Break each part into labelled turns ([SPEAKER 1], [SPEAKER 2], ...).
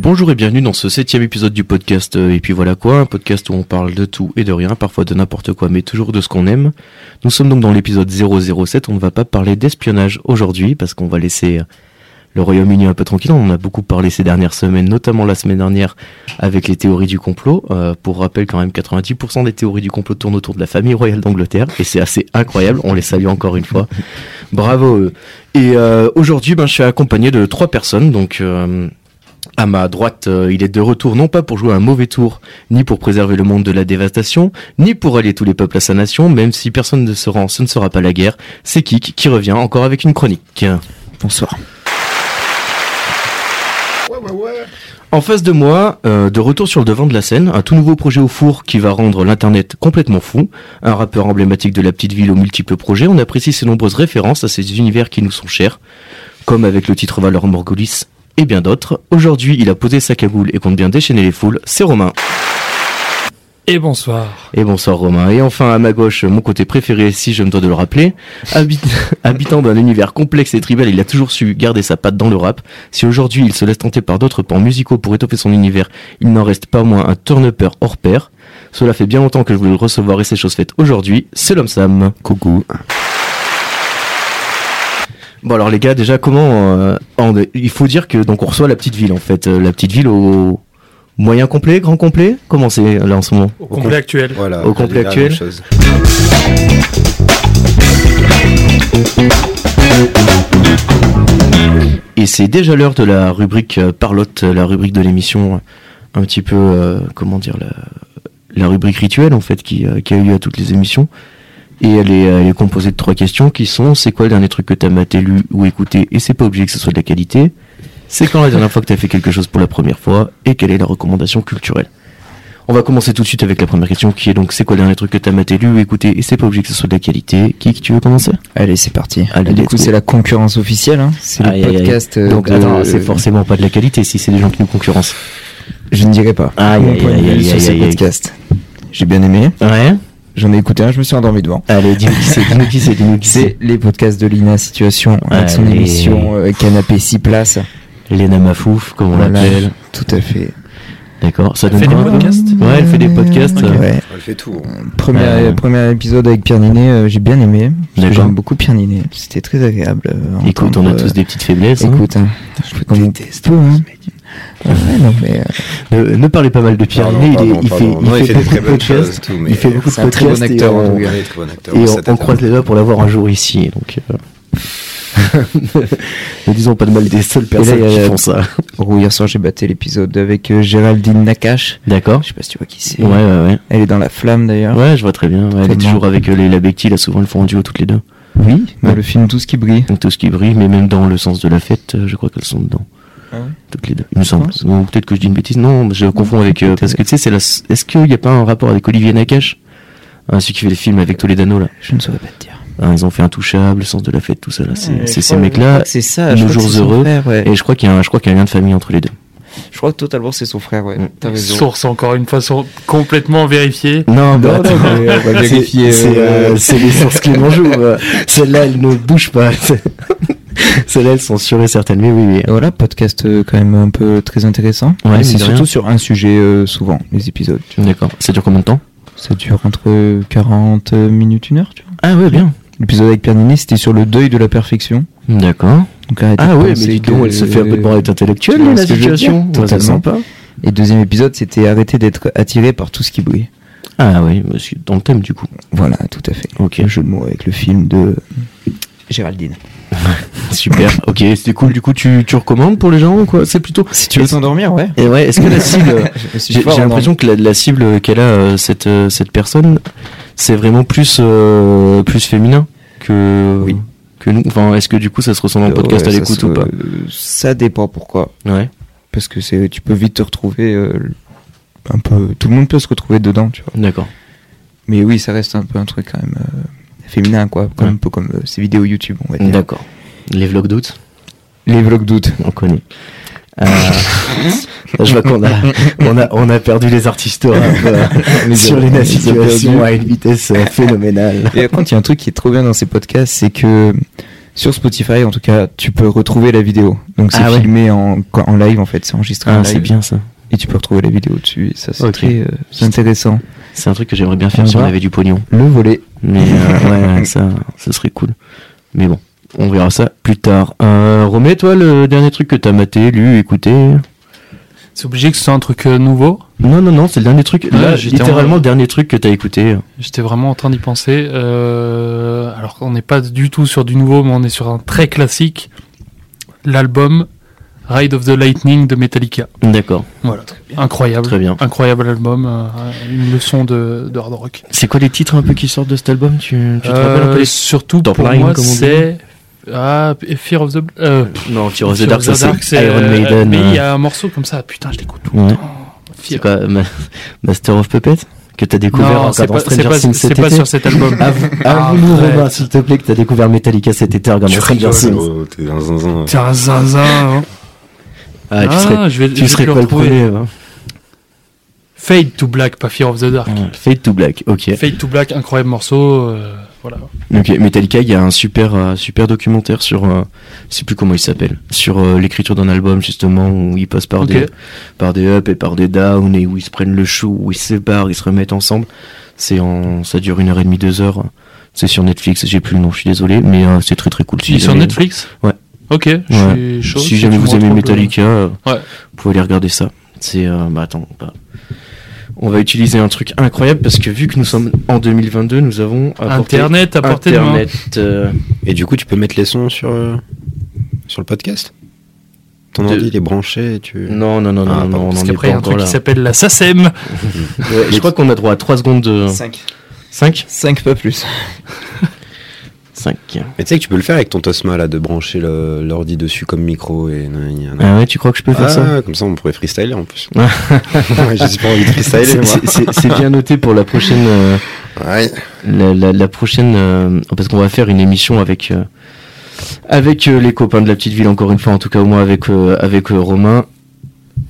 [SPEAKER 1] bonjour et bienvenue dans ce septième épisode du podcast euh, Et puis voilà quoi, un podcast où on parle de tout et de rien, parfois de n'importe quoi, mais toujours de ce qu'on aime. Nous sommes donc dans l'épisode 007, on ne va pas parler d'espionnage aujourd'hui parce qu'on va laisser euh, le Royaume-Uni un peu tranquille. On en a beaucoup parlé ces dernières semaines, notamment la semaine dernière avec les théories du complot. Euh, pour rappel, quand même, 90% des théories du complot tournent autour de la famille royale d'Angleterre et c'est assez incroyable. On les salue encore une fois. Bravo. à eux. Et euh, aujourd'hui, ben, je suis accompagné de trois personnes. Donc, euh, à ma droite, euh, il est de retour non pas pour jouer un mauvais tour, ni pour préserver le monde de la dévastation, ni pour allier tous les peuples à sa nation, même si personne ne se rend, ce ne sera pas la guerre. C'est Kik qui revient encore avec une chronique.
[SPEAKER 2] Bonsoir.
[SPEAKER 1] En face de moi, euh, de retour sur le devant de la scène, un tout nouveau projet au four qui va rendre l'internet complètement fou. Un rappeur emblématique de la petite ville aux multiples projets, on apprécie ses nombreuses références à ces univers qui nous sont chers, comme avec le titre Valor Morgulis et bien d'autres. Aujourd'hui, il a posé sa cagoule et compte bien déchaîner les foules, c'est Romain.
[SPEAKER 3] Et bonsoir.
[SPEAKER 1] Et bonsoir Romain. Et enfin à ma gauche, mon côté préféré, si je me dois de le rappeler, habit- habitant d'un univers complexe et tribal, il a toujours su garder sa patte dans le rap. Si aujourd'hui il se laisse tenter par d'autres pans musicaux pour étoffer son univers, il n'en reste pas moins un turn-upper hors pair. Cela fait bien longtemps que je voulais le recevoir et c'est chose faite aujourd'hui, c'est l'homme Sam.
[SPEAKER 2] Coucou.
[SPEAKER 1] Bon alors les gars, déjà comment... euh, en- il faut dire que donc on reçoit la petite ville en fait, euh, la petite ville au moyen complet, grand complet Comment c'est là en ce moment
[SPEAKER 3] Au complet actuel.
[SPEAKER 2] Voilà.
[SPEAKER 1] Au complet
[SPEAKER 2] j'allais dire la
[SPEAKER 1] actuel.
[SPEAKER 2] même chose.
[SPEAKER 1] Et c'est déjà l'heure de la rubrique euh, Parlotte, euh, la rubrique de l'émission, euh, un petit peu, euh, comment dire, la, la rubrique rituelle en fait, qui, euh, qui a eu lieu à toutes les émissions. Et elle est, euh, elle est composée de trois questions qui sont c'est quoi le dernier truc que t'as maté, lu ou écouté Et c'est pas obligé que ce soit de la qualité. C'est quand la dernière fois que t'as fait quelque chose pour la première fois Et quelle est la recommandation culturelle On va commencer tout de suite avec la première question qui est donc c'est quoi le dernier truc que t'as maté, lu ou écouté Et c'est pas obligé que ce soit de la qualité. Qui que tu veux commencer
[SPEAKER 4] Allez, c'est parti.
[SPEAKER 1] Allez,
[SPEAKER 4] du
[SPEAKER 1] let's
[SPEAKER 4] coup,
[SPEAKER 1] go.
[SPEAKER 4] c'est la concurrence officielle. hein. C'est
[SPEAKER 1] Aïe,
[SPEAKER 4] le
[SPEAKER 1] aïe, aïe.
[SPEAKER 4] podcast. euh,
[SPEAKER 1] Donc
[SPEAKER 4] de-
[SPEAKER 1] attends, c'est forcément pas de la qualité si c'est des gens qui nous concurrencent.
[SPEAKER 4] Je ne dirai pas.
[SPEAKER 1] Aïe,
[SPEAKER 4] Mon
[SPEAKER 1] aïe,
[SPEAKER 4] point de
[SPEAKER 1] aïe,
[SPEAKER 4] vue
[SPEAKER 1] aïe,
[SPEAKER 4] sur
[SPEAKER 1] aïe,
[SPEAKER 4] ce
[SPEAKER 1] aïe, aïe.
[SPEAKER 4] podcast. J'ai bien aimé.
[SPEAKER 1] Ouais
[SPEAKER 4] J'en ai écouté un. Je me suis endormi devant.
[SPEAKER 1] Allez, dis-nous qui c'est, dis-nous qui c'est, dis-nous qui c'est.
[SPEAKER 4] C'est les podcasts de Lina Situation avec son
[SPEAKER 1] Allez.
[SPEAKER 4] émission euh, Canapé 6 places.
[SPEAKER 1] Léna Mafouf, comme on
[SPEAKER 4] Voilà,
[SPEAKER 1] l'appelle.
[SPEAKER 4] Tout à fait.
[SPEAKER 1] D'accord, ça
[SPEAKER 3] Elle
[SPEAKER 1] donne
[SPEAKER 3] fait des
[SPEAKER 1] quoi
[SPEAKER 3] podcasts
[SPEAKER 1] Ouais, elle fait des podcasts.
[SPEAKER 4] Ok.
[SPEAKER 1] euh,
[SPEAKER 4] Ouais.
[SPEAKER 2] On le fait tout. hein.
[SPEAKER 4] Premier,
[SPEAKER 1] Euh.
[SPEAKER 4] premier épisode avec Pierre Ninet, euh, j'ai bien aimé. Parce que
[SPEAKER 1] D'accord.
[SPEAKER 4] J'aime beaucoup Pierre Ninet. C'était très agréable. euh, à
[SPEAKER 1] Écoute, on
[SPEAKER 4] entendre,
[SPEAKER 1] a tous
[SPEAKER 4] euh,
[SPEAKER 1] des petites faiblesses. hein.
[SPEAKER 4] Écoute, hein. on déteste. Hein. Ouais, non, mais, euh,
[SPEAKER 1] Ne, ne parlez pas mal de Pierre,
[SPEAKER 2] Pardon,
[SPEAKER 1] mais il, est-
[SPEAKER 2] pardon,
[SPEAKER 1] il fait,
[SPEAKER 2] pardon.
[SPEAKER 1] il
[SPEAKER 2] Non,
[SPEAKER 1] fait
[SPEAKER 2] des
[SPEAKER 1] beaucoup
[SPEAKER 2] très
[SPEAKER 1] de
[SPEAKER 2] bonnes
[SPEAKER 1] podcasts.
[SPEAKER 2] choses, tout, mais
[SPEAKER 1] il fait beaucoup
[SPEAKER 4] c'est
[SPEAKER 1] de
[SPEAKER 4] un très bon
[SPEAKER 1] podcasts et
[SPEAKER 4] acteur, en
[SPEAKER 1] on,
[SPEAKER 4] tout
[SPEAKER 2] Il
[SPEAKER 4] cas.
[SPEAKER 2] est très bon acteur.
[SPEAKER 1] et on-
[SPEAKER 2] ça
[SPEAKER 1] on,
[SPEAKER 2] t'intéresse.
[SPEAKER 1] croise les doigts pour l'avoir un jour ici. Donc, euh, ne disons pas de mal des seules personnes
[SPEAKER 4] il y a-
[SPEAKER 1] qui font ça.
[SPEAKER 4] oh, hier soir, j'ai battu l'épisode avec euh, Géraldine Nakache.
[SPEAKER 1] D'accord
[SPEAKER 4] Je sais pas si tu vois qui c'est.
[SPEAKER 1] Ouais, ouais,
[SPEAKER 4] Elle est dans la flamme d'ailleurs.
[SPEAKER 1] ouais. Ah Ouais, je vois très bien. ouais, elle est
[SPEAKER 4] Tellement.
[SPEAKER 1] toujours avec euh, Leila Bekti, là, souvent, elles font un duo toutes les deux.
[SPEAKER 4] Oui, dans le film Tout ce qui brille.
[SPEAKER 1] Donc tout ce qui brille, mais même dans le sens de la fête, euh, je crois qu'elles sont dedans.
[SPEAKER 4] Ah ouais
[SPEAKER 1] Toutes les deux, il me semble.
[SPEAKER 4] penses
[SPEAKER 1] Ou peut-être que je dis une bêtise. Non, je confonds avec. euh, parce que tu sais, c'est la. s- Est-ce qu'il n'y a pas un rapport avec Olivier Nakache Hein, Celui qui fait les films avec Toledano, là.
[SPEAKER 4] Je ne saurais pas te dire.
[SPEAKER 1] Hein, ils ont fait Intouchable, le sens de la fête, tout ça, là. C'est
[SPEAKER 3] Ouais,
[SPEAKER 1] c'est
[SPEAKER 3] je
[SPEAKER 1] ces
[SPEAKER 3] crois,
[SPEAKER 1] mecs-là.
[SPEAKER 4] C'est ça,
[SPEAKER 1] Nos
[SPEAKER 4] je crois que
[SPEAKER 1] jours
[SPEAKER 4] c'est son
[SPEAKER 1] heureux.
[SPEAKER 4] frère, ouais.
[SPEAKER 1] Et je crois qu'il y, a un- je crois qu'il y a un lien de famille entre les deux.
[SPEAKER 4] Je crois que totalement c'est son frère, ouais.
[SPEAKER 1] Mm.
[SPEAKER 4] T'as raison.
[SPEAKER 3] Source encore une fois source complètement vérifiée.
[SPEAKER 1] Non,
[SPEAKER 4] Non, non, mais on va vérifier.
[SPEAKER 1] C'est
[SPEAKER 4] euh,
[SPEAKER 1] euh, c'est les sources qui mangent. Celles-là, elles ne bougent pas. Celles-là, elles sont sûres et certaines. Mais oui, oui.
[SPEAKER 4] Voilà, podcast euh, quand même un peu très intéressant.
[SPEAKER 1] Ouais,
[SPEAKER 4] Et
[SPEAKER 1] mine
[SPEAKER 4] c'est
[SPEAKER 1] de rien.
[SPEAKER 4] surtout sur un sujet euh, souvent, les épisodes. tu vois.
[SPEAKER 1] Ah, D'accord. Ça dure combien de temps
[SPEAKER 4] Ça dure entre 40 minutes, une heure, tu vois.
[SPEAKER 1] Ah, ouais, bien.
[SPEAKER 4] L'épisode avec Pierre Ninet, c'était sur le deuil de la perfection.
[SPEAKER 1] D'accord.
[SPEAKER 4] Donc arrêtez
[SPEAKER 1] Ah
[SPEAKER 4] de
[SPEAKER 1] ouais, mais
[SPEAKER 4] penser
[SPEAKER 1] dis donc,
[SPEAKER 4] que-
[SPEAKER 1] elle se fait un peu de branlette intellectuelle,
[SPEAKER 4] Tu vois
[SPEAKER 1] la
[SPEAKER 4] ce que je veux dire
[SPEAKER 1] situation. Ouais, ça
[SPEAKER 4] Totalement.
[SPEAKER 1] sent pas.
[SPEAKER 4] Et le deuxième épisode, c'était arrêter d'être attiré par tout ce qui brille.
[SPEAKER 1] Ah oui, mais c'est dans le thème du coup.
[SPEAKER 4] Voilà, tout à fait.
[SPEAKER 1] Ok,
[SPEAKER 4] Le jeu de mots avec le film de Géraldine.
[SPEAKER 1] super. ok, c'était cool. Du coup, tu, tu recommandes pour les gens ou quoi C'est plutôt.
[SPEAKER 4] Si tu veux t'endormir, ouais.
[SPEAKER 1] Et ouais, est-ce que la
[SPEAKER 4] euh,
[SPEAKER 1] cible. J'ai j'ai l'impression que la, la cible qu'elle a, euh, cette, euh, cette personne, c'est vraiment plus, euh, plus féminin que,
[SPEAKER 4] Oui.
[SPEAKER 1] que nous. Enfin, est-ce que du coup, ça se ressent dans le podcast à l'écoute ou pas
[SPEAKER 4] euh, Ça dépend pourquoi.
[SPEAKER 1] Ouais,
[SPEAKER 4] Parce que c'est, tu peux vite te retrouver euh, un peu. Tout le monde peut se retrouver dedans, tu vois.
[SPEAKER 1] d'accord.
[SPEAKER 4] Mais oui, ça reste un peu un truc quand même euh, féminin, quoi. Comme
[SPEAKER 1] Ouais.
[SPEAKER 4] Un peu comme euh, ces vidéos YouTube, on va dire.
[SPEAKER 1] D'accord. Les vlogs d'août,
[SPEAKER 4] Les vlogs d'août.
[SPEAKER 1] on connaît. Euh, je vois qu'on a, on a, on a perdu les artistes rap, euh,
[SPEAKER 4] les
[SPEAKER 1] sur
[SPEAKER 4] a-
[SPEAKER 1] les
[SPEAKER 4] on les a
[SPEAKER 1] situations
[SPEAKER 4] perdus.
[SPEAKER 1] à une vitesse euh, phénoménale.
[SPEAKER 4] Et par contre, il y a un truc qui est trop bien dans ces podcasts, c'est que Sur Spotify, en tout cas, tu peux retrouver la vidéo. Donc c'est
[SPEAKER 1] Ah ouais.
[SPEAKER 4] filmé en, quoi- en live en fait, c'est enregistré en
[SPEAKER 1] Ah,
[SPEAKER 4] live.
[SPEAKER 1] c'est bien ça.
[SPEAKER 4] Et tu peux retrouver la vidéo dessus. Et ça c'est
[SPEAKER 1] Ok.
[SPEAKER 4] très euh, c'est intéressant.
[SPEAKER 1] C'est un truc que j'aimerais bien faire
[SPEAKER 4] On
[SPEAKER 1] si on
[SPEAKER 4] va.
[SPEAKER 1] avait du pognon.
[SPEAKER 4] Le volet.
[SPEAKER 1] Mais euh, ouais, ça, ce serait cool. Mais bon, on verra ça plus tard. Euh, Romé, toi, le dernier truc que t'as maté, lu, écouté
[SPEAKER 3] C'est obligé que ce soit un truc euh, nouveau.
[SPEAKER 1] Non, non, non, c'est le dernier truc.
[SPEAKER 3] Ouais,
[SPEAKER 1] Là,
[SPEAKER 3] j'étais en-
[SPEAKER 1] littéralement, le dernier truc que t'as écouté.
[SPEAKER 3] J'étais vraiment en train d'y penser. euh, alors qu'on n'est pas du tout sur du nouveau, mais on est sur un très classique. L'album Ride of the Lightning de Metallica.
[SPEAKER 1] D'accord,
[SPEAKER 3] Voilà. Incroyable.
[SPEAKER 1] très bien.
[SPEAKER 3] Incroyable album. euh, une leçon de, de hard rock.
[SPEAKER 1] C'est quoi les titres un peu qui sortent de cet album Tu, tu te
[SPEAKER 3] Euh,
[SPEAKER 1] rappelles un peu les...
[SPEAKER 3] Surtout
[SPEAKER 1] Top
[SPEAKER 3] pour
[SPEAKER 1] line,
[SPEAKER 3] moi,
[SPEAKER 1] comme on dit
[SPEAKER 3] c'est ah, Fear of the euh,
[SPEAKER 1] Non, Fear of the
[SPEAKER 3] Fear
[SPEAKER 1] Dark, ça c'est Iron
[SPEAKER 3] euh,
[SPEAKER 1] Maiden.
[SPEAKER 3] Mais il y
[SPEAKER 1] euh,
[SPEAKER 3] a un morceau comme ça, putain, je l'écoute tout.
[SPEAKER 1] ouais. C'est
[SPEAKER 3] Fear.
[SPEAKER 1] quoi Ma- Master of Puppets Que t'as découvert en
[SPEAKER 3] Non, c'est
[SPEAKER 1] regardant
[SPEAKER 3] pas, c'est
[SPEAKER 1] Stranger
[SPEAKER 3] pas,
[SPEAKER 1] Things
[SPEAKER 3] c'est
[SPEAKER 1] cet
[SPEAKER 3] pas
[SPEAKER 1] été
[SPEAKER 3] sur cet album. Ah,
[SPEAKER 1] Avoue-nous,
[SPEAKER 3] ouais.
[SPEAKER 1] Robin, s'il te plaît, que t'as découvert Metallica cet été en regardant Stranger Things.
[SPEAKER 2] gros, t'es un zinzin. euh,
[SPEAKER 3] T'es un zinzin. hein.
[SPEAKER 1] Ah, tu serais,
[SPEAKER 3] je vais, je
[SPEAKER 1] tu
[SPEAKER 3] vais
[SPEAKER 1] serais
[SPEAKER 3] le
[SPEAKER 1] pas le
[SPEAKER 3] retrouver.
[SPEAKER 1] premier. hein.
[SPEAKER 3] Fade to Black, pas Fear of the Dark.
[SPEAKER 1] Ah, Fade to Black, ok.
[SPEAKER 3] Fade to Black, incroyable morceau. euh, voilà.
[SPEAKER 1] Ok, Metallica, il y a un super, euh, super documentaire sur, euh, je sais plus comment il s'appelle, sur euh, l'écriture d'un album justement où ils passent par
[SPEAKER 3] Ok.
[SPEAKER 1] des, par des ups et par des downs et où ils se prennent le chou, où ils se séparent, ils se remettent ensemble. C'est en, ça dure une heure et demie, deux heures. C'est sur Netflix, j'ai plus le nom, je suis désolé, mais euh, c'est très très cool.
[SPEAKER 3] Il est sur
[SPEAKER 1] jamais-
[SPEAKER 3] Netflix
[SPEAKER 1] Ouais.
[SPEAKER 3] Ok, je suis chaud.
[SPEAKER 1] si jamais
[SPEAKER 3] tu me
[SPEAKER 1] vous aimez
[SPEAKER 3] retrouves le-
[SPEAKER 1] Metallica, euh,
[SPEAKER 3] Ouais.
[SPEAKER 1] vous pouvez aller regarder ça. C'est euh, bah attends, bah, on va utiliser un truc incroyable parce que vu que nous sommes en 2022, nous avons apporté
[SPEAKER 3] euh, Internet à portée de main.
[SPEAKER 1] Internet. euh,
[SPEAKER 2] Et du coup, tu peux mettre les sons sur, euh, sur le podcast Ton
[SPEAKER 1] De-
[SPEAKER 2] ordi, il est branché et tu...
[SPEAKER 1] Non non non non
[SPEAKER 2] Ah,
[SPEAKER 1] non,
[SPEAKER 2] pardon,
[SPEAKER 1] on
[SPEAKER 3] Parce
[SPEAKER 1] en est
[SPEAKER 3] qu'après, il y
[SPEAKER 1] pas
[SPEAKER 3] a un
[SPEAKER 1] encore
[SPEAKER 3] truc
[SPEAKER 1] là.
[SPEAKER 3] qui s'appelle la SACEM.
[SPEAKER 1] Ouais, je crois qu'on a droit à 3 secondes de
[SPEAKER 4] 5.
[SPEAKER 1] 5
[SPEAKER 4] 5 pas plus.
[SPEAKER 1] 5.
[SPEAKER 2] Mais tu sais que tu peux le faire avec ton Tosma, là, de brancher le- l'ordi dessus comme micro et...
[SPEAKER 1] Ah ouais, tu crois que je peux faire ça
[SPEAKER 2] Ah, comme ça, on pourrait freestyler en plus.
[SPEAKER 1] Ah.
[SPEAKER 2] J'ai super envie de freestyler,
[SPEAKER 1] C'est-
[SPEAKER 2] moi.
[SPEAKER 1] c'est- C'est c'est bien noté pour la prochaine euh,
[SPEAKER 2] Ouais.
[SPEAKER 1] la, la- la prochaine euh, parce qu'on va faire une émission avec euh, avec euh, les copains de la petite ville encore une fois en tout cas au moins avec euh, avec euh, Romain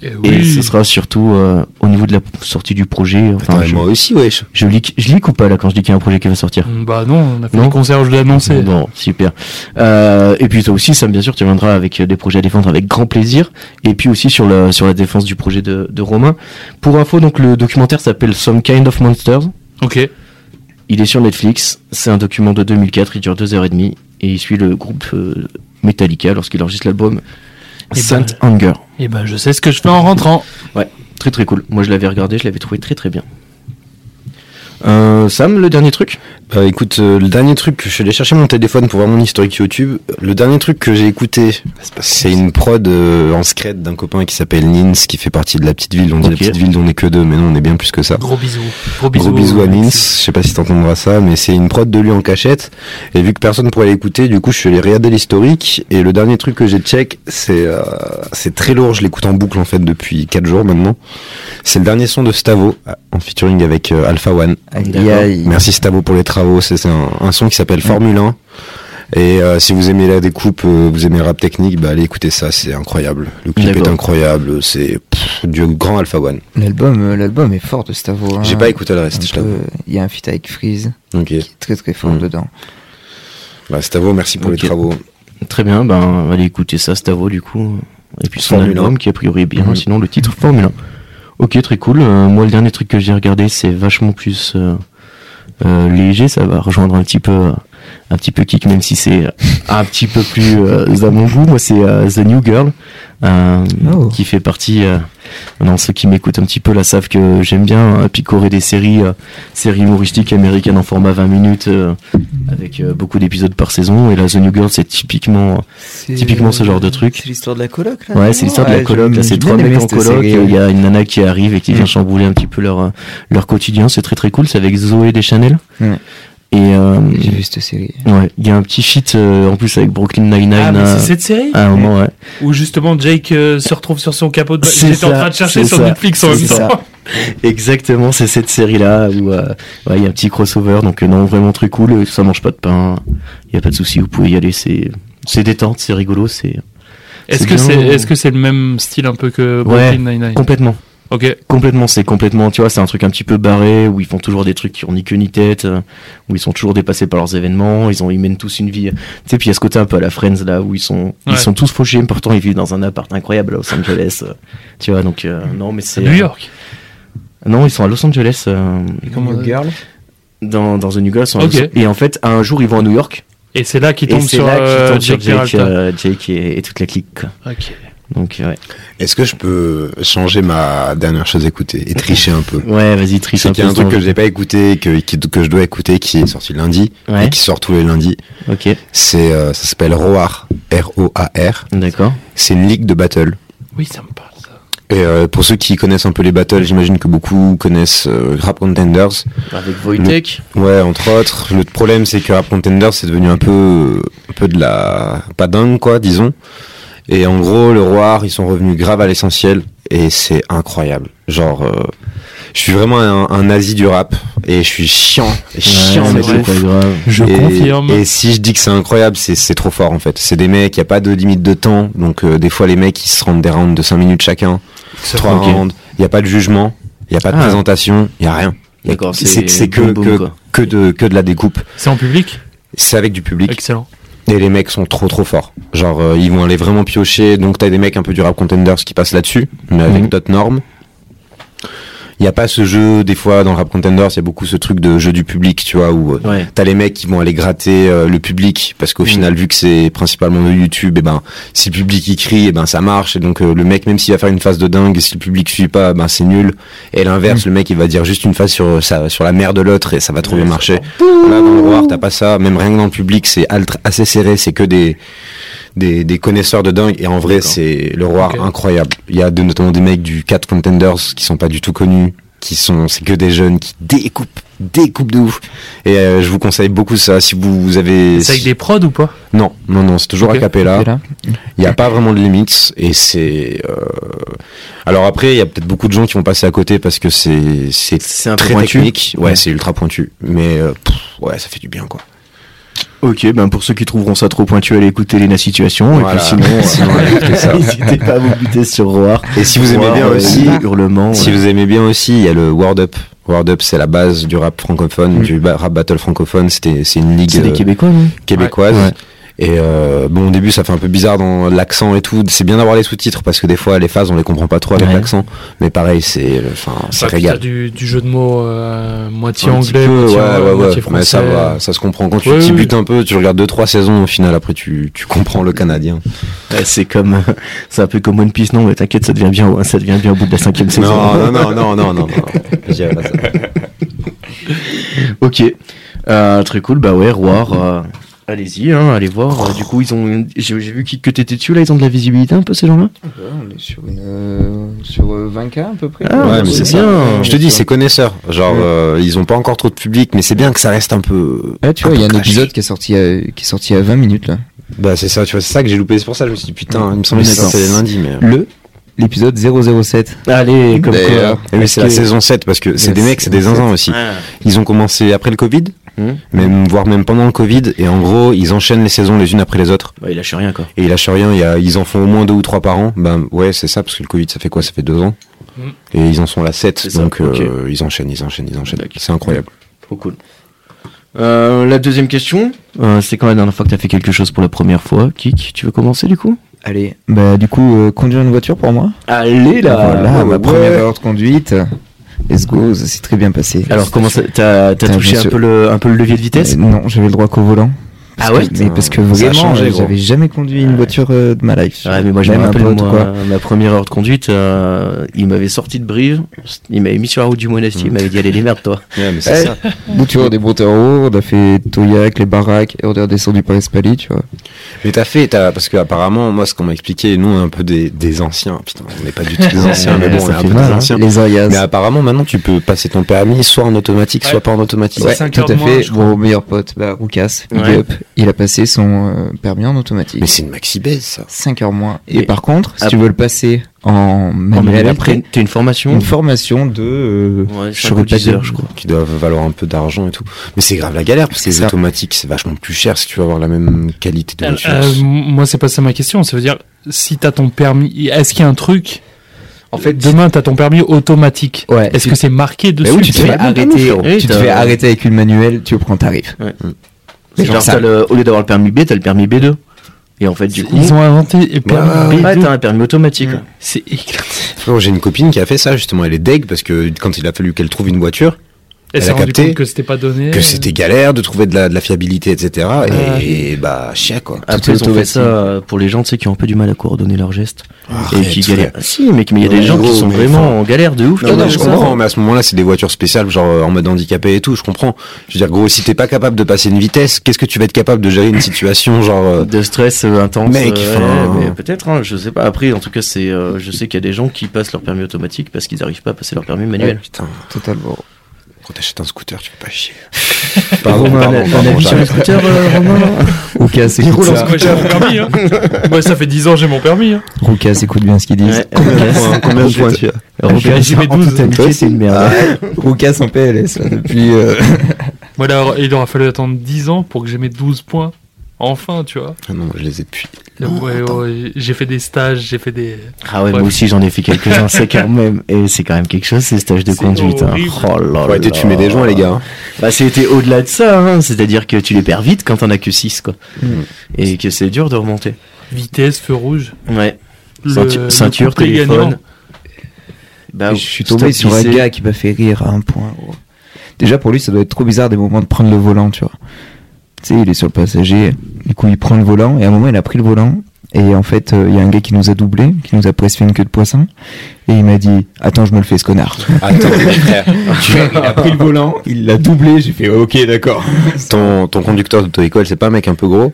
[SPEAKER 3] Et
[SPEAKER 1] et
[SPEAKER 3] Eh oui.
[SPEAKER 1] ce sera surtout euh, au niveau de la sortie du projet enfin
[SPEAKER 2] Attends, et
[SPEAKER 1] je,
[SPEAKER 2] moi aussi, wesh.
[SPEAKER 1] je leak je leak ou pas là quand je dis qu'il y a un projet qui va sortir
[SPEAKER 3] Mm, Bah non, on a fait
[SPEAKER 1] Non.
[SPEAKER 3] le concert, je l'ai annoncé.
[SPEAKER 1] Bon, super. Euh, et puis toi aussi, Sam, bien sûr, tu viendras avec euh, des projets à défendre avec grand plaisir. Et puis aussi sur la, sur la défense du projet de, de Romain. Pour info, donc le documentaire s'appelle Some Kind of Monsters.
[SPEAKER 3] Ok.
[SPEAKER 1] Il est sur Netflix. C'est un document de 2004. Il dure deux heures et demie. Et il suit le groupe euh, Metallica lorsqu'il enregistre l'album
[SPEAKER 3] Et
[SPEAKER 1] Saint
[SPEAKER 3] ben-
[SPEAKER 1] Anger.
[SPEAKER 3] Et ben je sais ce que je fais en rentrant.
[SPEAKER 1] Très très cool. Moi, je l'avais regardé. Je l'avais trouvé très très bien. Euh, Sam, le dernier truc
[SPEAKER 2] Euh, écoute, euh, le dernier truc, que je suis allé chercher mon téléphone pour voir mon historique YouTube. Le dernier truc que j'ai écouté, c'est une prod euh, en secret d'un copain qui s'appelle Nins, qui fait partie de la petite ville. On dit
[SPEAKER 1] Ok.
[SPEAKER 2] la petite ville, on est que deux, mais non, on est bien plus que ça.
[SPEAKER 3] Gros bisous. Gros bisous.
[SPEAKER 2] Gros bisous à Nins, je sais pas si t'entendras ça, mais c'est une prod de lui en cachette. Et vu que personne pourrait l'écouter, du coup, je suis allé regarder l'historique. Et le dernier truc que j'ai check, c'est euh, c'est très lourd. Je l'écoute en boucle en fait depuis quatre jours maintenant. C'est le dernier son de Stavo en featuring avec euh, Alpha One.
[SPEAKER 1] D'accord.
[SPEAKER 2] Merci Stavo pour les travaux. C'est c'est un, un son qui s'appelle Formule 1. Et euh, si vous aimez la découpe, euh, vous aimez le rap technique, bah allez écouter ça, c'est incroyable. Le clip est
[SPEAKER 1] D'accord.
[SPEAKER 2] incroyable, c'est pff, du grand Alpha One.
[SPEAKER 4] L'album euh, l'album est fort de Stavo. hein.
[SPEAKER 2] J'ai pas écouté le
[SPEAKER 4] Un
[SPEAKER 2] reste, je
[SPEAKER 4] peu,
[SPEAKER 2] t'avoue.
[SPEAKER 4] euh, Il y a un feat avec Freeze
[SPEAKER 2] Ok.
[SPEAKER 4] qui est très très fort
[SPEAKER 2] Mm.
[SPEAKER 4] dedans.
[SPEAKER 2] Bah, Stavo, merci pour
[SPEAKER 1] Ok.
[SPEAKER 2] les travaux.
[SPEAKER 1] Très bien, ben allez écouter ça, Stavo du coup. Et puis son
[SPEAKER 2] Formule
[SPEAKER 1] album
[SPEAKER 2] 1.
[SPEAKER 1] qui a priori est bien,
[SPEAKER 2] Mhm.
[SPEAKER 1] sinon le titre Formule 1. Ok, très cool. Euh, moi, le dernier truc que j'ai regardé, c'est vachement plus euh, euh, léger. Ça va rejoindre un petit peu, euh, un petit peu kick, même si c'est euh, un petit peu plus euh, à mon goût. Moi, c'est euh, The New Girl, euh,
[SPEAKER 4] Oh.
[SPEAKER 1] qui fait partie. euh, non, ceux qui m'écoutent un petit peu là savent que j'aime bien hein, picorer des séries, euh, séries humoristiques américaines en format 20 minutes, euh, avec euh, beaucoup d'épisodes par saison. Et là, The New Girl, c'est typiquement Typiquement ce genre de truc.
[SPEAKER 4] C'est l'histoire de la coloc là
[SPEAKER 1] Ouais, c'est l'histoire de la coloc. Là, c'est trois mecs en coloc. et Il y a une nana qui arrive et qui vient
[SPEAKER 4] Mm.
[SPEAKER 1] chambouler un petit peu leur, euh, leur quotidien. C'est très très cool. C'est avec Zoé Deschanel.
[SPEAKER 4] Ouais.
[SPEAKER 1] Et euh,
[SPEAKER 4] J'ai vu cette série.
[SPEAKER 1] ouais, il y a un petit feat euh, en plus avec Brooklyn Nine-Nine.
[SPEAKER 3] Ah, mais
[SPEAKER 1] euh,
[SPEAKER 3] c'est cette série
[SPEAKER 1] à un moment, ouais.
[SPEAKER 3] où justement Jake euh, se retrouve sur son capot de.
[SPEAKER 1] C'est
[SPEAKER 3] J'étais en
[SPEAKER 1] ça,
[SPEAKER 3] train de chercher
[SPEAKER 1] c'est
[SPEAKER 3] sur
[SPEAKER 1] ça,
[SPEAKER 3] Netflix en
[SPEAKER 1] c'est
[SPEAKER 3] même
[SPEAKER 1] ça.
[SPEAKER 3] temps.
[SPEAKER 1] Exactement, c'est cette série-là où euh, ouais, il y a un petit crossover. Donc, euh, non, vraiment très cool. euh, Ça mange pas de pain. Il y a pas de souci. Vous pouvez y aller. C'est, c'est détente, c'est rigolo. C'est
[SPEAKER 3] Est-ce
[SPEAKER 1] C'est
[SPEAKER 3] que
[SPEAKER 1] bien.
[SPEAKER 3] c'est est-ce que c'est le même style un peu que
[SPEAKER 1] Ouais.
[SPEAKER 3] Brooklyn Nine Nine
[SPEAKER 1] complètement,
[SPEAKER 3] Ok.
[SPEAKER 1] Complètement, c'est complètement, tu vois, c'est un truc un petit peu barré où ils font toujours des trucs qui ont ni queue ni tête, euh, où ils sont toujours dépassés par leurs événements, ils ont, ils mènent tous une vie. euh, Tu sais, puis il y a ce côté un peu à la Friends là où ils sont,
[SPEAKER 3] Ouais.
[SPEAKER 1] ils sont tous fauchés, mais pourtant ils vivent dans un appart incroyable à Los Angeles. euh, tu vois, donc euh, non, mais c'est
[SPEAKER 3] New York.
[SPEAKER 1] Non, ils sont à Los Angeles. euh,
[SPEAKER 3] Comment on-
[SPEAKER 4] Girl
[SPEAKER 1] dans, dans The New Girl, ils sont à
[SPEAKER 3] Ok.
[SPEAKER 1] Los- et en fait, un jour ils vont à New York
[SPEAKER 3] Et c'est là qu'il
[SPEAKER 1] et
[SPEAKER 3] tombe
[SPEAKER 1] c'est
[SPEAKER 3] sur
[SPEAKER 1] là qu'ils
[SPEAKER 3] euh,
[SPEAKER 1] tombent sur
[SPEAKER 3] Jake
[SPEAKER 1] Jake,
[SPEAKER 3] Peralta.
[SPEAKER 1] euh, Jake et, et toute la clique. quoi.
[SPEAKER 3] Ok.
[SPEAKER 1] Donc euh, ouais,
[SPEAKER 2] Est-ce que je peux changer ma dernière chose écoutée et tricher un peu
[SPEAKER 1] ouais, vas-y, triche
[SPEAKER 2] C'est qu'il y a un
[SPEAKER 1] peu,
[SPEAKER 2] truc que
[SPEAKER 1] sans-
[SPEAKER 2] j'ai pas écouté, que, qui- que je dois écouter, qui est sorti lundi,
[SPEAKER 1] Ouais.
[SPEAKER 2] et qui sort tous les lundis.
[SPEAKER 1] Ok,
[SPEAKER 2] C'est, euh, ça s'appelle ROAR. R-O-A-R.
[SPEAKER 1] d'accord.
[SPEAKER 2] C'est une ligue de battle.
[SPEAKER 3] Oui, ça me parle ça.
[SPEAKER 2] Et euh, pour ceux qui connaissent un peu les battles, j'imagine que beaucoup connaissent euh, Rap Contenders.
[SPEAKER 1] Avec Wojtek.
[SPEAKER 2] Ouais, entre autres. Le problème, c'est que Rap Contenders, c'est devenu un peu, un peu de la, pas dingue, quoi, disons. Et en gros, le Roar, ils sont revenus grave à l'essentiel. Et c'est incroyable. Genre, euh, je suis vraiment un, un nazi du rap. Et je suis chiant. chiant,
[SPEAKER 1] Ouais,
[SPEAKER 2] mais
[SPEAKER 1] mais
[SPEAKER 2] de
[SPEAKER 1] c'est
[SPEAKER 2] ouf.
[SPEAKER 1] pas grave.
[SPEAKER 3] Je
[SPEAKER 2] et,
[SPEAKER 3] confirme.
[SPEAKER 2] Et si je dis que c'est incroyable, c'est- c'est trop fort en fait. C'est des mecs, il n'y a pas de limite de temps. Donc euh, des fois, les mecs, ils se rendent des rounds de 5 minutes chacun, 3
[SPEAKER 1] ok.
[SPEAKER 2] rounds. Il n'y a pas de jugement, il n'y a pas de
[SPEAKER 1] Ah.
[SPEAKER 2] présentation, il n'y a rien. Y a-
[SPEAKER 1] D'accord,
[SPEAKER 2] c'est c'est que,
[SPEAKER 1] boum, boum,
[SPEAKER 2] que,
[SPEAKER 1] quoi.
[SPEAKER 2] que, de, que de la découpe.
[SPEAKER 3] C'est en public
[SPEAKER 2] C'est avec du public.
[SPEAKER 3] Excellent.
[SPEAKER 2] Et les mecs sont trop trop forts. Genre, euh, ils vont aller vraiment piocher. Donc, t'as des mecs un peu du rap contenders qui passent là-dessus, mais avec
[SPEAKER 1] Mhm.
[SPEAKER 2] d'autres normes. Il n'y a pas ce jeu, des fois, dans le rap contenders, il y a beaucoup ce truc de jeu du public, tu vois, où euh,
[SPEAKER 1] Ouais.
[SPEAKER 2] T'as les mecs qui vont aller gratter euh, le public parce qu'au
[SPEAKER 1] Mm.
[SPEAKER 2] final vu que c'est principalement le YouTube et ben si le public il crie et ben ça marche et donc euh, le mec même s'il va faire une phase de dingue si le public suit pas ben c'est nul et l'inverse le mec il va dire juste une phase sur euh, sa, sur la mère de l'autre et ça va trop bien
[SPEAKER 1] Mm. Ouais,
[SPEAKER 2] marcher. Là dans le Roar t'as pas ça même rien que dans le public c'est alt- assez serré c'est que des des, des connaisseurs de dingue et en vrai
[SPEAKER 1] D'accord.
[SPEAKER 2] c'est le Roar
[SPEAKER 3] Ok.
[SPEAKER 2] incroyable. Il y a de- notamment des mecs du 4 contenders qui sont pas du tout connus qui sont c'est que des jeunes qui découpent découpent de ouf. Et euh, je vous conseille beaucoup ça si vous, vous avez.
[SPEAKER 3] C'est avec des prods ou pas
[SPEAKER 2] Non, non, non, c'est toujours
[SPEAKER 3] Ok,
[SPEAKER 2] à capella.
[SPEAKER 4] là.
[SPEAKER 2] Il n'y a pas vraiment de limites et c'est. euh, Alors après, il y a peut-être beaucoup de gens qui vont passer à côté parce que c'est c'est
[SPEAKER 1] C'est un peu
[SPEAKER 2] très
[SPEAKER 1] pointu.
[SPEAKER 2] technique. Ouais,
[SPEAKER 1] Ouais.
[SPEAKER 2] c'est ultra pointu, mais euh, pff, ouais, ça fait du bien quoi.
[SPEAKER 1] Ok, ben pour ceux qui trouveront ça trop pointu, allez écouter Lena Situation.
[SPEAKER 2] Voilà.
[SPEAKER 1] Et puis sinon, euh,
[SPEAKER 2] Sinon, allez écouter ça.
[SPEAKER 1] n'hésitez pas à vous buter sur Roar.
[SPEAKER 2] Et si vous aimez
[SPEAKER 1] Roar,
[SPEAKER 2] bien
[SPEAKER 1] euh,
[SPEAKER 2] aussi,
[SPEAKER 1] hurlement.
[SPEAKER 2] si
[SPEAKER 1] ouais.
[SPEAKER 2] vous aimez bien aussi, il y a le World Up. World Up, c'est la base du rap francophone,
[SPEAKER 1] Mm.
[SPEAKER 2] du ba- rap battle francophone. C'était c'est une ligue.
[SPEAKER 1] C'est des
[SPEAKER 2] euh,
[SPEAKER 1] Québécois, non
[SPEAKER 2] québécoise.
[SPEAKER 1] Ouais.
[SPEAKER 2] Et euh, bon, au début, ça fait un peu bizarre dans l'accent et tout. C'est bien d'avoir les sous-titres parce que des fois, les phases, on les comprend pas trop avec
[SPEAKER 1] Ouais.
[SPEAKER 2] l'accent. Mais pareil, c'est, euh, enfin, c'est
[SPEAKER 3] Ah, puis t'as
[SPEAKER 2] régal.
[SPEAKER 3] du, du jeu de mots euh, moitié
[SPEAKER 2] Un petit
[SPEAKER 3] anglais,
[SPEAKER 2] peu,
[SPEAKER 3] moitié,
[SPEAKER 2] ouais, ouais, ouais.
[SPEAKER 3] moitié
[SPEAKER 2] Mais
[SPEAKER 3] français.
[SPEAKER 2] ça va, ça se comprend. Quand tu
[SPEAKER 3] Ouais,
[SPEAKER 2] t'y
[SPEAKER 3] ouais.
[SPEAKER 2] butes un peu, tu regardes deux trois saisons. Au final, après, tu, tu comprends le canadien.
[SPEAKER 1] Ouais, c'est comme, euh, c'est un peu comme One Piece, non Mais t'inquiète, ça devient bien, ouais, ça devient bien au bout de la cinquième saison.
[SPEAKER 2] Non, non, non, non, non, non. non. Je dirais pas ça.
[SPEAKER 1] Ok, euh, très cool. Bah ouais, Roar. euh, Allez-y, hein, allez voir. Euh, Du coup, ils ont. une- J'ai j'ai vu qui- que t'étais dessus là. Ils ont de la visibilité un peu ces gens-là.
[SPEAKER 4] on est sur une euh, sur euh, 20K à peu près.
[SPEAKER 1] Ah,
[SPEAKER 4] quoi.
[SPEAKER 2] ouais, mais c'est
[SPEAKER 1] bien.
[SPEAKER 2] Je te dis, c'est connaisseur. Genre, euh, ils ont pas encore trop de public, mais c'est bien que ça reste un peu.
[SPEAKER 4] Ah, tu vois, il y a un
[SPEAKER 2] clash.
[SPEAKER 4] épisode qui est sorti à, qui est sorti à 20 minutes là.
[SPEAKER 2] Bah, c'est ça, tu vois, c'est ça que j'ai loupé. C'est pour ça, que je me suis dit, putain, il me semble que
[SPEAKER 4] Oui, d'accord.
[SPEAKER 2] c'était lundi, mais. euh.
[SPEAKER 4] Le l'épisode 007.
[SPEAKER 1] Allez, comme quoi.
[SPEAKER 4] D'ailleurs.
[SPEAKER 2] Et oui, c'est la
[SPEAKER 4] Parce que-
[SPEAKER 2] saison 7 parce que c'est
[SPEAKER 4] La
[SPEAKER 2] des mecs, c'est des
[SPEAKER 4] saison
[SPEAKER 2] zinzins aussi.
[SPEAKER 1] Ah.
[SPEAKER 2] Ils ont commencé après le Covid,
[SPEAKER 1] Hmm.
[SPEAKER 2] même, voire même pendant le Covid, et en gros, ils enchaînent les saisons les unes après les autres.
[SPEAKER 1] Bah, il lâche rien quoi.
[SPEAKER 2] Et ils lâchent rien, il y a, ils en font au moins deux ou trois par an. Ben ouais, c'est ça, parce que le Covid, ça fait quoi Ça fait deux ans.
[SPEAKER 3] Hmm.
[SPEAKER 2] Et ils en sont à la
[SPEAKER 1] Hum. C'est
[SPEAKER 2] 7,
[SPEAKER 1] ça,
[SPEAKER 2] donc
[SPEAKER 1] ok.
[SPEAKER 2] euh, ils enchaînent, ils enchaînent, ils enchaînent.
[SPEAKER 1] D'accord.
[SPEAKER 2] C'est incroyable.
[SPEAKER 1] Trop cool. Euh, la deuxième question, euh, c'est quand la dernière fois que t'as fait quelque chose pour la première fois. Kik, tu veux commencer du coup
[SPEAKER 4] Allez, bah du coup euh, conduire une voiture pour moi. Ah,
[SPEAKER 1] Allez
[SPEAKER 4] voilà, ma première
[SPEAKER 1] première.
[SPEAKER 4] heure de conduite. Let's go, ça s'est très bien passé.
[SPEAKER 1] Alors comment ça T'as t'as
[SPEAKER 4] Putain,
[SPEAKER 1] touché un
[SPEAKER 4] monsieur.
[SPEAKER 1] peu le un peu le levier de vitesse
[SPEAKER 4] Euh, Non, j'avais le droit qu'au volant. Parce
[SPEAKER 1] Ah ouais
[SPEAKER 4] que- Mais parce que
[SPEAKER 2] Ça a
[SPEAKER 4] vraiment,
[SPEAKER 2] changé,
[SPEAKER 4] euh,
[SPEAKER 2] gros.
[SPEAKER 4] j'avais jamais conduit une voiture euh, de ma life.
[SPEAKER 1] Ouais, mais moi je
[SPEAKER 4] Même
[SPEAKER 1] me
[SPEAKER 4] un
[SPEAKER 1] rappelle
[SPEAKER 4] pote ou
[SPEAKER 1] moi,
[SPEAKER 4] quoi.
[SPEAKER 1] ma première heure de conduite, euh, il m'avait sorti de Brive, il m'avait mis sur la route du monastier, il m'avait dit allez les merdes toi.
[SPEAKER 2] Ouais, mais
[SPEAKER 1] Eh,
[SPEAKER 4] c'est ça. Donc tu vois, on est monté en haut, on a fait Toyac, les baraques, et on est redescendu par Espali, tu vois.
[SPEAKER 2] Mais t'as fait, t'as, parce que apparemment, moi, ce qu'on m'a expliqué, nous, on est un peu des, des anciens. Putain, on n'est pas du tout des anciens, mais bon, on est
[SPEAKER 4] ça
[SPEAKER 2] un
[SPEAKER 4] fait
[SPEAKER 2] peu
[SPEAKER 4] mal,
[SPEAKER 2] des
[SPEAKER 4] hein.
[SPEAKER 2] anciens.
[SPEAKER 4] Les Arias.
[SPEAKER 2] Mais apparemment, maintenant, tu peux passer ton permis soit en automatique,
[SPEAKER 3] Ouais.
[SPEAKER 2] soit pas en automatique.
[SPEAKER 4] Ouais,
[SPEAKER 3] cinq
[SPEAKER 4] tout
[SPEAKER 3] heures de
[SPEAKER 4] à
[SPEAKER 3] moins,
[SPEAKER 4] fait.
[SPEAKER 3] je
[SPEAKER 4] Mon meilleur pote, bah, Roucas, big
[SPEAKER 1] Ouais.
[SPEAKER 4] up, il a passé son euh, permis en automatique.
[SPEAKER 2] Mais c'est une maxi baise, ça.
[SPEAKER 4] 5 heures moins.
[SPEAKER 1] Mais-
[SPEAKER 4] Et par contre, si
[SPEAKER 1] Ah
[SPEAKER 4] tu veux le passer en
[SPEAKER 1] Non, mais
[SPEAKER 4] manuel,
[SPEAKER 1] après
[SPEAKER 4] après,
[SPEAKER 1] t'es une formation
[SPEAKER 4] une formation de. euh,
[SPEAKER 1] Ouais,
[SPEAKER 4] je
[SPEAKER 1] cinq ou
[SPEAKER 4] saurais pas
[SPEAKER 1] dix heures,
[SPEAKER 4] dire.
[SPEAKER 1] je crois.
[SPEAKER 2] qui doivent valoir un peu d'argent et tout. Mais c'est grave la galère parce que
[SPEAKER 4] C'est
[SPEAKER 2] les
[SPEAKER 4] ça.
[SPEAKER 2] automatiques c'est vachement plus cher si tu veux avoir la même qualité de
[SPEAKER 3] Euh,
[SPEAKER 2] voiture.
[SPEAKER 3] euh, moi, c'est pas ça ma question. Ça veut dire, si t'as ton permis, est-ce qu'il y a un truc
[SPEAKER 5] En fait,
[SPEAKER 3] demain, t'as ton permis automatique.
[SPEAKER 5] ouais,
[SPEAKER 3] Est-ce
[SPEAKER 5] tu-
[SPEAKER 3] que c'est marqué
[SPEAKER 5] bah
[SPEAKER 3] dessus
[SPEAKER 5] oui, tu te
[SPEAKER 1] tu
[SPEAKER 5] fais
[SPEAKER 1] fais même
[SPEAKER 5] arrêter,
[SPEAKER 1] pas
[SPEAKER 4] oh.
[SPEAKER 1] différent.
[SPEAKER 5] tu te
[SPEAKER 1] Oui,
[SPEAKER 5] fais
[SPEAKER 1] t'as-
[SPEAKER 5] arrêter avec une manuelle, tu prends le tarif.
[SPEAKER 1] Ouais.
[SPEAKER 5] Les
[SPEAKER 1] C'est
[SPEAKER 5] gens
[SPEAKER 1] genre, t'as
[SPEAKER 5] savent.
[SPEAKER 1] le- au lieu d'avoir le permis B, t'as le permis B2. Et en fait, du coup,
[SPEAKER 3] Ils ont inventé et
[SPEAKER 1] ouais,
[SPEAKER 3] permis B2.
[SPEAKER 1] ouais, t'as un permis automatique. ouais.
[SPEAKER 3] C'est éclaté.
[SPEAKER 2] Frérot, J'ai une copine qui a fait ça justement. Elle est deg parce que quand il a fallu qu'elle trouve une voiture,
[SPEAKER 3] Elle
[SPEAKER 2] Elle
[SPEAKER 3] s'est
[SPEAKER 2] a
[SPEAKER 3] rendue
[SPEAKER 2] capté
[SPEAKER 3] compte que c'était pas donné.
[SPEAKER 2] que c'était galère de trouver de la, de la fiabilité, etc. Et,
[SPEAKER 3] Ouais.
[SPEAKER 2] et bah chier quoi.
[SPEAKER 1] Après,
[SPEAKER 5] est
[SPEAKER 1] ils ont fait
[SPEAKER 5] automatique.
[SPEAKER 1] ça euh, pour les gens, tu sais, qui ont un peu du mal à coordonner leurs gestes. et qui
[SPEAKER 2] Arrête,
[SPEAKER 1] galèrent.
[SPEAKER 2] ouais.
[SPEAKER 1] Ah, Si, mais mais il y a des
[SPEAKER 2] Ouais,
[SPEAKER 1] gens qui
[SPEAKER 2] gros,
[SPEAKER 1] sont
[SPEAKER 2] mais
[SPEAKER 1] vraiment
[SPEAKER 2] enfin-
[SPEAKER 1] en galère de ouf.
[SPEAKER 2] Non,
[SPEAKER 1] quoi,
[SPEAKER 2] mais
[SPEAKER 1] dans
[SPEAKER 2] je
[SPEAKER 1] ça.
[SPEAKER 2] comprends, mais à ce moment-là, c'est des voitures spéciales, genre euh, en mode handicapé et tout, je comprends. Je veux dire, gros, si t'es pas capable de passer une vitesse, qu'est-ce que tu vas être capable de gérer une situation, genre. euh,
[SPEAKER 1] de stress euh, intense.
[SPEAKER 2] Mec,
[SPEAKER 1] euh,
[SPEAKER 2] enfin-
[SPEAKER 1] ouais, mais peut-être, hein, je sais pas. Après, en tout cas, c'est, euh, je sais qu'il y a des gens qui passent leur permis automatique parce qu'ils n'arrivent pas à passer leur permis manuel.
[SPEAKER 2] Ah, Putain,
[SPEAKER 4] Totalement.
[SPEAKER 2] quand t'achètes un scooter, tu peux pas chier.
[SPEAKER 4] Romain, un avis sur
[SPEAKER 1] le
[SPEAKER 2] j'arrête.
[SPEAKER 1] scooter, euh, Romain
[SPEAKER 5] Roucas, écoute ça.
[SPEAKER 3] Moi, j'ai mon permis. Hein. Moi, ça fait 10 ans j'ai mon permis. Hein.
[SPEAKER 5] Roucas, écoute bien ce qu'ils disent.
[SPEAKER 1] Ouais, Rocasse.
[SPEAKER 5] Combien de points
[SPEAKER 1] Rocasse,
[SPEAKER 3] j'ai mes
[SPEAKER 1] en toute
[SPEAKER 3] 12.
[SPEAKER 1] amitié, c'est une merde.
[SPEAKER 5] Roucas en PLS, là, depuis. euh,
[SPEAKER 3] Moi, il aura- il aura fallu attendre 10 ans pour que j'ai mes 12 points. Enfin, tu vois.
[SPEAKER 2] Ah non, je les ai depuis.
[SPEAKER 3] Ouais, ouais, j'ai fait des stages, j'ai fait des.
[SPEAKER 1] Ah ouais, moi
[SPEAKER 3] Bref.
[SPEAKER 1] aussi j'en ai fait quelques-uns, c'est quand même, et c'est quand même quelque chose ces stages de
[SPEAKER 3] C'est
[SPEAKER 1] conduite. Hein.
[SPEAKER 3] horrible.
[SPEAKER 1] Oh là
[SPEAKER 2] Faut arrêter de
[SPEAKER 1] là.
[SPEAKER 2] fumer des joints, les gars. hein.
[SPEAKER 1] Bah c'était au-delà de ça, hein. c'est-à-dire que tu les perds vite quand t'en as que 6 quoi.
[SPEAKER 4] Mm.
[SPEAKER 1] Et que c'est dur de remonter.
[SPEAKER 3] Vitesse, feu rouge.
[SPEAKER 1] Ouais.
[SPEAKER 3] le-
[SPEAKER 1] Ceinture,
[SPEAKER 3] le
[SPEAKER 1] ceinture,
[SPEAKER 3] couplet
[SPEAKER 1] téléphone.
[SPEAKER 3] gagnant.
[SPEAKER 1] Bah,
[SPEAKER 4] je suis tombé
[SPEAKER 1] stop
[SPEAKER 4] sur un
[SPEAKER 1] lycée.
[SPEAKER 4] gars qui m'a fait rire à un point. gros. Déjà pour lui, ça doit être trop bizarre des moments de prendre le volant, tu vois. Tu sais, il est sur le passager, du coup il prend le volant et à un moment il a pris le volant et en fait euh, il y a un gars qui nous a doublé, qui nous a presque fait une queue de poisson et il m'a dit "Attends, je me le fais ce connard."
[SPEAKER 2] Attends, mais frère,
[SPEAKER 4] Tu vois, il a pris le volant, il l'a doublé, j'ai fait "OK, d'accord."
[SPEAKER 2] ton, ton conducteur d'auto-école, c'est pas un mec un peu gros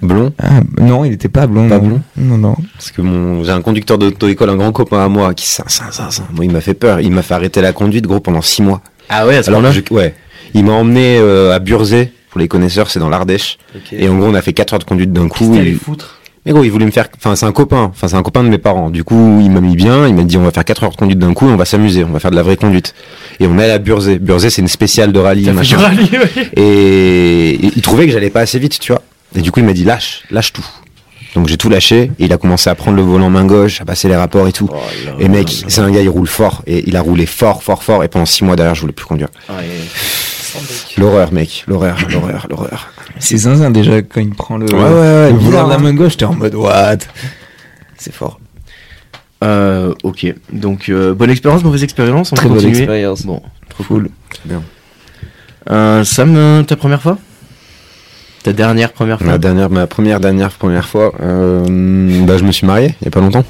[SPEAKER 2] Blond
[SPEAKER 4] Ah, non, il était pas blond.
[SPEAKER 2] Pas
[SPEAKER 4] non.
[SPEAKER 2] blond
[SPEAKER 4] Non non.
[SPEAKER 2] Parce que mon, j'ai un conducteur d'auto-école, un grand copain à moi, qui ça, ça, ça, ça. Moi, il m'a fait peur. Il m'a fait arrêter la conduite, gros, pendant six mois.
[SPEAKER 1] Ah ouais, à ce
[SPEAKER 2] Alors,
[SPEAKER 1] moment-là.
[SPEAKER 2] que je- ouais. Il m'a emmené euh, à Burzé. Pour les connaisseurs, c'est dans l'Ardèche.
[SPEAKER 1] Ok.
[SPEAKER 2] Et en gros, on a fait quatre heures de conduite d'un coup. Il-
[SPEAKER 3] foutre.
[SPEAKER 2] Mais gros, il voulait me faire. Enfin, c'est un copain. Enfin, c'est un copain de mes parents. Du coup, il m'a mis bien. Il m'a dit, on va faire quatre heures de conduite d'un coup. Et on va s'amuser. On va faire de la vraie conduite. Et on est allé à Burzé. Burzé, c'est une spéciale de rallye.
[SPEAKER 3] T'as fait du
[SPEAKER 2] machin.
[SPEAKER 3] rallye, ouais.
[SPEAKER 2] Et il trouvait que j'allais pas assez vite, tu vois. Et du coup, il m'a dit lâche, lâche tout. Donc j'ai tout lâché et il a commencé à prendre le volant main gauche, à passer les rapports et tout.
[SPEAKER 1] Oh là
[SPEAKER 2] Et
[SPEAKER 1] là
[SPEAKER 2] mec,
[SPEAKER 1] là.
[SPEAKER 2] c'est un gars, il roule fort et il a roulé fort, fort, fort. Et pendant six mois derrière, je voulais plus conduire.
[SPEAKER 1] Ah Ouais.
[SPEAKER 2] L'horreur, mec, l'horreur, l'horreur, l'horreur.
[SPEAKER 4] C'est zinzin déjà quand il prend le,
[SPEAKER 2] Ouais, ouais, ouais,
[SPEAKER 4] le volant
[SPEAKER 2] bizarre,
[SPEAKER 4] de la
[SPEAKER 2] hein.
[SPEAKER 4] main gauche, t'es en mode "What C'est fort.
[SPEAKER 1] Euh, ok, donc euh, bonne expérience, mauvaise expérience. on peut
[SPEAKER 4] Très bonne
[SPEAKER 1] continuer.
[SPEAKER 4] expérience.
[SPEAKER 1] Bon, trop cool.
[SPEAKER 4] Cool.
[SPEAKER 1] Euh, Sam, euh, ta première fois Ta dernière première fois
[SPEAKER 2] Ma dernière, ma première, dernière, première fois, euh, bah je me suis marié il y a pas longtemps.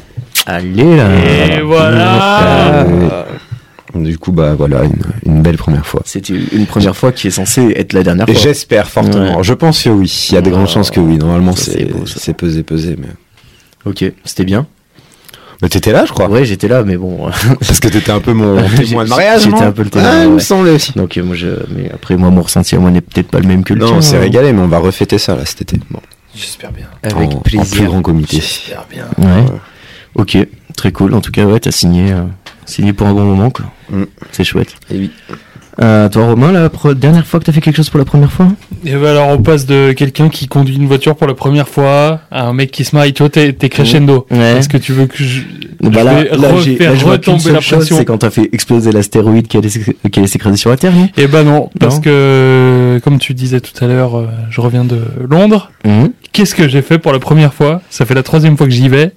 [SPEAKER 1] Allez là
[SPEAKER 3] Et
[SPEAKER 1] Ah.
[SPEAKER 3] voilà.
[SPEAKER 2] Euh, du coup, bah voilà, une, une belle première fois.
[SPEAKER 1] C'était une première fois qui est censée être la dernière
[SPEAKER 2] Et
[SPEAKER 1] fois.
[SPEAKER 2] J'espère fortement.
[SPEAKER 1] Ah, Ouais.
[SPEAKER 2] Je pense que oui. Il y a des
[SPEAKER 1] Ouais.
[SPEAKER 2] grandes chances que oui. Normalement,
[SPEAKER 1] Ça,
[SPEAKER 2] c'est
[SPEAKER 1] c'est beau, ça.
[SPEAKER 2] c'est pesé, pesé, mais.
[SPEAKER 1] Ok, c'était bien.
[SPEAKER 2] Mais t'étais là, je crois.
[SPEAKER 1] Ouais, j'étais là, mais bon.
[SPEAKER 2] Parce que t'étais un peu mon témoin de mariage.
[SPEAKER 1] J'étais
[SPEAKER 2] non
[SPEAKER 1] un peu le témoin,
[SPEAKER 2] Ah, il me
[SPEAKER 1] ouais.
[SPEAKER 2] semblait aussi.
[SPEAKER 1] Donc euh, moi, je... mais après moi, mon ressenti à moi n'est peut-être pas le même que le
[SPEAKER 2] Non,
[SPEAKER 1] tien,
[SPEAKER 2] on s'est
[SPEAKER 1] hein.
[SPEAKER 2] régalé, mais on va refêter ça là cet été. Bon,
[SPEAKER 5] J'espère bien.
[SPEAKER 1] Avec
[SPEAKER 2] en, en plus
[SPEAKER 1] plaisir.
[SPEAKER 2] grand comité.
[SPEAKER 5] J'espère bien.
[SPEAKER 1] Ouais. Euh, Ok, très cool. En tout cas, ouais, t'as signé, euh, signé pour un bon moment, quoi.
[SPEAKER 2] Mm.
[SPEAKER 1] C'est chouette.
[SPEAKER 2] Et oui.
[SPEAKER 1] Euh, toi, Romain, la pre- dernière fois que t'as fait quelque chose pour la première fois
[SPEAKER 3] Et ben alors, on passe de quelqu'un qui conduit une voiture pour la première fois à un mec qui se marie. Toi, t'es t'es crescendo.
[SPEAKER 1] Ouais.
[SPEAKER 3] Est-ce que tu veux que je.
[SPEAKER 1] Bah
[SPEAKER 3] je
[SPEAKER 1] là,
[SPEAKER 3] vais
[SPEAKER 1] là, j'ai-
[SPEAKER 3] refaire
[SPEAKER 1] là, je vois qu'une
[SPEAKER 3] retomber
[SPEAKER 1] seule
[SPEAKER 3] la
[SPEAKER 1] chose,
[SPEAKER 3] pression.
[SPEAKER 1] c'est quand t'as fait exploser l'astéroïde qui allait s'éc- qui allait s'écraser sur la Terre, lui.
[SPEAKER 3] Eh ben non, parce
[SPEAKER 1] Non.
[SPEAKER 3] que, comme tu disais tout à l'heure, euh, je reviens de Londres.
[SPEAKER 1] Mm.
[SPEAKER 3] Qu'est-ce que j'ai fait pour la première fois Ça fait la troisième fois que j'y vais.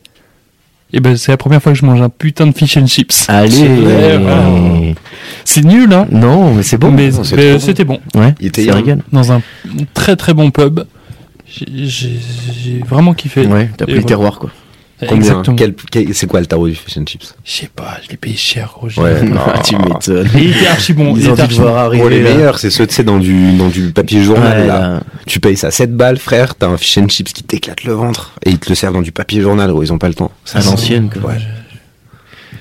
[SPEAKER 3] Et ben c'est la première fois que je mange un putain de fish and chips.
[SPEAKER 1] Allez
[SPEAKER 3] Ouais, voilà. C'est nul, hein
[SPEAKER 1] Non, mais c'est bon.
[SPEAKER 3] Mais
[SPEAKER 2] non, c'est
[SPEAKER 3] mais
[SPEAKER 2] trop bon.
[SPEAKER 3] c'était bon.
[SPEAKER 1] Ouais,
[SPEAKER 2] Il était
[SPEAKER 1] c'est
[SPEAKER 2] hier.
[SPEAKER 1] régal.
[SPEAKER 3] Dans un très très bon pub. J'ai- J'ai j'ai vraiment kiffé.
[SPEAKER 1] Ouais, t'as
[SPEAKER 3] et
[SPEAKER 1] pris le
[SPEAKER 3] voilà.
[SPEAKER 1] terroir, quoi.
[SPEAKER 3] Exactement.
[SPEAKER 2] Quel- quel- C'est quoi le tarot du fish and chips
[SPEAKER 3] Je sais pas, je l'ai payé cher, gros. j'ai-
[SPEAKER 2] Ouais. Non.
[SPEAKER 1] Ah, tu m'étonnes.
[SPEAKER 3] Et Il était archi bon. il
[SPEAKER 1] Ils ont
[SPEAKER 3] était
[SPEAKER 1] dû
[SPEAKER 3] archi
[SPEAKER 1] te
[SPEAKER 3] bon.
[SPEAKER 1] voir arriver. euh,
[SPEAKER 2] Pour les
[SPEAKER 1] là.
[SPEAKER 2] meilleurs, c'est ceux, tu sais, dans du, dans du papier journal.
[SPEAKER 1] Ouais,
[SPEAKER 2] là.
[SPEAKER 1] là.
[SPEAKER 2] Tu payes ça 7 balles, frère, t'as un fish and chips qui t'éclate le ventre. Et ils te le servent dans du papier journal, gros, ils ont pas le temps.
[SPEAKER 1] À l'ancienne, quoi.
[SPEAKER 2] Ouais.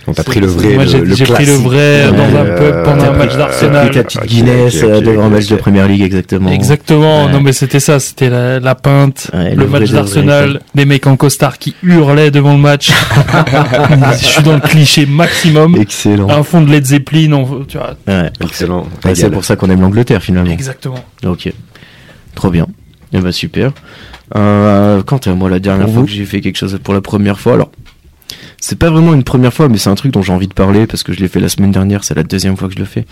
[SPEAKER 2] Donc t'as pris le vrai,
[SPEAKER 3] Moi,
[SPEAKER 2] le,
[SPEAKER 3] j'ai
[SPEAKER 2] le
[SPEAKER 3] j'ai pris le
[SPEAKER 2] classique.
[SPEAKER 3] vrai dans un
[SPEAKER 2] Ouais,
[SPEAKER 3] pub pendant
[SPEAKER 2] euh,
[SPEAKER 3] un match
[SPEAKER 1] T'as
[SPEAKER 3] d'Arsenal.
[SPEAKER 1] pris ta petite
[SPEAKER 2] Ok,
[SPEAKER 1] Guinness
[SPEAKER 2] ok,
[SPEAKER 1] euh,
[SPEAKER 2] ok,
[SPEAKER 1] devant un
[SPEAKER 2] ok,
[SPEAKER 1] match de
[SPEAKER 2] ok.
[SPEAKER 1] Première Ligue, exactement.
[SPEAKER 3] Exactement,
[SPEAKER 1] Ouais.
[SPEAKER 3] non mais c'était ça, c'était la, la peinte,
[SPEAKER 1] Ouais,
[SPEAKER 3] le,
[SPEAKER 1] le vrai
[SPEAKER 3] match
[SPEAKER 1] de vrai,
[SPEAKER 3] d'Arsenal, des mecs en costard qui hurlaient devant le match. Je suis dans le cliché maximum.
[SPEAKER 1] Excellent.
[SPEAKER 3] Un fond de Led Zeppelin, on- tu vois.
[SPEAKER 1] Ouais.
[SPEAKER 2] Excellent.
[SPEAKER 1] Ouais, c'est
[SPEAKER 2] Régal.
[SPEAKER 1] pour ça qu'on aime l'Angleterre, finalement.
[SPEAKER 3] Exactement.
[SPEAKER 1] Ok. Trop bien. Eh ben super. Euh, quant à moi, la dernière
[SPEAKER 4] Pour
[SPEAKER 1] fois
[SPEAKER 4] vous
[SPEAKER 1] que j'ai fait quelque chose pour la première fois, alors C'est pas vraiment une première fois, mais c'est un truc dont j'ai envie de parler parce que je l'ai fait la semaine dernière. C'est la deuxième fois que je le fais.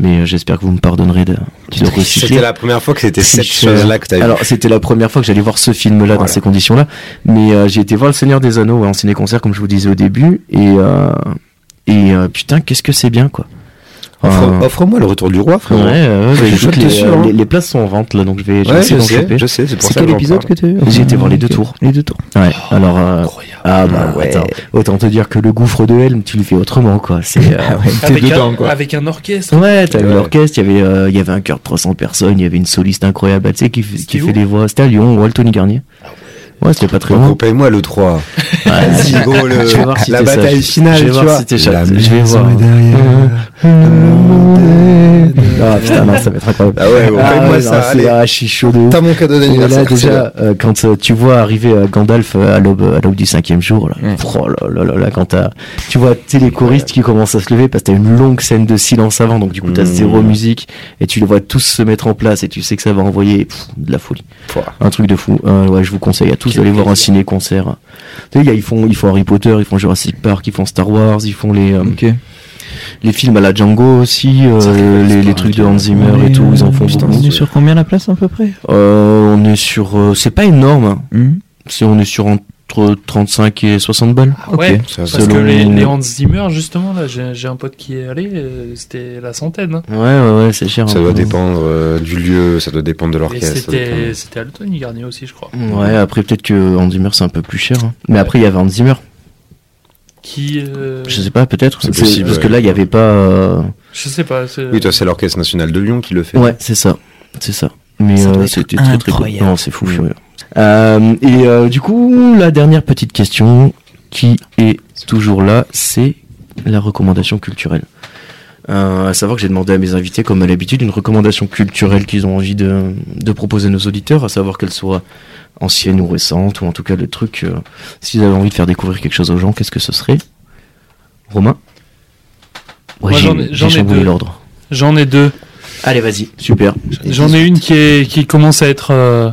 [SPEAKER 1] Mais euh, j'espère que vous me pardonnerez de, de recycler.
[SPEAKER 2] C'était la première fois que c'était
[SPEAKER 1] Si
[SPEAKER 2] cette
[SPEAKER 1] je-
[SPEAKER 2] chose-là que t'as vu.
[SPEAKER 1] Alors, c'était la première fois que j'allais voir ce film-là dans
[SPEAKER 2] Voilà.
[SPEAKER 1] ces conditions-là. Mais euh, j'ai été voir Le Seigneur des Anneaux ouais, en ciné-concert, comme je vous disais au début. Et, euh, et euh, putain, qu'est-ce que c'est bien, quoi.
[SPEAKER 2] Offre-
[SPEAKER 1] Euh,
[SPEAKER 2] Offre-moi le retour du roi,
[SPEAKER 1] ouais,
[SPEAKER 2] frérot.
[SPEAKER 1] euh, bah,
[SPEAKER 2] Je
[SPEAKER 1] écoute,
[SPEAKER 2] suis
[SPEAKER 1] les,
[SPEAKER 2] sûr, hein.
[SPEAKER 1] les- les places sont en vente, là, donc je vais, je vais
[SPEAKER 2] Ouais,
[SPEAKER 1] essayer
[SPEAKER 2] je
[SPEAKER 1] d'en
[SPEAKER 2] sais,
[SPEAKER 1] choper.
[SPEAKER 2] je sais, c'est pour
[SPEAKER 4] C'est
[SPEAKER 2] ça que
[SPEAKER 4] quel
[SPEAKER 2] j'en
[SPEAKER 4] épisode
[SPEAKER 2] parle.
[SPEAKER 4] que tu
[SPEAKER 1] J'ai été voir les deux tours.
[SPEAKER 4] Les deux tours.
[SPEAKER 1] Ouais, alors... euh,
[SPEAKER 5] Incroyable.
[SPEAKER 1] ah bah
[SPEAKER 4] Ah ouais.
[SPEAKER 1] attends, autant te dire que le gouffre de Helm, tu le fais autrement, quoi. C'est... euh,
[SPEAKER 4] Ah ouais, t'es
[SPEAKER 3] Avec un-
[SPEAKER 4] dedans, quoi.
[SPEAKER 3] Avec un orchestre.
[SPEAKER 1] Ouais, t'avais
[SPEAKER 4] Ouais.
[SPEAKER 1] l'orchestre, il y avait, euh, il y avait un chœur de 300 personnes, il y avait une soliste incroyable, tu sais, qui, fait- qui
[SPEAKER 3] C'était où
[SPEAKER 1] fait des voix. C'était à Lyon, Walton Garnier.
[SPEAKER 2] Ah
[SPEAKER 1] Ouais, c'était pas très
[SPEAKER 2] Gros,
[SPEAKER 1] loin.
[SPEAKER 2] paye-moi le 3.
[SPEAKER 1] Ouais.
[SPEAKER 2] Vas-y, gros, le-
[SPEAKER 1] Je vais voir si
[SPEAKER 2] la
[SPEAKER 1] t'es sage.
[SPEAKER 2] bataille finale,
[SPEAKER 1] Je vais
[SPEAKER 2] tu
[SPEAKER 1] voir
[SPEAKER 2] vois.
[SPEAKER 1] si t'es sage.
[SPEAKER 2] La
[SPEAKER 1] Je vais voir. Ah putain, non, ça va être incroyable.
[SPEAKER 2] Ah ouais, gros,
[SPEAKER 1] Ah,
[SPEAKER 2] paye-moi
[SPEAKER 1] ouais, non,
[SPEAKER 2] ça,
[SPEAKER 1] c'est-
[SPEAKER 2] allez.
[SPEAKER 1] ah, je suis chaud de ouf.
[SPEAKER 2] T'as mon cadeau
[SPEAKER 1] Et
[SPEAKER 2] d'anniversaire.
[SPEAKER 1] là
[SPEAKER 2] c'est
[SPEAKER 1] déjà,
[SPEAKER 2] là.
[SPEAKER 1] euh, quand euh, tu vois arriver euh, Gandalf euh, à l'aube, à l'aube du cinquième jour, là, oh là là là là, quand t'as- tu vois, tu sais, les choristes qui commencent à se lever parce que t'as une longue scène de silence avant, donc du coup t'as
[SPEAKER 2] Mmh.
[SPEAKER 1] zéro musique et tu les vois tous se mettre en place et tu sais que ça va envoyer pff, de la folie,
[SPEAKER 2] Pouah.
[SPEAKER 1] un truc de fou. Euh, ouais, je vous conseille à tous d'aller voir un ciné-concert. Tu sais, il y a- ils font, ils font Harry Potter, ils font Jurassic Park, ils font Star Wars, ils font les euh,
[SPEAKER 4] Ok.
[SPEAKER 1] les films à la Django aussi, euh, les, les trucs de Hans Zimmer et tout, ils en font
[SPEAKER 4] Putain,
[SPEAKER 1] beaucoup.
[SPEAKER 4] euh, On est sur combien la place à peu près
[SPEAKER 1] Euh, on est sur, euh, c'est pas énorme. hein.
[SPEAKER 4] Hmm
[SPEAKER 1] Si on est sur entre 35 et 60 balles.
[SPEAKER 3] Ouais.
[SPEAKER 2] Ça,
[SPEAKER 3] Parce
[SPEAKER 1] Selon
[SPEAKER 3] que les,
[SPEAKER 1] les-
[SPEAKER 3] les Hans Zimmer, justement, là, j'ai j'ai un pote qui est allé, euh, c'était la centaine. hein.
[SPEAKER 1] Ouais, ouais, ouais, c'est cher.
[SPEAKER 2] ça
[SPEAKER 1] hein.
[SPEAKER 2] doit dépendre euh, du lieu, ça doit dépendre de
[SPEAKER 3] Et
[SPEAKER 2] l'orchestre. ça doit
[SPEAKER 3] c'était
[SPEAKER 2] dépendre.
[SPEAKER 3] c'était Alton Garnier aussi, je crois.
[SPEAKER 1] Ouais, après peut-être que Hans Zimmer c'est un peu plus cher. hein. Mais après il y avait Hans Zimmer.
[SPEAKER 3] Qui. euh,
[SPEAKER 1] Je sais pas, peut-être.
[SPEAKER 2] C'est
[SPEAKER 1] C'est-
[SPEAKER 2] possible,
[SPEAKER 1] Parce
[SPEAKER 2] ouais.
[SPEAKER 1] que là il y avait pas. euh,
[SPEAKER 3] je sais pas. c'est-
[SPEAKER 2] Oui, toi, c'est l'Orchestre National de Lyon qui le fait.
[SPEAKER 1] Ouais, c'est ça, c'est ça. Mais
[SPEAKER 4] Ça doit
[SPEAKER 1] euh,
[SPEAKER 4] être
[SPEAKER 1] c'était très très cool.
[SPEAKER 4] incroyable.
[SPEAKER 1] Non, c'est fou furieux. Euh, et euh, du coup, la dernière petite question qui est toujours là, c'est la recommandation culturelle. Euh, à savoir que j'ai demandé à mes invités, comme à l'habitude, une recommandation culturelle qu'ils ont envie de, de proposer à nos auditeurs, à savoir qu'elle soit ancienne ou récente, ou en tout cas le truc, euh, s'ils avaient envie de faire découvrir quelque chose aux gens, qu'est-ce que ce serait Romain Ouais,
[SPEAKER 3] Moi,
[SPEAKER 1] j'ai-
[SPEAKER 3] j'en ai- j'en
[SPEAKER 1] j'ai
[SPEAKER 3] ai
[SPEAKER 1] chamboulé
[SPEAKER 3] deux.
[SPEAKER 1] l'ordre.
[SPEAKER 3] J'en ai deux.
[SPEAKER 1] Allez, vas-y, super.
[SPEAKER 3] J'en ai une qui, est, qui commence à être euh,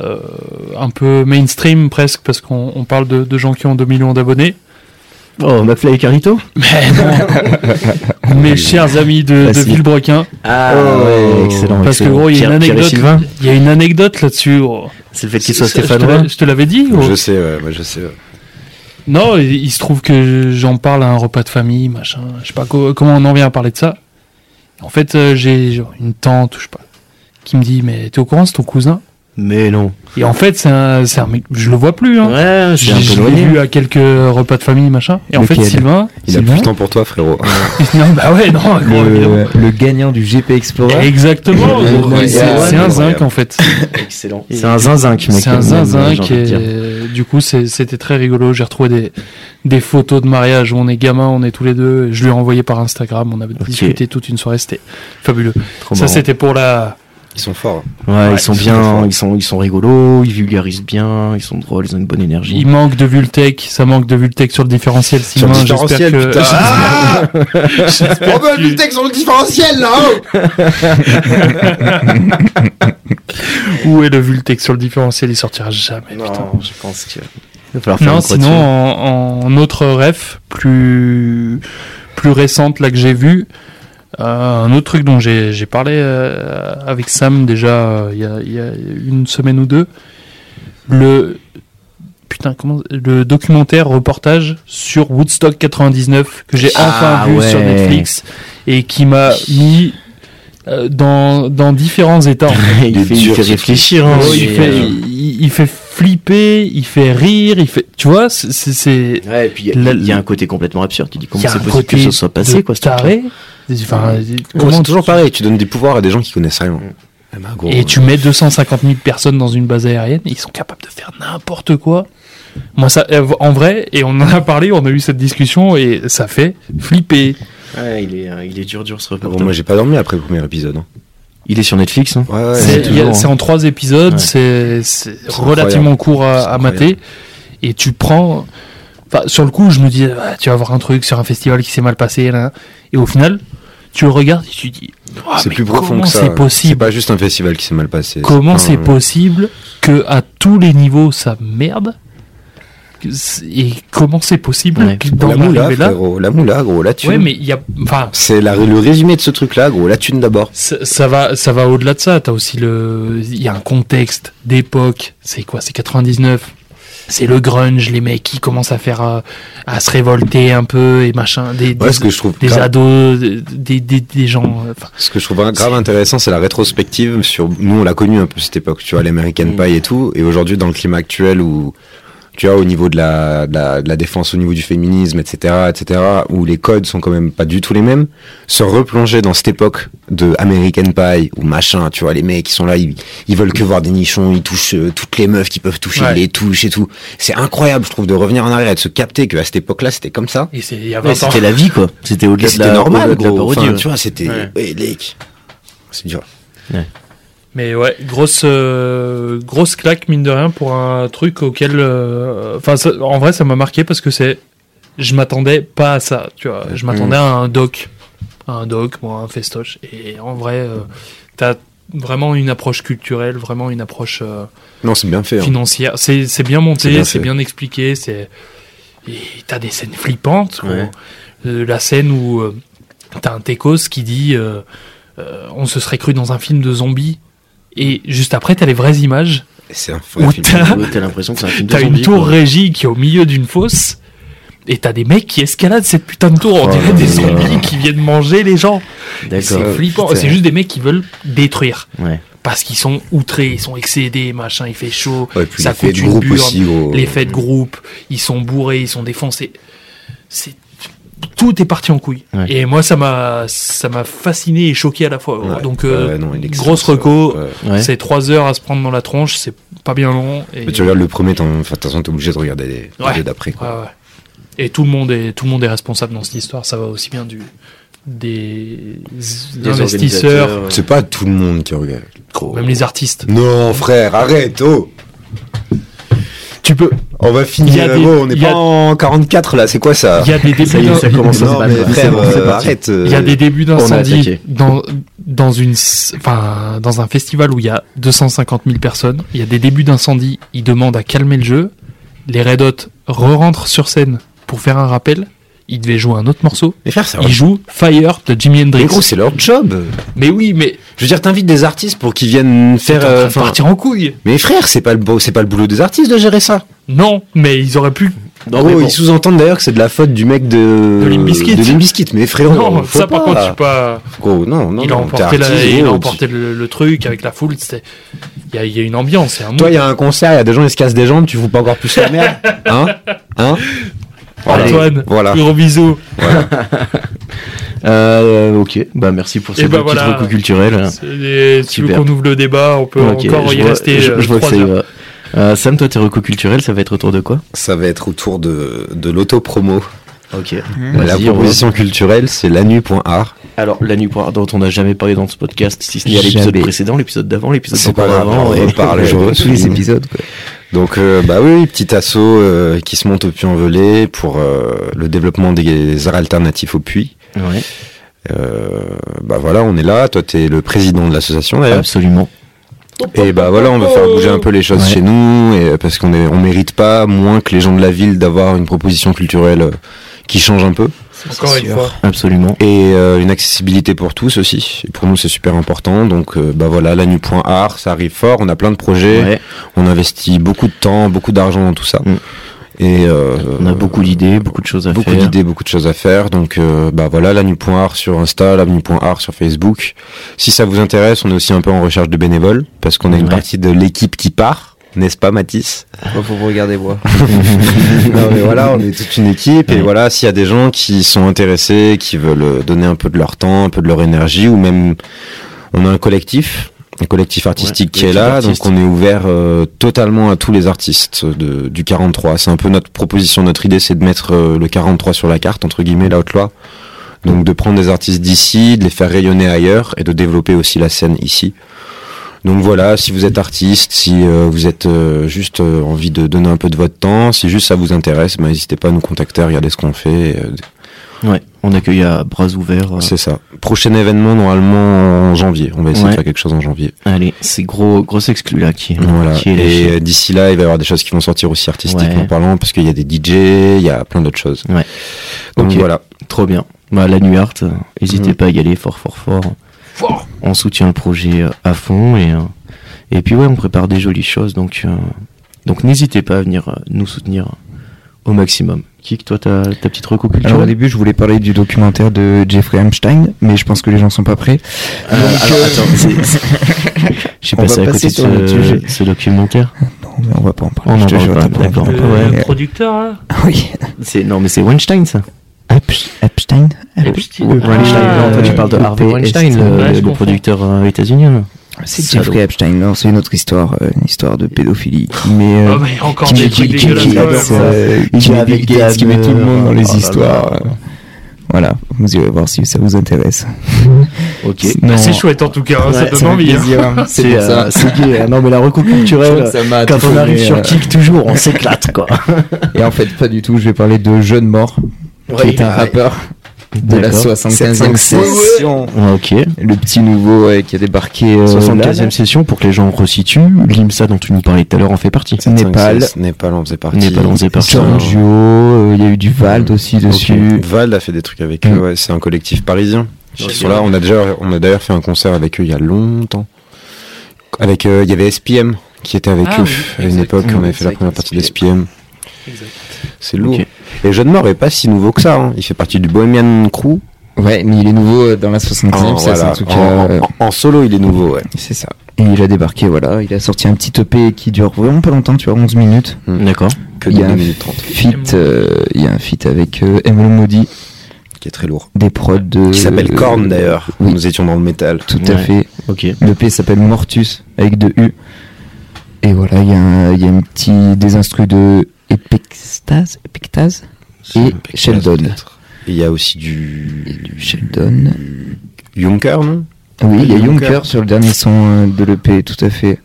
[SPEAKER 3] euh, un peu mainstream presque, parce qu'on on parle de, de gens qui ont 2 millions d'abonnés.
[SPEAKER 1] Oh, McFly et Carlito
[SPEAKER 3] Mes chers amis de, de
[SPEAKER 1] Ah Facile.
[SPEAKER 3] Villebrequin,
[SPEAKER 1] Ah
[SPEAKER 4] ouais,
[SPEAKER 1] excellent.
[SPEAKER 3] parce que gros, il y a une anecdote, il y a une anecdote là-dessus. gros.
[SPEAKER 1] C'est le fait qu'il soit
[SPEAKER 3] Je- je te l'a-
[SPEAKER 1] stéphanois.
[SPEAKER 3] Je te l'avais dit. gros.
[SPEAKER 2] Je sais, ouais, moi, je sais. ouais.
[SPEAKER 3] Non, il, il se trouve que j'en parle à un repas de famille, machin. Je sais pas co- comment on en vient à parler de ça. En fait, euh, j'ai genre une tante, je sais pas, qui me dit mais t'es au courant, c'est ton cousin.
[SPEAKER 1] Mais non.
[SPEAKER 3] Et en fait, c'est un, c'est un mec, je le vois plus. Hein.
[SPEAKER 1] Ouais,
[SPEAKER 3] Je, je l'ai vu à quelques repas de famille, machin. Et en fait,
[SPEAKER 4] Lequel
[SPEAKER 3] Sylvain.
[SPEAKER 2] Il a plus
[SPEAKER 4] Sylvain
[SPEAKER 2] de temps pour toi, frérot.
[SPEAKER 3] non, bah ouais, non. gros, évidemment.
[SPEAKER 4] Le, le gagnant du GP Explorer.
[SPEAKER 3] Exactement.
[SPEAKER 4] Ouais,
[SPEAKER 3] gros,
[SPEAKER 4] ouais,
[SPEAKER 3] c'est
[SPEAKER 4] ouais,
[SPEAKER 3] c'est un
[SPEAKER 2] ouais.
[SPEAKER 3] zinc, en fait.
[SPEAKER 1] Excellent. C'est un zinzinc, mec.
[SPEAKER 3] C'est un
[SPEAKER 1] même,
[SPEAKER 3] zinzin
[SPEAKER 1] j'ai envie
[SPEAKER 3] qui
[SPEAKER 1] de
[SPEAKER 3] est-
[SPEAKER 1] dire.
[SPEAKER 3] Du coup, c'est- c'était très rigolo. J'ai retrouvé des, des photos de mariage où on est gamin, on est tous les deux. et Je lui ai envoyé par Instagram. On avait
[SPEAKER 1] Ok.
[SPEAKER 3] discuté toute une soirée. C'était fabuleux.
[SPEAKER 1] Trop
[SPEAKER 3] Ça,
[SPEAKER 1] marrant.
[SPEAKER 3] c'était pour la.
[SPEAKER 2] Ils sont forts.
[SPEAKER 1] Ouais, ils sont
[SPEAKER 2] ils sont très
[SPEAKER 1] bien,
[SPEAKER 2] forts.
[SPEAKER 1] ils sont, ils sont rigolos, ils vulgarisent bien, ils sont drôles, ils ont une bonne énergie.
[SPEAKER 3] Il manque de Vultec. Ça manque de Vultec sur le différentiel. Sylvain, j'espère
[SPEAKER 2] différentiel,
[SPEAKER 3] que.
[SPEAKER 2] putain. Ah
[SPEAKER 3] J'espère
[SPEAKER 2] On veut
[SPEAKER 3] que-
[SPEAKER 2] du texte sur bah, le différentiel, hein. là-haut
[SPEAKER 3] Où est le Vultec sur le différentiel Il sortira jamais. putain.
[SPEAKER 1] Non, je pense que. Il va falloir faire
[SPEAKER 3] Non,
[SPEAKER 1] une croix
[SPEAKER 3] sinon, en, en autre ref, plus, plus récente, là, que j'ai vu, euh, un autre truc dont j'ai j'ai parlé euh, avec Sam déjà euh, il y a- il y, a une semaine ou deux, le, putain, comment, le documentaire reportage sur Woodstock 99 que j'ai
[SPEAKER 1] Ah
[SPEAKER 3] enfin vu sur
[SPEAKER 1] ouais.
[SPEAKER 3] Netflix et qui m'a mis euh, dans, dans différents états. en
[SPEAKER 1] dessus. euh, il,
[SPEAKER 3] fait.
[SPEAKER 2] Il est
[SPEAKER 1] fait, il
[SPEAKER 2] dur,
[SPEAKER 1] fait
[SPEAKER 2] ce
[SPEAKER 1] réfléchir. hein,
[SPEAKER 3] Oh, il,
[SPEAKER 1] mais,
[SPEAKER 3] fait,
[SPEAKER 1] euh,
[SPEAKER 3] il- il fait flipper, il fait rire, il fait, tu vois, c'est- c'est- c'est
[SPEAKER 1] Ouais, et puis il y, a- il y a un côté complètement absurde. Tu dis comment
[SPEAKER 3] y a
[SPEAKER 1] c'est
[SPEAKER 3] un
[SPEAKER 1] possible que
[SPEAKER 3] côté
[SPEAKER 1] ça soit passé,
[SPEAKER 3] de
[SPEAKER 1] quoi. ce truc-là.
[SPEAKER 3] taré. Enfin, comment
[SPEAKER 2] C'est
[SPEAKER 3] tu-
[SPEAKER 2] toujours pareil, tu donnes des pouvoirs à des gens qui connaissent rien. Eh ben, gros,
[SPEAKER 3] Et tu mets 250 000 personnes dans une base aérienne, ils sont capables de faire n'importe quoi. Moi, ça, euh, en vrai, et on en a parlé, on a eu cette discussion, et ça fait flipper.
[SPEAKER 1] Ouais, il est, euh, il est dur, dur ce
[SPEAKER 2] Bon,
[SPEAKER 1] reportage.
[SPEAKER 2] moi j'ai pas dormi après le premier épisode. hein.
[SPEAKER 1] Il est sur Netflix, hein.
[SPEAKER 2] Ouais, ouais,
[SPEAKER 3] C'est
[SPEAKER 2] ouais.
[SPEAKER 3] il y a-
[SPEAKER 1] toujours,
[SPEAKER 3] c'est en trois épisodes,
[SPEAKER 1] Ouais.
[SPEAKER 3] c'est c'est
[SPEAKER 2] C'est
[SPEAKER 3] relativement court à,
[SPEAKER 2] C'est
[SPEAKER 3] à
[SPEAKER 2] incroyable.
[SPEAKER 3] mater. Et tu prends. Enfin, sur le coup, je me dis, Ah, tu vas voir un truc sur un festival qui s'est mal passé. là, là. Et au final, tu le regardes et tu dis, Ah,
[SPEAKER 2] c'est
[SPEAKER 3] mais
[SPEAKER 2] plus profond
[SPEAKER 3] comment
[SPEAKER 2] que ça.
[SPEAKER 3] C'est
[SPEAKER 2] C'est
[SPEAKER 3] possible.
[SPEAKER 2] pas juste un festival qui s'est mal passé.
[SPEAKER 3] Comment
[SPEAKER 2] pas
[SPEAKER 3] c'est
[SPEAKER 2] un-
[SPEAKER 3] possible que à tous les niveaux ça merde et comment c'est possible
[SPEAKER 1] Ouais.
[SPEAKER 3] que d'en
[SPEAKER 2] la moula,
[SPEAKER 3] arriver là
[SPEAKER 2] frérot, la moula, gros, la thune.
[SPEAKER 3] Ouais, mais il y a, enfin,
[SPEAKER 2] C'est la- le résumé de ce truc-là, gros, la thune d'abord.
[SPEAKER 3] Ça, ça va, ça va au-delà de ça. T'as aussi le, il y a un contexte d'époque. C'est quoi C'est 99. C'est le grunge, les mecs qui commencent à faire, euh, à se révolter un peu et machin. Des,
[SPEAKER 2] Ouais,
[SPEAKER 3] des,
[SPEAKER 2] ce que je trouve
[SPEAKER 3] des
[SPEAKER 2] grave-
[SPEAKER 3] ados, des, des, des gens. euh, enfin,
[SPEAKER 2] Ce que je trouve grave
[SPEAKER 3] C'est-
[SPEAKER 2] intéressant, c'est la rétrospective sur nous. On l'a connu un peu cette époque, tu vois, l'American
[SPEAKER 1] Mm.
[SPEAKER 2] Pie et tout. Et aujourd'hui, dans le climat actuel où tu vois, au niveau de la, de la, de la défense, au niveau du féminisme, etc., etc., où les codes sont quand même pas du tout les mêmes, se replonger dans cette époque de American Pie ou machin, tu vois, les mecs qui sont là, ils, ils veulent que voir des nichons, ils touchent euh, toutes les meufs qui peuvent toucher,
[SPEAKER 3] Ouais.
[SPEAKER 2] ils les touchent et tout. C'est incroyable, je trouve, de revenir en arrière et de se capter que à cette époque-là, c'était comme ça.
[SPEAKER 3] et c'est il y a 20
[SPEAKER 1] Ouais,
[SPEAKER 3] ans.
[SPEAKER 1] c'était la vie, quoi. C'était
[SPEAKER 2] Et
[SPEAKER 1] au-delà de
[SPEAKER 2] c'était
[SPEAKER 1] la,
[SPEAKER 2] normal,
[SPEAKER 1] au-delà de la
[SPEAKER 2] gros.
[SPEAKER 1] parodie. hein.
[SPEAKER 2] Enfin,
[SPEAKER 1] ouais.
[SPEAKER 2] tu vois, c'était,
[SPEAKER 1] Ouais.
[SPEAKER 2] ouais, les- c'est dur.
[SPEAKER 3] Mais ouais, grosse, euh, grosse claque mine de rien pour un truc auquel, euh, enfin, ça- en vrai, ça m'a marqué parce que c'est, je m'attendais pas à ça. Tu vois, je m'attendais à un doc, à un doc, moi, un festoche. Et en vrai, euh, t'as vraiment une approche culturelle, vraiment une approche euh,
[SPEAKER 2] Non, c'est bien fait. hein.
[SPEAKER 3] financière. C'est c'est bien
[SPEAKER 2] C'est
[SPEAKER 3] monté,
[SPEAKER 2] bien
[SPEAKER 3] c'est
[SPEAKER 2] fait.
[SPEAKER 3] bien expliqué. C'est, et t'as des scènes flippantes. gros.
[SPEAKER 1] Ouais.
[SPEAKER 3] Euh, la scène où euh, t'as un Tekos qui dit euh, euh, on se serait cru dans un film de zombies. Et juste après, t'as les vraies images.
[SPEAKER 2] C'est un vrai
[SPEAKER 3] Ou
[SPEAKER 2] film.
[SPEAKER 3] t'as-
[SPEAKER 1] Ouais, T'as l'impression que c'est un film de
[SPEAKER 3] T'as une
[SPEAKER 1] zombie,
[SPEAKER 3] tour
[SPEAKER 1] quoi.
[SPEAKER 3] régie qui est au milieu d'une fosse. Et t'as des mecs qui escaladent cette putain de tour. On
[SPEAKER 2] Oh
[SPEAKER 3] dirait
[SPEAKER 2] là
[SPEAKER 3] des
[SPEAKER 2] là.
[SPEAKER 3] zombies qui viennent manger les gens.
[SPEAKER 1] D'accord.
[SPEAKER 3] C'est flippant.
[SPEAKER 2] putain.
[SPEAKER 3] C'est juste des mecs qui veulent détruire.
[SPEAKER 1] Ouais.
[SPEAKER 3] Parce qu'ils sont outrés, ils sont excédés, machin, il fait chaud.
[SPEAKER 2] Ouais, puis
[SPEAKER 3] Ça
[SPEAKER 2] l'effet
[SPEAKER 3] coûte
[SPEAKER 2] de
[SPEAKER 3] une
[SPEAKER 2] groupe
[SPEAKER 3] burne,
[SPEAKER 2] aussi, gros.
[SPEAKER 3] Les fêtes groupe, ils sont bourrés, ils sont défoncés. C'est. Tout est parti en couille.
[SPEAKER 1] Ouais.
[SPEAKER 3] Et moi, ça m'a, ça m'a fasciné et choqué à la fois.
[SPEAKER 2] Ouais.
[SPEAKER 3] Donc, euh,
[SPEAKER 2] Ouais, non, il est excellent,
[SPEAKER 3] grosse
[SPEAKER 2] ça.
[SPEAKER 3] reco.
[SPEAKER 2] Ouais.
[SPEAKER 1] Ouais.
[SPEAKER 3] C'est trois heures à se prendre dans la tronche, c'est pas bien long. Et...
[SPEAKER 2] Mais tu regardes le premier, t'en- enfin, de toute façon, t'es obligé de regarder les les
[SPEAKER 3] Ouais.
[SPEAKER 2] deux d'après.
[SPEAKER 3] Ouais,
[SPEAKER 2] quoi.
[SPEAKER 3] ouais. Et tout le monde est tout le monde est responsable dans cette histoire. Ça va aussi bien du des, investisseurs,
[SPEAKER 1] organisateurs,
[SPEAKER 2] C'est pas tout le monde qui regarde. Gros.
[SPEAKER 3] même les artistes.
[SPEAKER 2] Non, frère, arrête, oh Tu peux. On va
[SPEAKER 3] Il y a
[SPEAKER 2] finir,
[SPEAKER 3] des-
[SPEAKER 2] gros, on est
[SPEAKER 3] il y a-
[SPEAKER 2] pas en 44 là, c'est quoi ça
[SPEAKER 3] Il y a des
[SPEAKER 1] Ah. Ça
[SPEAKER 3] débuts
[SPEAKER 1] y est,
[SPEAKER 3] d'in-
[SPEAKER 1] ça commence à se
[SPEAKER 2] Non, mais
[SPEAKER 1] battre. là.
[SPEAKER 2] frère,
[SPEAKER 1] C'est
[SPEAKER 2] euh,
[SPEAKER 1] parti.
[SPEAKER 2] arrête. euh,
[SPEAKER 3] il y a des débuts d'incendie
[SPEAKER 1] attaqué.
[SPEAKER 3] dans dans une s- enfin dans un festival où il y a 250 000 personnes. Il y a des débuts d'incendie. Ils demandent à calmer le jeu. Les Red Hot re-rentrent sur scène pour faire un rappel. Ils devaient jouer un autre morceau.
[SPEAKER 2] Mais frère, ça
[SPEAKER 3] Ils jouent Fire de Jimi
[SPEAKER 2] Ah Mais
[SPEAKER 3] Hendrix.
[SPEAKER 2] gros, c'est leur job.
[SPEAKER 3] Mais oui, mais
[SPEAKER 2] Je veux dire, t'invites des artistes pour qu'ils viennent faire.
[SPEAKER 3] t'es en train de
[SPEAKER 2] euh, enfin,
[SPEAKER 3] partir en couille.
[SPEAKER 2] Mais frère, c'est pas le bo- c'est pas le boulot des artistes de gérer ça.
[SPEAKER 3] Non, mais ils auraient pu
[SPEAKER 1] Non,
[SPEAKER 2] Gros,
[SPEAKER 3] Oh,
[SPEAKER 1] mais bon.
[SPEAKER 2] Ah ils sous-entendent d'ailleurs que c'est de la faute du mec de.
[SPEAKER 3] De Limp Bizkit.
[SPEAKER 2] de Limp Bizkit, mais frérot,
[SPEAKER 3] Non,
[SPEAKER 2] faut
[SPEAKER 3] ça par
[SPEAKER 2] pas.
[SPEAKER 3] contre, je suis pas.
[SPEAKER 2] Gros, non, non,
[SPEAKER 3] il a
[SPEAKER 2] non, t'es
[SPEAKER 3] emporté, la-
[SPEAKER 2] artiste,
[SPEAKER 3] il a
[SPEAKER 2] gros,
[SPEAKER 3] emporté le, le truc avec la foule. c'était- Il y a, il y a une ambiance, c'est un
[SPEAKER 2] tu-
[SPEAKER 3] mood.
[SPEAKER 2] Toi, il y a un concert, il y a des gens, ils se cassent des jambes, tu fous pas encore plus la merde. Hein Hein Voilà.
[SPEAKER 3] Antoine,
[SPEAKER 2] Voilà.
[SPEAKER 3] gros bisous.
[SPEAKER 1] Euh, ok, bah merci pour cette
[SPEAKER 3] ben
[SPEAKER 1] petite
[SPEAKER 3] voilà.
[SPEAKER 1] reco culturelle.
[SPEAKER 3] C'est des- Si tu veux
[SPEAKER 1] Super.
[SPEAKER 3] qu'on ouvre le débat, on peut
[SPEAKER 1] Ok,
[SPEAKER 3] encore
[SPEAKER 1] je
[SPEAKER 3] y
[SPEAKER 1] vois-
[SPEAKER 3] rester.
[SPEAKER 1] je-
[SPEAKER 3] euh,
[SPEAKER 1] je vois que
[SPEAKER 3] trois
[SPEAKER 1] ça y
[SPEAKER 3] heures.
[SPEAKER 1] va. Euh, Sam, toi, tes recos culturels, ça va être autour de quoi
[SPEAKER 2] Ça va être autour de, de l'auto-promo.
[SPEAKER 1] Ok.
[SPEAKER 2] Bah, La
[SPEAKER 1] Vas-y, on va-
[SPEAKER 2] proposition culturelle, c'est lanu.art.
[SPEAKER 1] Alors, la nuit pour- dont on n'a jamais parlé dans ce podcast, si ce n'est à l'épisode
[SPEAKER 4] Jamais.
[SPEAKER 1] précédent, l'épisode d'avant, l'épisode
[SPEAKER 2] C'est pas
[SPEAKER 1] d'encore
[SPEAKER 2] grave,
[SPEAKER 1] avant.
[SPEAKER 2] on
[SPEAKER 1] et-
[SPEAKER 2] reparle, je
[SPEAKER 4] Tous les
[SPEAKER 2] ressouligne.
[SPEAKER 4] épisodes, quoi.
[SPEAKER 2] Donc euh, bah oui, oui, petit assaut euh, qui se monte au puits envelé pour euh, le développement des arts alternatifs au puits.
[SPEAKER 1] Ouais,
[SPEAKER 2] Euh, bah voilà, on est là. Toi, t'es le président de l'association d'ailleurs.
[SPEAKER 1] absolument.
[SPEAKER 2] Et bah voilà, on va faire bouger un peu les choses
[SPEAKER 1] Ouais.
[SPEAKER 2] chez nous, et, euh, parce qu'on est, on mérite pas moins que les gens de la ville d'avoir une proposition culturelle euh, qui change un peu
[SPEAKER 3] Encore une fois.
[SPEAKER 1] Absolument.
[SPEAKER 2] et euh, une accessibilité pour tous aussi. Et pour nous, c'est super important. Donc euh, bah voilà, la nu.art, ça arrive fort. On a plein de projets.
[SPEAKER 1] Ouais,
[SPEAKER 2] On investit beaucoup de temps, beaucoup d'argent dans tout ça.
[SPEAKER 1] Mm.
[SPEAKER 2] Et euh,
[SPEAKER 1] on a beaucoup d'idées, beaucoup de choses à
[SPEAKER 2] beaucoup
[SPEAKER 1] faire.
[SPEAKER 2] d'idées, beaucoup de choses à faire. Donc euh, bah voilà, l'anu.art sur Insta, l'anu.art sur Facebook. Si ça vous intéresse, on est aussi un peu en recherche de bénévoles parce qu'on a une
[SPEAKER 1] Ouais.
[SPEAKER 2] partie de l'équipe qui part, n'est-ce pas Mathis
[SPEAKER 4] Faut vous regarder, moi.
[SPEAKER 2] Non mais voilà, on est toute une équipe et
[SPEAKER 1] Ouais.
[SPEAKER 2] voilà, s'il y a des gens qui sont intéressés, qui veulent euh, donner un peu de leur temps, un peu de leur énergie ou même on a un collectif un collectif artistique
[SPEAKER 1] Ouais,
[SPEAKER 2] qui est là,
[SPEAKER 1] collectif
[SPEAKER 2] donc on est ouvert euh, totalement à tous les artistes de, du 43. C'est un peu notre proposition, notre idée, c'est de mettre euh, le 43 sur la carte, entre guillemets, la Haute-Loire. Donc de prendre des artistes d'ici, de les faire rayonner ailleurs et de développer aussi la scène ici. Donc voilà, si vous êtes artiste, si euh, vous êtes euh, juste euh, envie de donner un peu de votre temps, si juste ça vous intéresse, bah, n'hésitez pas à nous contacter, à regarder ce qu'on fait. euh,
[SPEAKER 1] Ouais, on accueille à bras ouverts. euh,
[SPEAKER 2] C'est ça. Prochain événement normalement en janvier. On va essayer
[SPEAKER 1] Ouais.
[SPEAKER 2] de faire quelque chose en janvier.
[SPEAKER 1] Allez, c'est gros, grosse exclu là qui, hein,
[SPEAKER 2] Voilà.
[SPEAKER 1] qui est
[SPEAKER 2] Et
[SPEAKER 1] lâchée.
[SPEAKER 2] euh, d'ici là, il va y avoir des choses qui vont sortir aussi artistiquement
[SPEAKER 1] Ouais.
[SPEAKER 2] parlant, parce qu'il y a des DJ, il y a plein d'autres choses.
[SPEAKER 1] Ouais.
[SPEAKER 2] Donc
[SPEAKER 1] Ok.
[SPEAKER 2] voilà.
[SPEAKER 1] Trop bien. Bah, la nuit art, euh, n'hésitez
[SPEAKER 2] Mhm.
[SPEAKER 1] pas à y aller fort, fort, fort. On soutient le projet euh, à fond et, euh, et puis ouais, on prépare des jolies choses donc, euh, donc n'hésitez pas à venir euh, nous soutenir euh, au maximum. Kik, toi, ta, ta petite recoupe
[SPEAKER 4] Alors au
[SPEAKER 1] culturelle
[SPEAKER 4] début, je voulais parler du documentaire de Jeffrey Einstein, mais je pense que les gens sont pas prêts.
[SPEAKER 1] Euh, alors, attends, c'est- c'est- je suis
[SPEAKER 4] On va
[SPEAKER 1] passé à côté
[SPEAKER 4] passer
[SPEAKER 1] de
[SPEAKER 4] sur le
[SPEAKER 1] ce,
[SPEAKER 4] sujet.
[SPEAKER 1] ce documentaire.
[SPEAKER 4] Non, mais on va pas en parler.
[SPEAKER 1] On
[SPEAKER 4] je
[SPEAKER 1] en
[SPEAKER 4] te
[SPEAKER 1] parle
[SPEAKER 4] jure,
[SPEAKER 1] pas,
[SPEAKER 4] t'as pas
[SPEAKER 1] d'accord.
[SPEAKER 4] envie.
[SPEAKER 1] Ouais.
[SPEAKER 3] Le producteur, hein là
[SPEAKER 4] Oui.
[SPEAKER 1] C'est non, mais c'est Weinstein ça.
[SPEAKER 4] Epst- Epstein.
[SPEAKER 3] Epstein.
[SPEAKER 1] Ou Weinstein.
[SPEAKER 3] Ah,
[SPEAKER 1] non, toi, tu parles de
[SPEAKER 4] euh,
[SPEAKER 1] Harvey
[SPEAKER 4] EPS,
[SPEAKER 1] Weinstein,
[SPEAKER 4] ouais,
[SPEAKER 1] le,
[SPEAKER 3] je
[SPEAKER 1] le
[SPEAKER 3] comprends.
[SPEAKER 1] producteur euh, états-unien.
[SPEAKER 4] C'est
[SPEAKER 1] Salaud.
[SPEAKER 4] Jeffrey Epstein. Non, c'est une autre histoire, euh, une histoire de pédophilie qui met. euh,
[SPEAKER 3] Ah, mais encore
[SPEAKER 4] qui
[SPEAKER 3] des
[SPEAKER 4] met
[SPEAKER 3] trucs
[SPEAKER 4] Bill Gates,
[SPEAKER 3] dégueulasses. ouais.
[SPEAKER 4] euh, qui met Bill Gates, qui met tout le monde dans les
[SPEAKER 1] Oh là là.
[SPEAKER 4] histoires. euh. Voilà, vous irez voir si ça vous intéresse.
[SPEAKER 1] Ok.
[SPEAKER 4] C'est-
[SPEAKER 3] Bah,
[SPEAKER 4] Non,
[SPEAKER 3] C'est chouette en tout cas, hein, ça
[SPEAKER 1] Ouais,
[SPEAKER 3] donne envie. hein.
[SPEAKER 4] C'est pour
[SPEAKER 1] euh,
[SPEAKER 4] ça.
[SPEAKER 1] c'est gay. hein. Non, mais la recoupe culturelle,
[SPEAKER 5] Ça m'a
[SPEAKER 1] quand on
[SPEAKER 5] tourné,
[SPEAKER 1] arrive sur
[SPEAKER 5] euh,
[SPEAKER 1] Kik, toujours, on s'éclate, quoi.
[SPEAKER 5] Et en fait, pas du tout. Je vais parler de Jeune Mort, qui est un rappeur de la
[SPEAKER 1] D'accord.
[SPEAKER 5] 75e
[SPEAKER 4] 7-5-6.
[SPEAKER 5] session.
[SPEAKER 1] Ah, Ok.
[SPEAKER 5] Le petit nouveau ouais, qui a débarqué. euh,
[SPEAKER 1] 75e
[SPEAKER 5] là.
[SPEAKER 1] session, pour que les gens resituent, l'IMSA dont tu nous parlais tout à l'heure en fait partie.
[SPEAKER 4] Népal.
[SPEAKER 2] 5-6, Népal, on faisait partie.
[SPEAKER 1] Népal, on faisait partie. Mm.
[SPEAKER 4] Giorgio, euh, il y a eu du Vald
[SPEAKER 2] Mm.
[SPEAKER 4] aussi dessus.
[SPEAKER 2] Val a fait des trucs avec eux. ouais. C'est un collectif parisien.
[SPEAKER 1] Ok.
[SPEAKER 2] Voilà, on a déjà, on a d'ailleurs fait un concert avec eux il y a longtemps. Avec, euh, il y avait SPM qui était avec
[SPEAKER 3] Ah
[SPEAKER 2] eux
[SPEAKER 3] oui,
[SPEAKER 2] à une
[SPEAKER 3] exact.
[SPEAKER 2] époque. On avait
[SPEAKER 1] Oui,
[SPEAKER 2] fait la
[SPEAKER 1] exact,
[SPEAKER 2] première partie
[SPEAKER 1] SPM.
[SPEAKER 2] d'SPM. C'est lourd.
[SPEAKER 1] Ok.
[SPEAKER 2] Et Jeune Mort est pas si nouveau que ça. hein. Il fait partie du Bohemian Crew.
[SPEAKER 5] Ouais, mais il est nouveau euh, dans la 75e,
[SPEAKER 2] En,
[SPEAKER 5] ça,
[SPEAKER 2] Oh,
[SPEAKER 5] c'est
[SPEAKER 2] voilà,
[SPEAKER 5] un truc.
[SPEAKER 2] en-
[SPEAKER 5] euh,
[SPEAKER 2] en- en solo, il est nouveau. Ouais.
[SPEAKER 5] C'est ça.
[SPEAKER 4] Et il a débarqué, voilà. Il a sorti un petit EP qui dure vraiment pas longtemps, tu vois, 11 minutes.
[SPEAKER 1] D'accord.
[SPEAKER 2] Que
[SPEAKER 4] Il y
[SPEAKER 2] de
[SPEAKER 4] a
[SPEAKER 2] 2
[SPEAKER 4] un
[SPEAKER 2] minutes 30,
[SPEAKER 4] Feat, euh, il y a un feat avec euh, Emelo Modi,
[SPEAKER 2] qui est très lourd.
[SPEAKER 4] des prods de.
[SPEAKER 1] Euh,
[SPEAKER 2] Qui s'appelle Korn d'ailleurs.
[SPEAKER 4] oui.
[SPEAKER 2] Nous étions dans le métal.
[SPEAKER 4] Tout à
[SPEAKER 1] Ouais.
[SPEAKER 4] fait.
[SPEAKER 1] Ok.
[SPEAKER 4] Le P s'appelle Mortus, avec deux U. Et voilà, il y a un, il y a un petit des instrus de Epictase, Epictase et Sheldon.
[SPEAKER 2] Et Il y a aussi du.
[SPEAKER 4] Sheldon.
[SPEAKER 2] Junker, non
[SPEAKER 4] Ah Oui, il y a
[SPEAKER 2] Junker.
[SPEAKER 4] Junker sur le dernier son euh, de l'EP, tout à fait.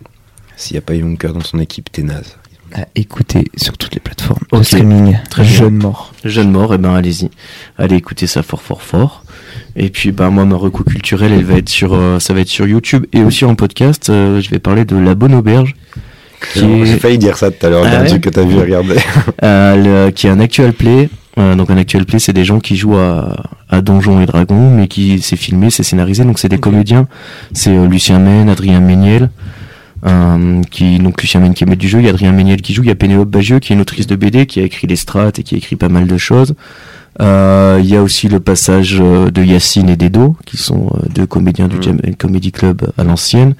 [SPEAKER 2] S'il n'y a pas Junker dans son équipe, t'es naze.
[SPEAKER 4] À écouter sur toutes les plateformes de
[SPEAKER 1] Ok.
[SPEAKER 4] streaming.
[SPEAKER 1] Très bien.
[SPEAKER 4] Jeune mort.
[SPEAKER 1] Jeune mort, eh ben allez-y. Allez écouter ça fort fort fort. Et puis ben moi ma reco culturelle, elle va être sur euh, ça va être sur YouTube et aussi en podcast, euh, je vais parler de La Bonne Auberge qui
[SPEAKER 2] J'ai
[SPEAKER 1] est,
[SPEAKER 2] failli dire ça tout à l'heure,
[SPEAKER 1] Ah
[SPEAKER 2] d'un
[SPEAKER 1] ouais
[SPEAKER 2] truc que t'as vu regarder.
[SPEAKER 1] euh, le- qui est un actual play. Euh, donc un actual play, c'est des gens qui jouent à, à Donjons et Dragons, mais qui c'est filmé, c'est scénarisé, donc c'est des comédiens. C'est euh, Lucien Mène, Adrien Méniel, euh, qui donc Lucien Mène qui est maître du jeu, il y a Adrien Méniel qui joue, il y a Pénélope Bagieux qui est une autrice de BD qui a écrit les strates et qui a écrit pas mal de choses. Euh, Il y a aussi le passage euh, de Yacine et d'Edo, qui sont euh, deux comédiens du
[SPEAKER 2] Mhm.
[SPEAKER 1] Jam Comedy Club à l'ancienne.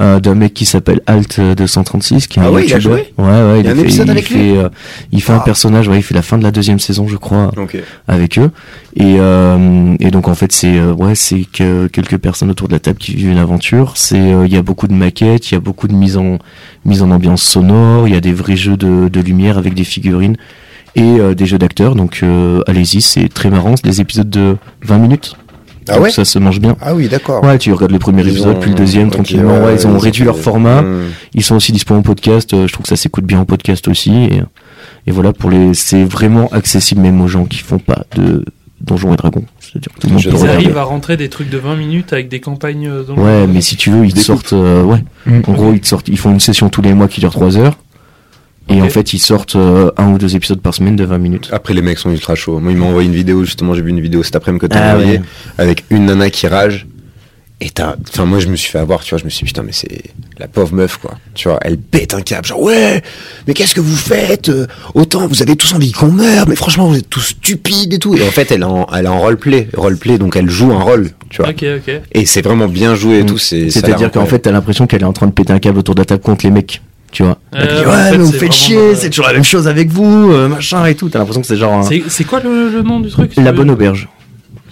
[SPEAKER 1] Euh, d'un mec qui s'appelle Alt 236 qui est
[SPEAKER 2] Ah
[SPEAKER 1] un
[SPEAKER 2] ouais, il a
[SPEAKER 1] youtubeur.
[SPEAKER 2] joué
[SPEAKER 1] ouais ouais
[SPEAKER 2] Il y a un épisode
[SPEAKER 1] il
[SPEAKER 2] avec lui
[SPEAKER 1] fait, euh, il fait un
[SPEAKER 2] Ah.
[SPEAKER 1] personnage ouais il fait la fin de la deuxième saison je crois
[SPEAKER 2] Ok.
[SPEAKER 1] avec eux et, euh, et donc en fait c'est euh, ouais c'est que quelques personnes autour de la table qui vivent une aventure c'est euh, il y a beaucoup de maquettes il y a beaucoup de mise en mise en ambiance sonore il y a des vrais jeux de, de lumière avec des figurines et euh, des jeux d'acteurs donc euh, allez-y c'est très marrant c'est des épisodes de 20 minutes
[SPEAKER 2] Ah
[SPEAKER 1] Donc
[SPEAKER 2] ouais
[SPEAKER 1] ça se mange bien
[SPEAKER 2] Ah oui, d'accord.
[SPEAKER 1] ouais tu regardes le premier épisode puis le deuxième tranquillement ouais, ils ont réduit leur format
[SPEAKER 2] Hmm.
[SPEAKER 1] ils sont aussi disponibles en podcast. euh, Je trouve que ça s'écoute bien en podcast aussi. Et, et voilà, pour les, c'est vraiment accessible même aux gens qui font pas de Donjons et Dragons. C'est-à-dire que tout le monde
[SPEAKER 2] Je
[SPEAKER 1] peut
[SPEAKER 3] Ils
[SPEAKER 1] regarder.
[SPEAKER 3] arrivent à rentrer des trucs de 20 minutes avec des campagnes euh, dans le-
[SPEAKER 1] Ouais, mais si tu veux, ils te
[SPEAKER 2] Des
[SPEAKER 1] sortent. euh, ouais.
[SPEAKER 4] Mm.
[SPEAKER 1] En gros, ils te sortent. Ils font une session tous les mois qui dure 3 heures. Et
[SPEAKER 3] Ok.
[SPEAKER 1] en fait, ils sortent euh, un ou deux épisodes par semaine de 20 minutes.
[SPEAKER 2] Après, les mecs sont ultra chauds. Moi, ils m'ont envoyé une vidéo, justement, j'ai vu une vidéo cet après-midi que t'as
[SPEAKER 1] Ah
[SPEAKER 2] envoyé,
[SPEAKER 1] ouais.
[SPEAKER 2] avec une nana qui rage. Et t'as. Enfin, moi, je me suis fait avoir, tu vois, je me suis dit, putain, mais c'est la pauvre meuf, quoi. Tu vois, elle pète un câble, genre, ouais, mais qu'est-ce que vous faites Euh, Autant, vous avez tous envie qu'on meure, mais franchement, vous êtes tous stupides et tout. Et en fait, elle est en, elle est en roleplay, roleplay, donc elle joue un rôle, tu vois.
[SPEAKER 3] Ok, ok.
[SPEAKER 2] Et c'est vraiment bien joué et
[SPEAKER 1] Mm.
[SPEAKER 2] tout, c'est. ça a l'air
[SPEAKER 1] C'est-à-dire qu'en fait,
[SPEAKER 2] incroyable.
[SPEAKER 1] t'as l'impression qu'elle est en train de péter un câble autour de la table contre les mecs. Tu vois.
[SPEAKER 3] Euh,
[SPEAKER 1] Elle dit,
[SPEAKER 3] ouais,
[SPEAKER 1] ouais,
[SPEAKER 3] en fait,
[SPEAKER 1] mais vous
[SPEAKER 3] c'est
[SPEAKER 1] faites
[SPEAKER 3] vraiment,
[SPEAKER 1] chier,
[SPEAKER 3] euh,
[SPEAKER 1] c'est toujours la même chose avec vous, euh, machin et tout. T'as l'impression que c'est genre un-
[SPEAKER 3] C'est- C'est quoi le, le nom du truc
[SPEAKER 1] la bonne auberge.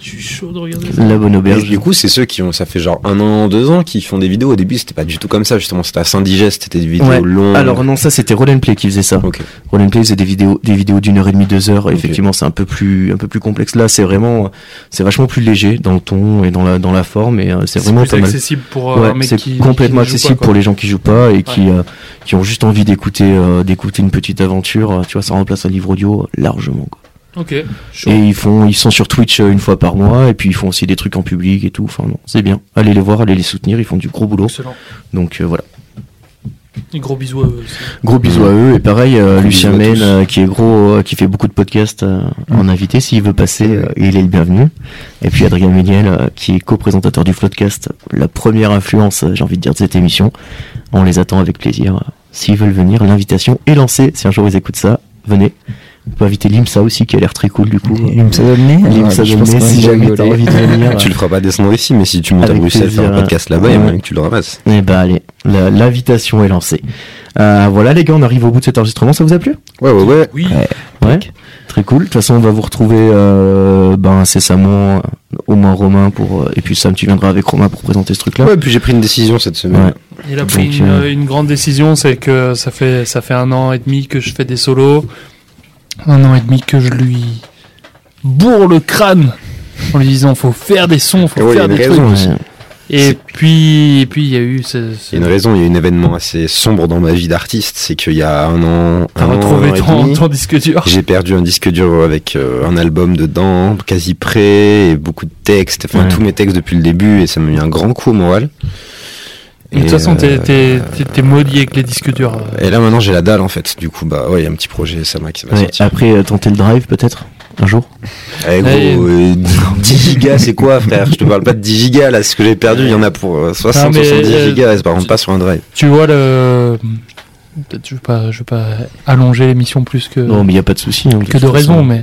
[SPEAKER 3] Je suis chaud de regarder ça.
[SPEAKER 1] La bonne
[SPEAKER 2] Et
[SPEAKER 1] auberge.
[SPEAKER 2] du coup, c'est ceux qui ont, ça fait genre un an, deux ans, qui font des vidéos. Au début, c'était pas du tout comme ça, justement. C'était à Saint-Digeste, c'était des vidéos
[SPEAKER 1] Ouais.
[SPEAKER 2] longues.
[SPEAKER 1] Alors non, ça c'était Roll and Play qui faisait ça.
[SPEAKER 2] Hmm. Ok.
[SPEAKER 1] Roll and Play faisait des vidéos, des vidéos d'une heure et demie, deux heures. Effectivement, c'est un peu plus, un peu plus complexe. Là, c'est vraiment, c'est vachement plus léger dans le ton et dans la, dans la forme. Et euh, c'est vraiment
[SPEAKER 3] plus
[SPEAKER 1] pas mal.
[SPEAKER 3] accessible pour euh,
[SPEAKER 1] Ouais,
[SPEAKER 3] un mec
[SPEAKER 1] c'est
[SPEAKER 3] qui.
[SPEAKER 1] complètement accessible pour les gens qui jouent pas et qui,
[SPEAKER 3] Ouais.
[SPEAKER 1] euh, qui ont juste envie d'écouter, euh, d'écouter une petite aventure. Tu vois, ça remplace un livre audio euh, largement. Quoi.
[SPEAKER 3] Ok.
[SPEAKER 1] Et ils font, ils sont sur Twitch euh, une fois par mois, et puis ils font aussi des trucs en public et tout. Enfin non, c'est bien. Allez les voir, allez les soutenir, ils font du gros boulot.
[SPEAKER 3] Excellent.
[SPEAKER 1] Donc euh, voilà.
[SPEAKER 3] Et gros bisous à eux aussi.
[SPEAKER 1] Gros bisous à eux. Et pareil, euh,
[SPEAKER 2] Mmh. Gros
[SPEAKER 1] Lucien
[SPEAKER 2] bisous à
[SPEAKER 1] Mel,
[SPEAKER 2] tous. Mmh.
[SPEAKER 1] euh, qui est gros, euh, qui fait beaucoup de podcasts euh, en invité, s'il veut passer, euh, il est le bienvenu. Et puis Adrien Méniel, euh, qui est co-présentateur du Floodcast, la première influence, euh, j'ai envie de dire, de cette émission. On les attend avec plaisir. euh, S'ils veulent venir, l'invitation est lancée. Si un jour ils écoutent ça, venez. On peut inviter Limsa aussi, qui a l'air très cool du coup.
[SPEAKER 4] Limsa Dolnay,
[SPEAKER 1] Limsa Dolnay, si jamais t'as envie de venir.
[SPEAKER 2] Tu le feras pas descendre ici, mais si tu montes à
[SPEAKER 1] Avec
[SPEAKER 2] Bruxelles
[SPEAKER 1] plaisir,
[SPEAKER 2] faire
[SPEAKER 1] hein.
[SPEAKER 2] un podcast là-bas, il y a
[SPEAKER 1] Ouais.
[SPEAKER 2] moyen que tu le ramasses.
[SPEAKER 1] Eh ben allez, la- l'invitation est lancée. Euh, voilà les gars, on arrive au bout de cet enregistrement, ça vous a plu
[SPEAKER 2] Ouais, ouais, ouais.
[SPEAKER 3] Oui.
[SPEAKER 1] Ouais. Très cool. De toute façon, on va vous retrouver euh, ben, incessamment, euh, au moins Romain, pour, euh, et puis Sam, tu viendras avec Romain pour présenter ce truc-là.
[SPEAKER 2] Ouais, puis j'ai pris une décision cette semaine.
[SPEAKER 1] Ouais.
[SPEAKER 3] Il a pris
[SPEAKER 1] Donc,
[SPEAKER 3] une,
[SPEAKER 1] euh,
[SPEAKER 3] une grande décision, c'est que ça fait, ça fait un an et demi que je fais des solos. Un an et demi que je lui bourre le crâne en lui disant faut faire des sons, faut
[SPEAKER 2] Et ouais, il y a
[SPEAKER 3] faire
[SPEAKER 2] une
[SPEAKER 3] des
[SPEAKER 2] raison
[SPEAKER 3] trucs.
[SPEAKER 1] Ouais.
[SPEAKER 2] aussi.
[SPEAKER 3] Et puis, et puis il y a eu ce, ce-
[SPEAKER 2] Il y a une raison, il y a un événement assez sombre dans ma vie d'artiste, c'est qu'il y a un an,
[SPEAKER 3] t'as
[SPEAKER 2] un an,
[SPEAKER 3] retrouvé
[SPEAKER 2] un an et
[SPEAKER 3] ton,
[SPEAKER 2] demi,
[SPEAKER 3] ton disque dur.
[SPEAKER 2] j'ai perdu un disque dur avec euh, un album dedans, quasi prêt, et beaucoup de textes, enfin
[SPEAKER 1] Ouais.
[SPEAKER 2] tous mes textes depuis le début, et ça m'a mis un grand coup au moral.
[SPEAKER 3] De toute façon, t'es,
[SPEAKER 2] euh,
[SPEAKER 3] t'es, t'es- t'es maudit avec les disques durs.
[SPEAKER 2] Et là maintenant j'ai la dalle en fait, du coup bah ouais il y a un petit projet ça m'a qui va
[SPEAKER 1] Ouais,
[SPEAKER 2] sortir.
[SPEAKER 1] Après, euh, tenter le drive, peut-être Un jour
[SPEAKER 2] Eh, gros, euh, 10 gigas c'est quoi frère Je te parle pas de 10 gigas là, ce que j'ai perdu il y en a pour euh, 60,
[SPEAKER 3] Non, mais,
[SPEAKER 2] 70
[SPEAKER 3] euh,
[SPEAKER 2] gigas, c'est par contre pas sur un drive.
[SPEAKER 3] Tu vois le. Peut-être je veux pas, je veux pas allonger l'émission plus que.
[SPEAKER 1] Non, mais il n'y a pas de souci. hein,
[SPEAKER 3] Euh, que de
[SPEAKER 1] toute
[SPEAKER 3] raison,
[SPEAKER 1] façon.
[SPEAKER 3] mais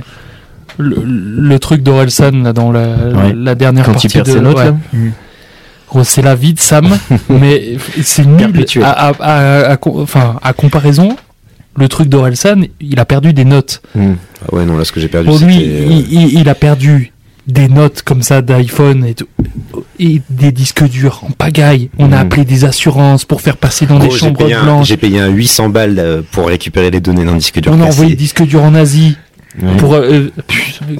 [SPEAKER 3] le, le truc d'Orelsan là dans la,
[SPEAKER 1] Ouais.
[SPEAKER 3] la dernière
[SPEAKER 1] Quand
[SPEAKER 3] partie
[SPEAKER 1] il perd
[SPEAKER 3] de
[SPEAKER 1] ses notes,
[SPEAKER 3] ouais.
[SPEAKER 1] là
[SPEAKER 3] Gros, c'est la vie de Sam, mais c'est nul.
[SPEAKER 1] Perpétuel.
[SPEAKER 3] À, à, à- à com- enfin, à comparaison, le truc d'Orelsan, il a perdu des notes.
[SPEAKER 1] Mm.
[SPEAKER 2] Ah ouais non là ce que j'ai perdu
[SPEAKER 3] Pour lui,
[SPEAKER 2] c'était... euh,
[SPEAKER 3] il, il- il a perdu des notes comme ça d'iPhone et, tout, et des disques durs en pagaille. On a
[SPEAKER 1] Mm.
[SPEAKER 3] appelé des assurances pour faire passer
[SPEAKER 1] Oh,
[SPEAKER 3] dans
[SPEAKER 2] gros,
[SPEAKER 3] des
[SPEAKER 2] j'ai
[SPEAKER 3] chambres
[SPEAKER 2] payé, un,
[SPEAKER 3] blanches.
[SPEAKER 2] j'ai payé un 800 balles euh, pour récupérer les données d'un disque dur
[SPEAKER 3] On a
[SPEAKER 2] cassé.
[SPEAKER 3] envoyé des disques durs en Asie
[SPEAKER 1] Ouais.
[SPEAKER 3] pour euh, euh,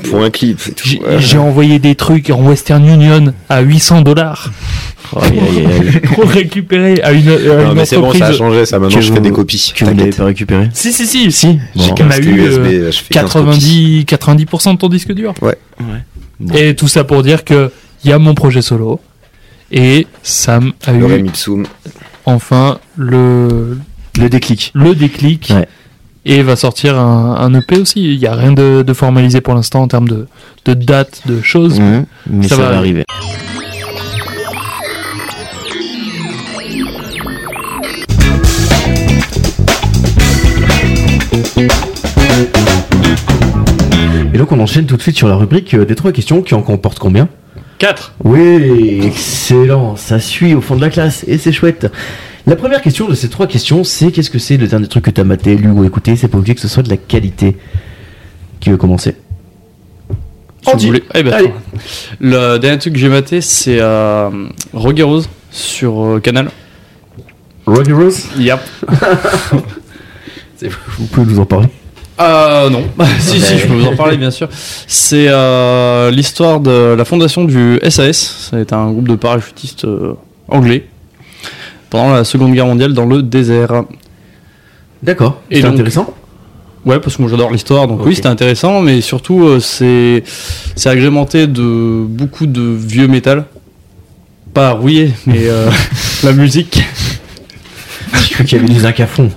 [SPEAKER 2] pour un clip. c'est tout. euh,
[SPEAKER 3] J'ai
[SPEAKER 2] Ouais.
[SPEAKER 3] j'ai envoyé des trucs en Western Union à 800 dollars
[SPEAKER 1] Oh, aïe, aïe, aïe, aïe.
[SPEAKER 3] pour récupérer à une, à
[SPEAKER 2] Non
[SPEAKER 3] une
[SPEAKER 2] mais c'est bon
[SPEAKER 3] entreprise.
[SPEAKER 2] ça a changé ça maintenant
[SPEAKER 1] Que
[SPEAKER 2] je fais
[SPEAKER 1] vous-
[SPEAKER 2] des copies.
[SPEAKER 1] que vous n'avez
[SPEAKER 2] t'inquiète.
[SPEAKER 1] pas récupéré
[SPEAKER 3] si, si, si,
[SPEAKER 1] Si. Bon.
[SPEAKER 2] J'ai
[SPEAKER 3] On a
[SPEAKER 2] 15 clés
[SPEAKER 3] eu,
[SPEAKER 2] USB,
[SPEAKER 3] euh,
[SPEAKER 2] là, je fais 15 copies.
[SPEAKER 3] 90, 90% de ton disque dur.
[SPEAKER 2] Ouais.
[SPEAKER 1] Ouais. Bon.
[SPEAKER 3] Et tout ça pour dire que il y a mon projet solo et Sam a
[SPEAKER 2] Le
[SPEAKER 3] eu
[SPEAKER 2] Remixum.
[SPEAKER 3] enfin le,
[SPEAKER 1] Le déclic.
[SPEAKER 3] le déclic
[SPEAKER 1] Ouais.
[SPEAKER 3] et va sortir un, un EP aussi. Il n'y a rien de, de formalisé pour l'instant en termes de, de date, de choses.
[SPEAKER 5] Mmh.
[SPEAKER 1] Mm. Mais
[SPEAKER 3] Ça
[SPEAKER 1] ça,
[SPEAKER 3] va.
[SPEAKER 1] va arriver. Et donc on enchaîne tout de suite sur la rubrique euh, des trois questions qui en comportent combien
[SPEAKER 3] 4
[SPEAKER 1] Oui, excellent, ça suit au fond de la classe et c'est chouette. La première question de ces trois questions, c'est qu'est-ce que c'est le dernier truc que t'as maté, lu ou écouté C'est pas obligé que ce soit de la qualité. Qui veut commencer
[SPEAKER 6] Si vous voulez.
[SPEAKER 3] Eh ben,
[SPEAKER 6] Allez. Le dernier truc que j'ai maté, c'est euh, Roger Rose sur euh, Canal.
[SPEAKER 1] Roger Rose
[SPEAKER 6] Yep.
[SPEAKER 1] Vous pouvez nous en parler
[SPEAKER 6] Euh, non. si, si, je peux vous en parler, bien sûr. C'est euh, l'histoire de la fondation du SAS. C'est un groupe de parachutistes euh, anglais pendant la Seconde Guerre mondiale dans le désert.
[SPEAKER 1] D'accord,
[SPEAKER 6] Et
[SPEAKER 1] c'est
[SPEAKER 6] donc-
[SPEAKER 1] intéressant.
[SPEAKER 6] Ouais, parce que moi j'adore l'histoire, donc
[SPEAKER 1] Ok.
[SPEAKER 6] oui, c'était intéressant, mais surtout euh, c'est c'est agrémenté de beaucoup de vieux métal. Pas rouillé, mais euh, la musique.
[SPEAKER 1] Je crois qu'il y avait des zinc à fond.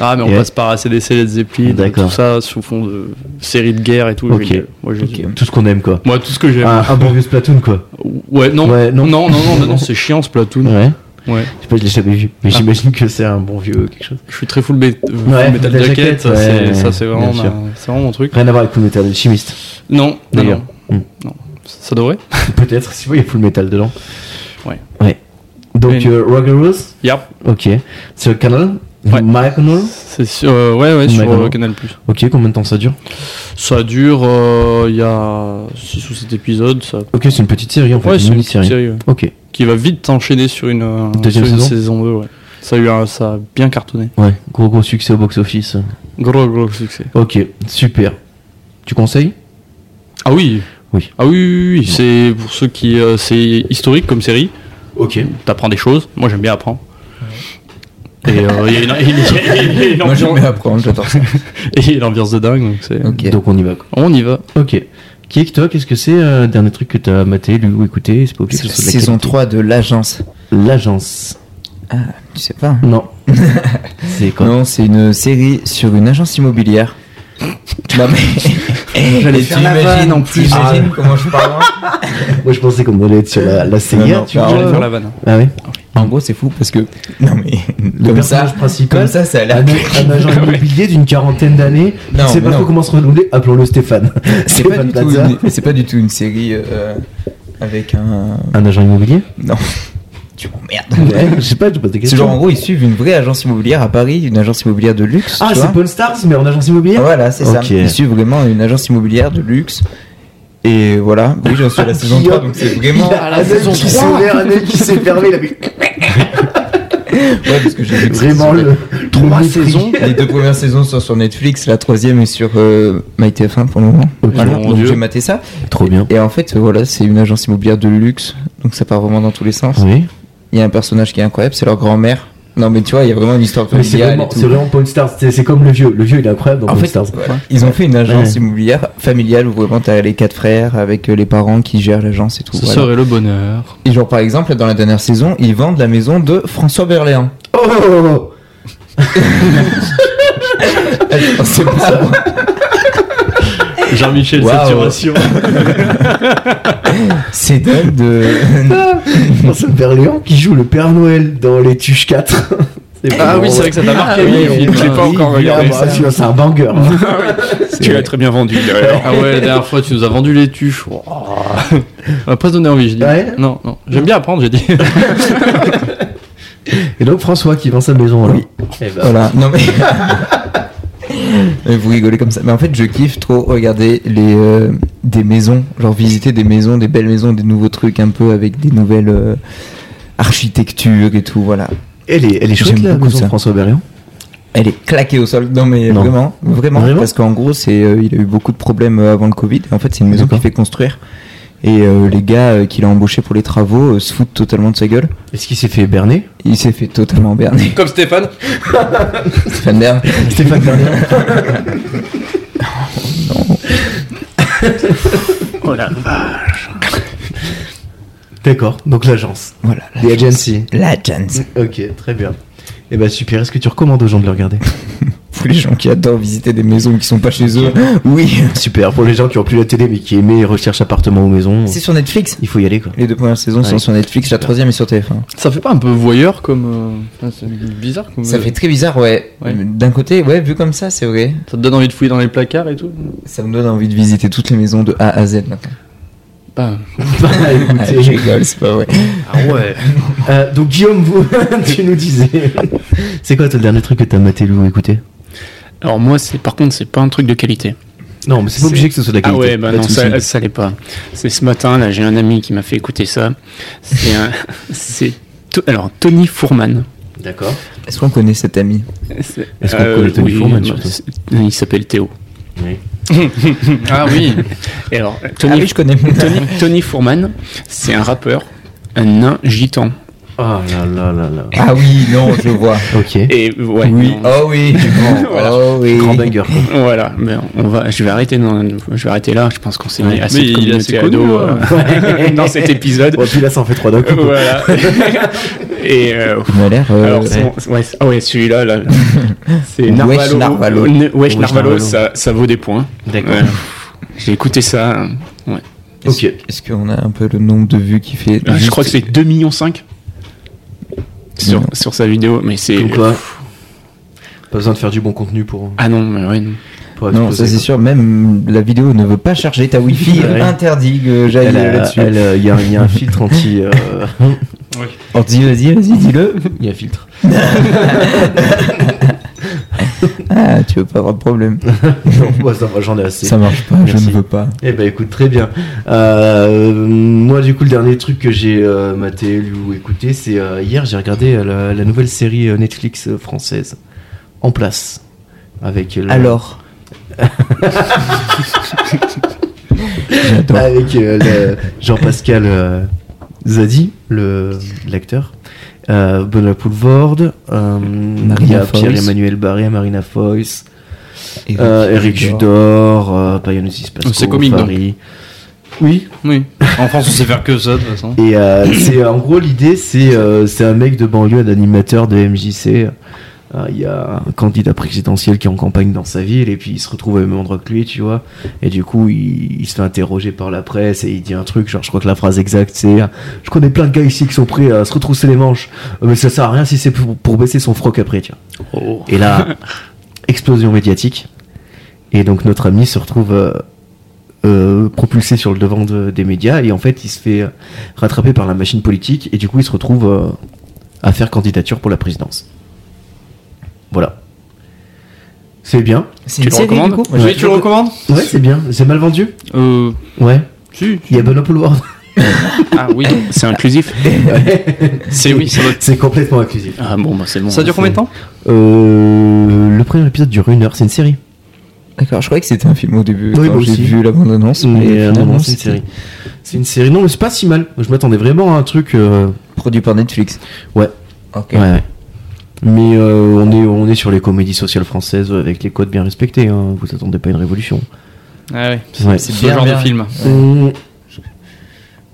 [SPEAKER 6] Ah, mais on
[SPEAKER 1] Et-
[SPEAKER 6] passe par ACDC, Led Zeppelin,
[SPEAKER 1] D'accord.
[SPEAKER 6] tout ça sous fond de séries de guerre et tout.
[SPEAKER 1] Ok.
[SPEAKER 6] génial. Moi, j'ai-
[SPEAKER 1] Tout ce qu'on aime quoi.
[SPEAKER 6] Moi, tout ce que j'aime.
[SPEAKER 1] Un, un bon vieux Splatoon quoi.
[SPEAKER 6] Ouais, non.
[SPEAKER 1] Ouais, non.
[SPEAKER 6] non, non, non, non, non, c'est chiant ce platoon.
[SPEAKER 1] Ouais. Ah.
[SPEAKER 6] Ouais.
[SPEAKER 1] Je sais pas, je l'ai jamais vu, mais j'imagine que c'est un bon vieux quelque chose.
[SPEAKER 6] Je suis très full, bête- euh, full
[SPEAKER 1] Ouais,
[SPEAKER 6] metal
[SPEAKER 1] la
[SPEAKER 6] jacket,
[SPEAKER 1] jaquette,
[SPEAKER 6] ça,
[SPEAKER 1] ouais,
[SPEAKER 6] c'est-
[SPEAKER 1] ouais,
[SPEAKER 6] ça c'est vraiment,
[SPEAKER 1] bien
[SPEAKER 6] ma-
[SPEAKER 1] sûr.
[SPEAKER 6] c'est vraiment mon truc.
[SPEAKER 1] Rien à voir avec Full Metal Alchimiste.
[SPEAKER 6] Non, non,
[SPEAKER 1] D'ailleurs.
[SPEAKER 6] non.
[SPEAKER 1] Mm.
[SPEAKER 6] non. Ça devrait
[SPEAKER 1] Peut-être, si vous voyez Full Metal dedans.
[SPEAKER 6] Ouais.
[SPEAKER 1] Ouais. Donc,
[SPEAKER 6] Mais-
[SPEAKER 1] euh, Roger Rose,
[SPEAKER 6] Yap,
[SPEAKER 1] ok. Sur le canal
[SPEAKER 6] Ouais.
[SPEAKER 1] Canal
[SPEAKER 6] c'est sur, euh, ouais, ouais, sur
[SPEAKER 1] D'accord.
[SPEAKER 6] euh, Canal+.
[SPEAKER 1] Ok, combien de temps ça dure
[SPEAKER 6] Ça dure, euh, il y a 6 ou 7 épisodes. Ça...
[SPEAKER 1] Ok, c'est une petite série en fait,
[SPEAKER 6] Ouais,
[SPEAKER 1] une
[SPEAKER 6] c'est une
[SPEAKER 1] mini-série.
[SPEAKER 6] série ouais,
[SPEAKER 1] Ok,
[SPEAKER 6] qui va vite enchaîner sur une, euh,
[SPEAKER 1] Deuxième
[SPEAKER 6] sur une
[SPEAKER 1] saison
[SPEAKER 6] saison 2. Ouais. Ça, a eu un- ça a bien cartonné.
[SPEAKER 1] ouais, gros gros succès au box-office.
[SPEAKER 6] Gros, gros succès.
[SPEAKER 1] Ok, super. Tu conseilles
[SPEAKER 6] Ah oui
[SPEAKER 1] Oui.
[SPEAKER 6] Ah oui, oui, oui, c'est pour ceux qui. euh, c'est historique comme série.
[SPEAKER 1] Ok.
[SPEAKER 6] T'apprends des choses. Moi, j'aime bien apprendre.
[SPEAKER 3] Et euh, il y a une- il y a- il y a une
[SPEAKER 4] Moi j'en
[SPEAKER 3] ambiance-
[SPEAKER 4] mets à prendre, j'adore ça.
[SPEAKER 3] et il y a une ambiance de dingue. Donc c'est-
[SPEAKER 4] Ok.
[SPEAKER 5] Donc on y va. quoi.
[SPEAKER 3] On y va.
[SPEAKER 5] Ok. Qui est que toi Qu'est-ce que c'est euh, le dernier truc que t'as maté, lu ou écouté C'est pas obligé
[SPEAKER 4] C'est
[SPEAKER 5] que
[SPEAKER 4] la
[SPEAKER 5] ce soit de la
[SPEAKER 4] saison
[SPEAKER 5] qualité.
[SPEAKER 4] 3 de l'agence.
[SPEAKER 5] L'agence.
[SPEAKER 4] Tu sais pas. hein.
[SPEAKER 5] Non. c'est quoi
[SPEAKER 4] Non, c'est une série sur une agence immobilière. Eh, non mais.
[SPEAKER 5] J'allais
[SPEAKER 4] Tu imagines en plus. Ah. J'imagine comment je parle.
[SPEAKER 5] Moi je pensais qu'on allait être sur la, la CIA,
[SPEAKER 4] non,
[SPEAKER 5] tu
[SPEAKER 4] non,
[SPEAKER 5] vois.
[SPEAKER 3] J'allais faire la vanne.
[SPEAKER 5] Ah ouais.
[SPEAKER 4] En gros, c'est fou parce que. Non mais.
[SPEAKER 5] Le
[SPEAKER 4] Comme
[SPEAKER 5] personnage
[SPEAKER 4] ça. Comme
[SPEAKER 5] principal.
[SPEAKER 4] ça, ça a l'air.
[SPEAKER 5] Un, un agent immobilier d'une quarantaine d'années, qui
[SPEAKER 4] Ah, Non,
[SPEAKER 5] sait
[SPEAKER 4] mais
[SPEAKER 5] pas
[SPEAKER 4] non.
[SPEAKER 5] trop comment se renouveler, appelons-le Stéphane.
[SPEAKER 4] C'est pas,
[SPEAKER 5] Stéphane
[SPEAKER 4] du tout
[SPEAKER 5] Plaza.
[SPEAKER 4] une- c'est pas du tout une série euh, avec un.
[SPEAKER 5] Un agent immobilier
[SPEAKER 4] Non. Tu m'emmerdes.
[SPEAKER 5] Ouais, Je sais pas, je pose des
[SPEAKER 4] C'est
[SPEAKER 5] questions.
[SPEAKER 4] genre en gros, ils suivent une vraie agence immobilière à Paris, une agence immobilière de luxe.
[SPEAKER 5] ah,
[SPEAKER 4] tu vois. Ah,
[SPEAKER 5] c'est Pawn Stars, mais en agence immobilière
[SPEAKER 4] Voilà, c'est
[SPEAKER 5] Ok.
[SPEAKER 4] ça. Ils suivent vraiment une agence immobilière de luxe. Et voilà, oui, j'en suis à la saison 3, donc c'est vraiment.
[SPEAKER 5] Il a un œil qui s'est ouvert, un œil qui s'est fermé, il a fait
[SPEAKER 4] Ouais, parce que j'ai vu que
[SPEAKER 5] vraiment
[SPEAKER 4] c'est-
[SPEAKER 5] le.
[SPEAKER 3] Trois
[SPEAKER 5] le mépris.
[SPEAKER 3] saisons.
[SPEAKER 4] Les deux premières saisons sont sur Netflix, la troisième est sur euh, MyTF1 pour le moment. Voilà,
[SPEAKER 3] Mon
[SPEAKER 4] donc
[SPEAKER 3] Dieu.
[SPEAKER 4] j'ai maté ça.
[SPEAKER 5] Trop bien.
[SPEAKER 4] Et en fait, euh, voilà, c'est une agence immobilière de luxe, donc ça part vraiment dans tous les sens.
[SPEAKER 5] Oui.
[SPEAKER 4] Il y a un personnage qui est incroyable, c'est leur grand-mère. Non, mais tu vois, il y a vraiment une histoire
[SPEAKER 5] Mais c'est
[SPEAKER 4] familiale.
[SPEAKER 5] vraiment,
[SPEAKER 4] et tout.
[SPEAKER 5] c'est vraiment Pawn Stars, c'est c'est comme le vieux. Le vieux, il est incroyable dans
[SPEAKER 4] En
[SPEAKER 5] Pawn
[SPEAKER 4] fait,
[SPEAKER 5] Stars.
[SPEAKER 4] voilà, ils ont fait une agence
[SPEAKER 5] Ouais.
[SPEAKER 4] immobilière familiale où vraiment t'as les quatre frères avec euh, les parents qui gèrent l'agence et tout.
[SPEAKER 3] Ce
[SPEAKER 4] voilà.
[SPEAKER 3] serait le bonheur.
[SPEAKER 4] Et genre par exemple, dans la dernière saison, ils vendent la maison de François Berléand.
[SPEAKER 5] Oh
[SPEAKER 4] Je pensais pas.
[SPEAKER 3] Jean-Michel
[SPEAKER 4] Waouh.
[SPEAKER 3] Saturation.
[SPEAKER 4] C'est dingue de.
[SPEAKER 5] oh. Vincent Berléand qui joue le Père Noël dans Les Tuches 4. C'est
[SPEAKER 3] Ah
[SPEAKER 5] pas
[SPEAKER 3] oui,
[SPEAKER 5] bon.
[SPEAKER 3] c'est vrai que ça t'a marqué.
[SPEAKER 4] oui,
[SPEAKER 3] oui, le
[SPEAKER 4] je l'ai
[SPEAKER 3] film. hein.
[SPEAKER 4] pas encore
[SPEAKER 5] Ah, bah, celui-là, c'est un banger.
[SPEAKER 6] Tu l'as très bien vendu d'ailleurs.
[SPEAKER 3] Ah ouais, la dernière fois, tu nous as vendu les tuches. Wow.
[SPEAKER 7] Oh.
[SPEAKER 3] On m'a pas donné envie, j'ai dit.
[SPEAKER 5] Ouais.
[SPEAKER 3] Non, non. J'aime bien apprendre, j'ai dit.
[SPEAKER 5] Et donc François qui vend sa maison alors.
[SPEAKER 4] Oui.
[SPEAKER 5] Eh ben,
[SPEAKER 4] Voilà, non mais. Mais Vous rigolez comme ça. Mais en fait, je kiffe trop regarder les, euh, des maisons, genre visiter des maisons, des belles maisons, des nouveaux trucs un peu avec des nouvelles euh, architectures et tout. Voilà.
[SPEAKER 5] Elle est, elle est chouette
[SPEAKER 4] J'aime
[SPEAKER 5] la
[SPEAKER 4] beaucoup
[SPEAKER 5] maison
[SPEAKER 4] ça.
[SPEAKER 5] de François Berléand.
[SPEAKER 4] Elle est claquée au sol. Non mais
[SPEAKER 5] Non.
[SPEAKER 4] vraiment, vraiment,
[SPEAKER 5] Vraiment
[SPEAKER 4] parce qu'en gros, c'est euh, il a eu beaucoup de problèmes euh, avant le Covid. En fait, c'est une maison
[SPEAKER 5] D'accord.
[SPEAKER 4] qu'il fait construire et euh, les gars euh, qu'il a embauchés pour les travaux euh, se foutent totalement de sa gueule.
[SPEAKER 5] Est-ce qu'il s'est fait berner
[SPEAKER 4] Il s'est fait totalement berner.
[SPEAKER 3] Comme Stéphane.
[SPEAKER 4] Stéphane Bern.
[SPEAKER 5] Stéphane Berléand.
[SPEAKER 3] Oh là.
[SPEAKER 5] D'accord, donc l'agence.
[SPEAKER 4] Voilà.
[SPEAKER 5] The Agency.
[SPEAKER 4] La chance.
[SPEAKER 5] Ok, très bien. Et bah super, est-ce que tu recommandes aux gens de le regarder
[SPEAKER 4] Pour les gens qui adorent visiter des maisons qui sont pas chez eux, oui.
[SPEAKER 5] Super, pour les gens qui ont plus la télé mais qui aimaient recherche appartement ou maison,
[SPEAKER 4] C'est sur Netflix.
[SPEAKER 5] il faut y aller quoi.
[SPEAKER 4] Les deux premières saisons
[SPEAKER 5] Ouais.
[SPEAKER 4] sont sur Netflix, la troisième est sur TF1.
[SPEAKER 3] Ça fait pas un peu voyeur comme. euh, C'est bizarre. Comme...
[SPEAKER 7] euh,
[SPEAKER 4] Ça fait très bizarre, ouais.
[SPEAKER 3] Ouais.
[SPEAKER 4] D'un côté, ouais, vu comme ça, c'est vrai.
[SPEAKER 3] Ça te donne envie de fouiller dans les placards et tout
[SPEAKER 4] Ça me donne envie de visiter toutes les maisons de A à Z maintenant.
[SPEAKER 3] Bah,
[SPEAKER 5] Bah,
[SPEAKER 4] Ah, je
[SPEAKER 5] écoutez.
[SPEAKER 4] rigole, c'est pas vrai.
[SPEAKER 5] Euh, donc Guillaume, vous, tu nous disais. C'est quoi toi, le dernier truc que t'as maté, Lou, écouté
[SPEAKER 6] Alors moi, c'est par contre, c'est pas un truc de qualité.
[SPEAKER 5] Non, mais c'est pas
[SPEAKER 6] C'est-
[SPEAKER 5] obligé que ce soit de la
[SPEAKER 6] Ah
[SPEAKER 5] qualité.
[SPEAKER 6] ouais, bah
[SPEAKER 5] Pas de
[SPEAKER 6] non,
[SPEAKER 5] soucis.
[SPEAKER 6] ça, ça l'est pas. C'est ce matin, là, j'ai un ami qui m'a fait écouter ça. C'est un- c'est to- alors Tony Fourman.
[SPEAKER 5] D'accord.
[SPEAKER 4] Est-ce qu'on connaît cet ami
[SPEAKER 6] C'est-
[SPEAKER 5] Est-ce qu'on connaît Tony Fourman,
[SPEAKER 6] bah,
[SPEAKER 5] surtout
[SPEAKER 6] c'est- Il s'appelle Théo.
[SPEAKER 5] Oui.
[SPEAKER 6] ah oui. Et alors Tony,
[SPEAKER 4] Ah oui, je connais.
[SPEAKER 6] Tony, Tony Fourman, c'est un rappeur, un nain gitan.
[SPEAKER 5] Ah là là là là.
[SPEAKER 4] Ah oui, non, je vois.
[SPEAKER 5] Ok.
[SPEAKER 6] Et ouais.
[SPEAKER 4] oui,
[SPEAKER 6] non.
[SPEAKER 4] oh oui, bon,
[SPEAKER 6] Voilà.
[SPEAKER 4] oh oui.
[SPEAKER 5] Grand banger.
[SPEAKER 6] Voilà, mais on va, je vais arrêter, non, je vais arrêter là. Je pense qu'on s'est mis assez
[SPEAKER 3] Mais
[SPEAKER 6] de
[SPEAKER 3] il est
[SPEAKER 6] communauté
[SPEAKER 3] assez connu,
[SPEAKER 6] ado,
[SPEAKER 3] hein.
[SPEAKER 6] euh, dans cet épisode.
[SPEAKER 5] Bon, Oh, puis là, ça en fait trois d'un coup. quoi.
[SPEAKER 6] voilà. Et euh,
[SPEAKER 4] Il m'a l'air. euh,
[SPEAKER 6] alors, son- ouais, ah ouais, celui-là, là, c'est
[SPEAKER 4] Wesh
[SPEAKER 6] Narvalo.
[SPEAKER 4] Narvalo.
[SPEAKER 6] Ne- Wesh
[SPEAKER 5] Wesh
[SPEAKER 6] Narvalo,
[SPEAKER 5] Narvalo.
[SPEAKER 6] ça, ça vaut des points.
[SPEAKER 5] D'accord.
[SPEAKER 6] Ouais. J'ai écouté ça. hein. Ouais.
[SPEAKER 5] Ok.
[SPEAKER 4] Est-ce qu'on a un peu le nombre de vues qui fait
[SPEAKER 6] Euh, Je crois que c'est 2,5 millions sur,
[SPEAKER 4] Non.
[SPEAKER 6] sur sa vidéo, mais c'est.
[SPEAKER 5] Comme quoi, pas besoin de faire du bon contenu pour,
[SPEAKER 6] Ah non, mais ouais. non.
[SPEAKER 5] pour
[SPEAKER 4] Non, ça
[SPEAKER 5] exploser,
[SPEAKER 4] c'est
[SPEAKER 5] quoi.
[SPEAKER 4] sûr, même la vidéo ne veut pas charger ta wifi,
[SPEAKER 5] Ouais.
[SPEAKER 4] interdit que j'aille
[SPEAKER 5] Elle a-
[SPEAKER 4] là-dessus.
[SPEAKER 5] elle, euh, Il y, a un- il y a un filtre anti. euh,
[SPEAKER 4] Oh, dis, vas-y, vas-y, dis-le.
[SPEAKER 5] Il y a un filtre.
[SPEAKER 4] Ah, tu veux pas avoir de problème.
[SPEAKER 5] Non, moi, ça va, j'en ai assez.
[SPEAKER 4] Ça marche pas,
[SPEAKER 5] Merci.
[SPEAKER 4] je ne veux pas.
[SPEAKER 5] Eh ben écoute très bien. Euh, moi du coup le dernier truc que j'ai euh, maté lu ou écouté c'est euh, hier j'ai regardé euh, la, la nouvelle série euh, Netflix euh, française en place avec euh, le-
[SPEAKER 4] Alors. J'adore.
[SPEAKER 5] avec euh, le Jean-Pascal euh, Zadi le euh, l'acteur euh, Benoît Poulvorde, euh, il y a
[SPEAKER 4] Foïs.
[SPEAKER 5] Pierre-Emmanuel Barré, Marina Foïs,
[SPEAKER 4] Eric
[SPEAKER 5] euh, Eric
[SPEAKER 4] Judor.
[SPEAKER 5] Judor, euh, Payanosis Pasco,
[SPEAKER 7] C'est comique, donc.
[SPEAKER 5] Fari.
[SPEAKER 7] Oui, oui. En France, on sait faire que ça, de toute façon.
[SPEAKER 5] Et euh, c'est en gros l'idée, c'est euh, c'est un mec de banlieue, un animateur de MJC. Euh, Il y a un candidat présidentiel qui est en campagne dans sa ville et puis il se retrouve au même endroit que lui, tu vois. Et du coup, il, il se fait interroger par la presse et il dit un truc, genre je crois que la phrase exacte c'est euh, Je connais plein de gars ici qui sont prêts à se retrousser les manches, euh, mais ça sert à rien si c'est pour, pour baisser son froc après, tu vois.
[SPEAKER 6] Oh.
[SPEAKER 5] Et là, explosion médiatique. Et donc notre ami se retrouve euh, euh, propulsé sur le devant de- des médias et en fait il se fait euh, rattraper par la machine politique et du coup il se retrouve euh, à faire candidature pour la présidence. Voilà. C'est bien.
[SPEAKER 4] C'est
[SPEAKER 6] Tu
[SPEAKER 4] une
[SPEAKER 6] le
[SPEAKER 4] série, du
[SPEAKER 6] recommandes
[SPEAKER 4] coup
[SPEAKER 7] Oui, tu le recommandes
[SPEAKER 5] Ouais, c'est bien. C'est mal vendu
[SPEAKER 7] Euh.
[SPEAKER 5] Ouais.
[SPEAKER 7] Si.
[SPEAKER 5] Il y a Benoît Poulward.
[SPEAKER 6] Ah oui, c'est inclusif. C'est oui, ça doit être-
[SPEAKER 5] c'est complètement inclusif.
[SPEAKER 6] Ah bon, bah c'est bon.
[SPEAKER 7] Ça dure combien de temps
[SPEAKER 5] Euh, le premier épisode dure une heure, c'est une série.
[SPEAKER 4] D'accord, je croyais que c'était un film au début.
[SPEAKER 5] Oui,
[SPEAKER 4] quand
[SPEAKER 5] moi
[SPEAKER 4] j'ai
[SPEAKER 5] aussi.
[SPEAKER 4] vu la bande-annonce. mais
[SPEAKER 5] Mais euh, non,
[SPEAKER 4] finalement,
[SPEAKER 5] non, c'est une
[SPEAKER 4] c'était
[SPEAKER 5] série. C'est une série. Non, mais c'est pas si mal. Je m'attendais vraiment à un truc. euh,
[SPEAKER 4] Produit par Netflix.
[SPEAKER 5] Ouais.
[SPEAKER 4] Ok.
[SPEAKER 5] Ouais, ouais. Mais euh, on, est, on est sur les comédies sociales françaises avec les codes bien respectés. hein. Vous attendez pas une révolution.
[SPEAKER 7] Ah oui.
[SPEAKER 5] Ouais.
[SPEAKER 7] C'est ce
[SPEAKER 4] bien,
[SPEAKER 7] genre
[SPEAKER 4] bien.
[SPEAKER 7] de film.
[SPEAKER 5] Mmh,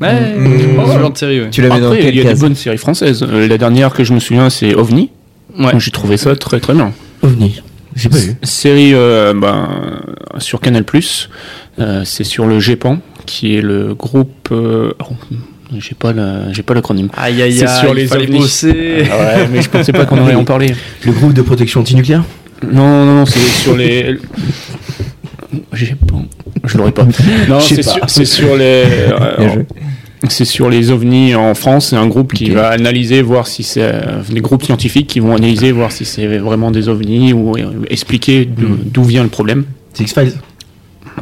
[SPEAKER 7] Ouais,
[SPEAKER 4] Mm.
[SPEAKER 7] ce genre de série, oui.
[SPEAKER 4] Tu l'avais dans
[SPEAKER 6] Après, il
[SPEAKER 4] quelle
[SPEAKER 6] y a des
[SPEAKER 4] case
[SPEAKER 6] bonnes séries françaises. Euh, la dernière que je me souviens, c'est OVNI.
[SPEAKER 7] Ouais.
[SPEAKER 6] J'ai trouvé ça très très bien.
[SPEAKER 5] OVNI. J'ai pas vu.
[SPEAKER 6] Série euh, ben, sur Canal+, euh, c'est sur le GEPAN, qui est le groupe... euh, oh, j'ai pas la- j'ai pas l'acronyme.
[SPEAKER 7] Aïe aïe
[SPEAKER 6] C'est
[SPEAKER 7] aïe,
[SPEAKER 6] sur
[SPEAKER 7] il
[SPEAKER 6] les
[SPEAKER 7] fallait
[SPEAKER 6] ovnis.
[SPEAKER 7] bosser.
[SPEAKER 6] Ah ouais, mais je pensais pas qu'on allait en parler.
[SPEAKER 5] Le groupe de protection antinucléaire
[SPEAKER 6] Non, non, non, c'est sur les. J'ai pas. Je l'aurais pas. Non,
[SPEAKER 5] Je sais
[SPEAKER 6] c'est
[SPEAKER 5] pas.
[SPEAKER 6] sur, c'est sur les. euh,
[SPEAKER 4] Bien joué.
[SPEAKER 6] c'est sur les ovnis en France. C'est un groupe qui
[SPEAKER 4] Ok.
[SPEAKER 6] va analyser, voir si c'est euh, des groupes scientifiques qui vont analyser, voir si c'est vraiment des ovnis ou euh, expliquer d'o- d'où vient le problème.
[SPEAKER 5] C'est X-Files.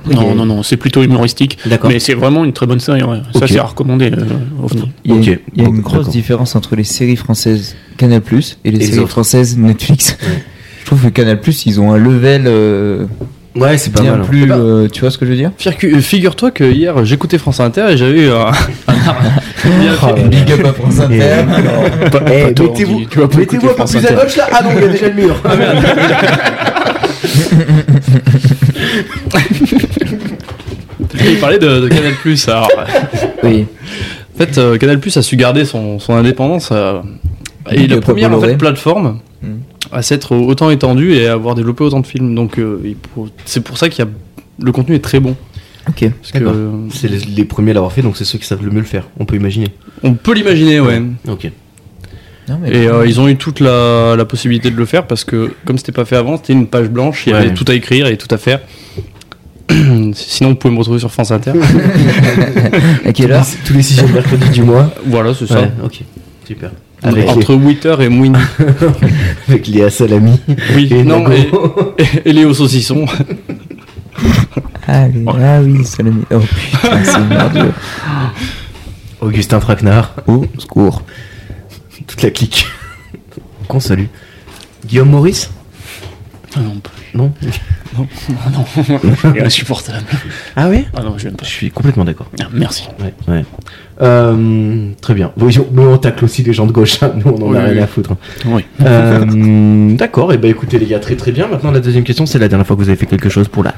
[SPEAKER 6] Non, non, non, c'est plutôt humoristique.
[SPEAKER 5] D'accord.
[SPEAKER 6] Mais c'est vraiment une très bonne série. ouais. Ça,
[SPEAKER 5] Ok.
[SPEAKER 6] c'est à recommander. euh, ovnis.
[SPEAKER 4] Il y a,
[SPEAKER 5] Ok,
[SPEAKER 4] une- il y a
[SPEAKER 5] bon,
[SPEAKER 4] une grosse
[SPEAKER 5] d'accord.
[SPEAKER 4] différence entre les séries françaises Canal et les
[SPEAKER 5] les
[SPEAKER 4] séries
[SPEAKER 5] autres.
[SPEAKER 4] françaises Netflix. Je trouve que Canal ils ont un level euh,
[SPEAKER 5] Ouais, c'est pas
[SPEAKER 4] bien
[SPEAKER 5] mal. hein.
[SPEAKER 4] plus. euh, tu vois ce que je veux dire
[SPEAKER 7] Fircu- euh, Figure-toi que hier j'écoutais France Inter et j'avais eu un.
[SPEAKER 4] Big up à France Inter.
[SPEAKER 5] Eh,
[SPEAKER 6] Pas tort,
[SPEAKER 5] mettez-vous
[SPEAKER 6] dis- tu vas pas
[SPEAKER 5] mettez-vous
[SPEAKER 6] écouter
[SPEAKER 5] un peu
[SPEAKER 6] France
[SPEAKER 5] plus à
[SPEAKER 6] Inter.
[SPEAKER 5] gauche là Ah non, il y a déjà le mur.
[SPEAKER 7] Il parlait de, de Canal Plus. Alors,
[SPEAKER 4] Oui.
[SPEAKER 7] en fait, euh, Canal Plus a su garder son, son indépendance. euh, et
[SPEAKER 4] Big
[SPEAKER 7] la
[SPEAKER 4] up à
[SPEAKER 7] première en
[SPEAKER 4] Bolloré.
[SPEAKER 7] fait, plateforme
[SPEAKER 4] Mm.
[SPEAKER 7] à s'être autant étendue et à avoir développé autant de films. Donc euh, il faut- c'est pour ça qu'il y a le contenu est très bon.
[SPEAKER 4] Ok.
[SPEAKER 7] Parce que,
[SPEAKER 5] D'accord.
[SPEAKER 7] euh,
[SPEAKER 5] c'est les, les premiers à l'avoir fait, donc c'est ceux qui savent le mieux le faire. On peut imaginer.
[SPEAKER 7] on peut l'imaginer, ouais.
[SPEAKER 5] Ok.
[SPEAKER 4] Non, mais
[SPEAKER 7] Et euh, ils ont eu toute la, la possibilité de le faire parce que, comme c'était pas fait avant, c'était une page blanche, il y
[SPEAKER 5] Ouais.
[SPEAKER 7] avait tout à écrire et tout à faire. Sinon, vous pouvez me retrouver sur France Inter.
[SPEAKER 4] à quelle heure
[SPEAKER 5] Tous les sixièmes mercredis du mois.
[SPEAKER 7] voilà, c'est ça.
[SPEAKER 5] Ouais, ok. Super.
[SPEAKER 7] Avec-
[SPEAKER 5] Avec,
[SPEAKER 7] Entre Witter et Mouini.
[SPEAKER 5] avec Léa Salami.
[SPEAKER 7] Oui,
[SPEAKER 5] Et
[SPEAKER 7] non,
[SPEAKER 5] Nago.
[SPEAKER 7] et, et- et Léo Saucisson.
[SPEAKER 4] ah, les- ah oui, Salomé. Oh putain, c'est merdieux.
[SPEAKER 5] Augustin Traquenard.
[SPEAKER 4] Au secours.
[SPEAKER 5] Toute la clique. Qu'on salue. Guillaume Maurice
[SPEAKER 6] Ah non,
[SPEAKER 5] Non
[SPEAKER 6] il est insupportable.
[SPEAKER 5] Ah ouais
[SPEAKER 6] Ah non, je l'aime pas.
[SPEAKER 5] Je suis complètement d'accord.
[SPEAKER 6] Ah, Merci.
[SPEAKER 5] Ouais, ouais. Euh, très bien. Oui, Mais on tacle aussi les gens de gauche, hein. nous on en a
[SPEAKER 6] Oui,
[SPEAKER 5] rien
[SPEAKER 6] oui.
[SPEAKER 5] à foutre. hein.
[SPEAKER 6] Oui.
[SPEAKER 5] Euh, D'accord, et ben écoutez les gars, très très bien. Maintenant la deuxième question, c'est la dernière fois que vous avez fait quelque chose pour la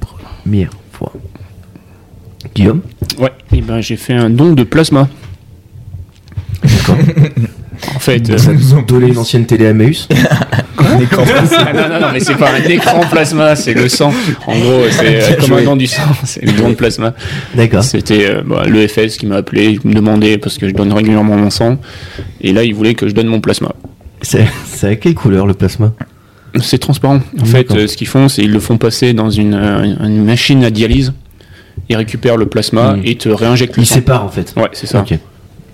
[SPEAKER 5] première fois. Guillaume
[SPEAKER 6] Ouais. Et ben, j'ai fait un don de plasma.
[SPEAKER 5] D'accord.
[SPEAKER 6] En fait. euh,
[SPEAKER 5] Ça nous a donné une ancienne télé Emmaüs.
[SPEAKER 6] Ah non, non, non, mais c'est pas un écran plasma, c'est le sang. En gros, c'est euh, comme un don du sang, c'est le don de plasma.
[SPEAKER 5] D'accord.
[SPEAKER 6] C'était euh, bah, le FS qui m'a appelé, il me demandait, parce que je donne régulièrement mon sang, et là, il voulait que je donne mon plasma.
[SPEAKER 5] C'est c'est à quelle couleur le plasma
[SPEAKER 6] C'est transparent. En fait,
[SPEAKER 5] D'accord.
[SPEAKER 6] euh, ce qu'ils font, c'est ils le font passer dans une, euh, une machine à dialyse, ils récupèrent le plasma
[SPEAKER 5] Mm.
[SPEAKER 6] et te réinjectent le
[SPEAKER 5] Il
[SPEAKER 6] sang.
[SPEAKER 5] sépare en fait.
[SPEAKER 6] Ouais, c'est ça.
[SPEAKER 5] Ok.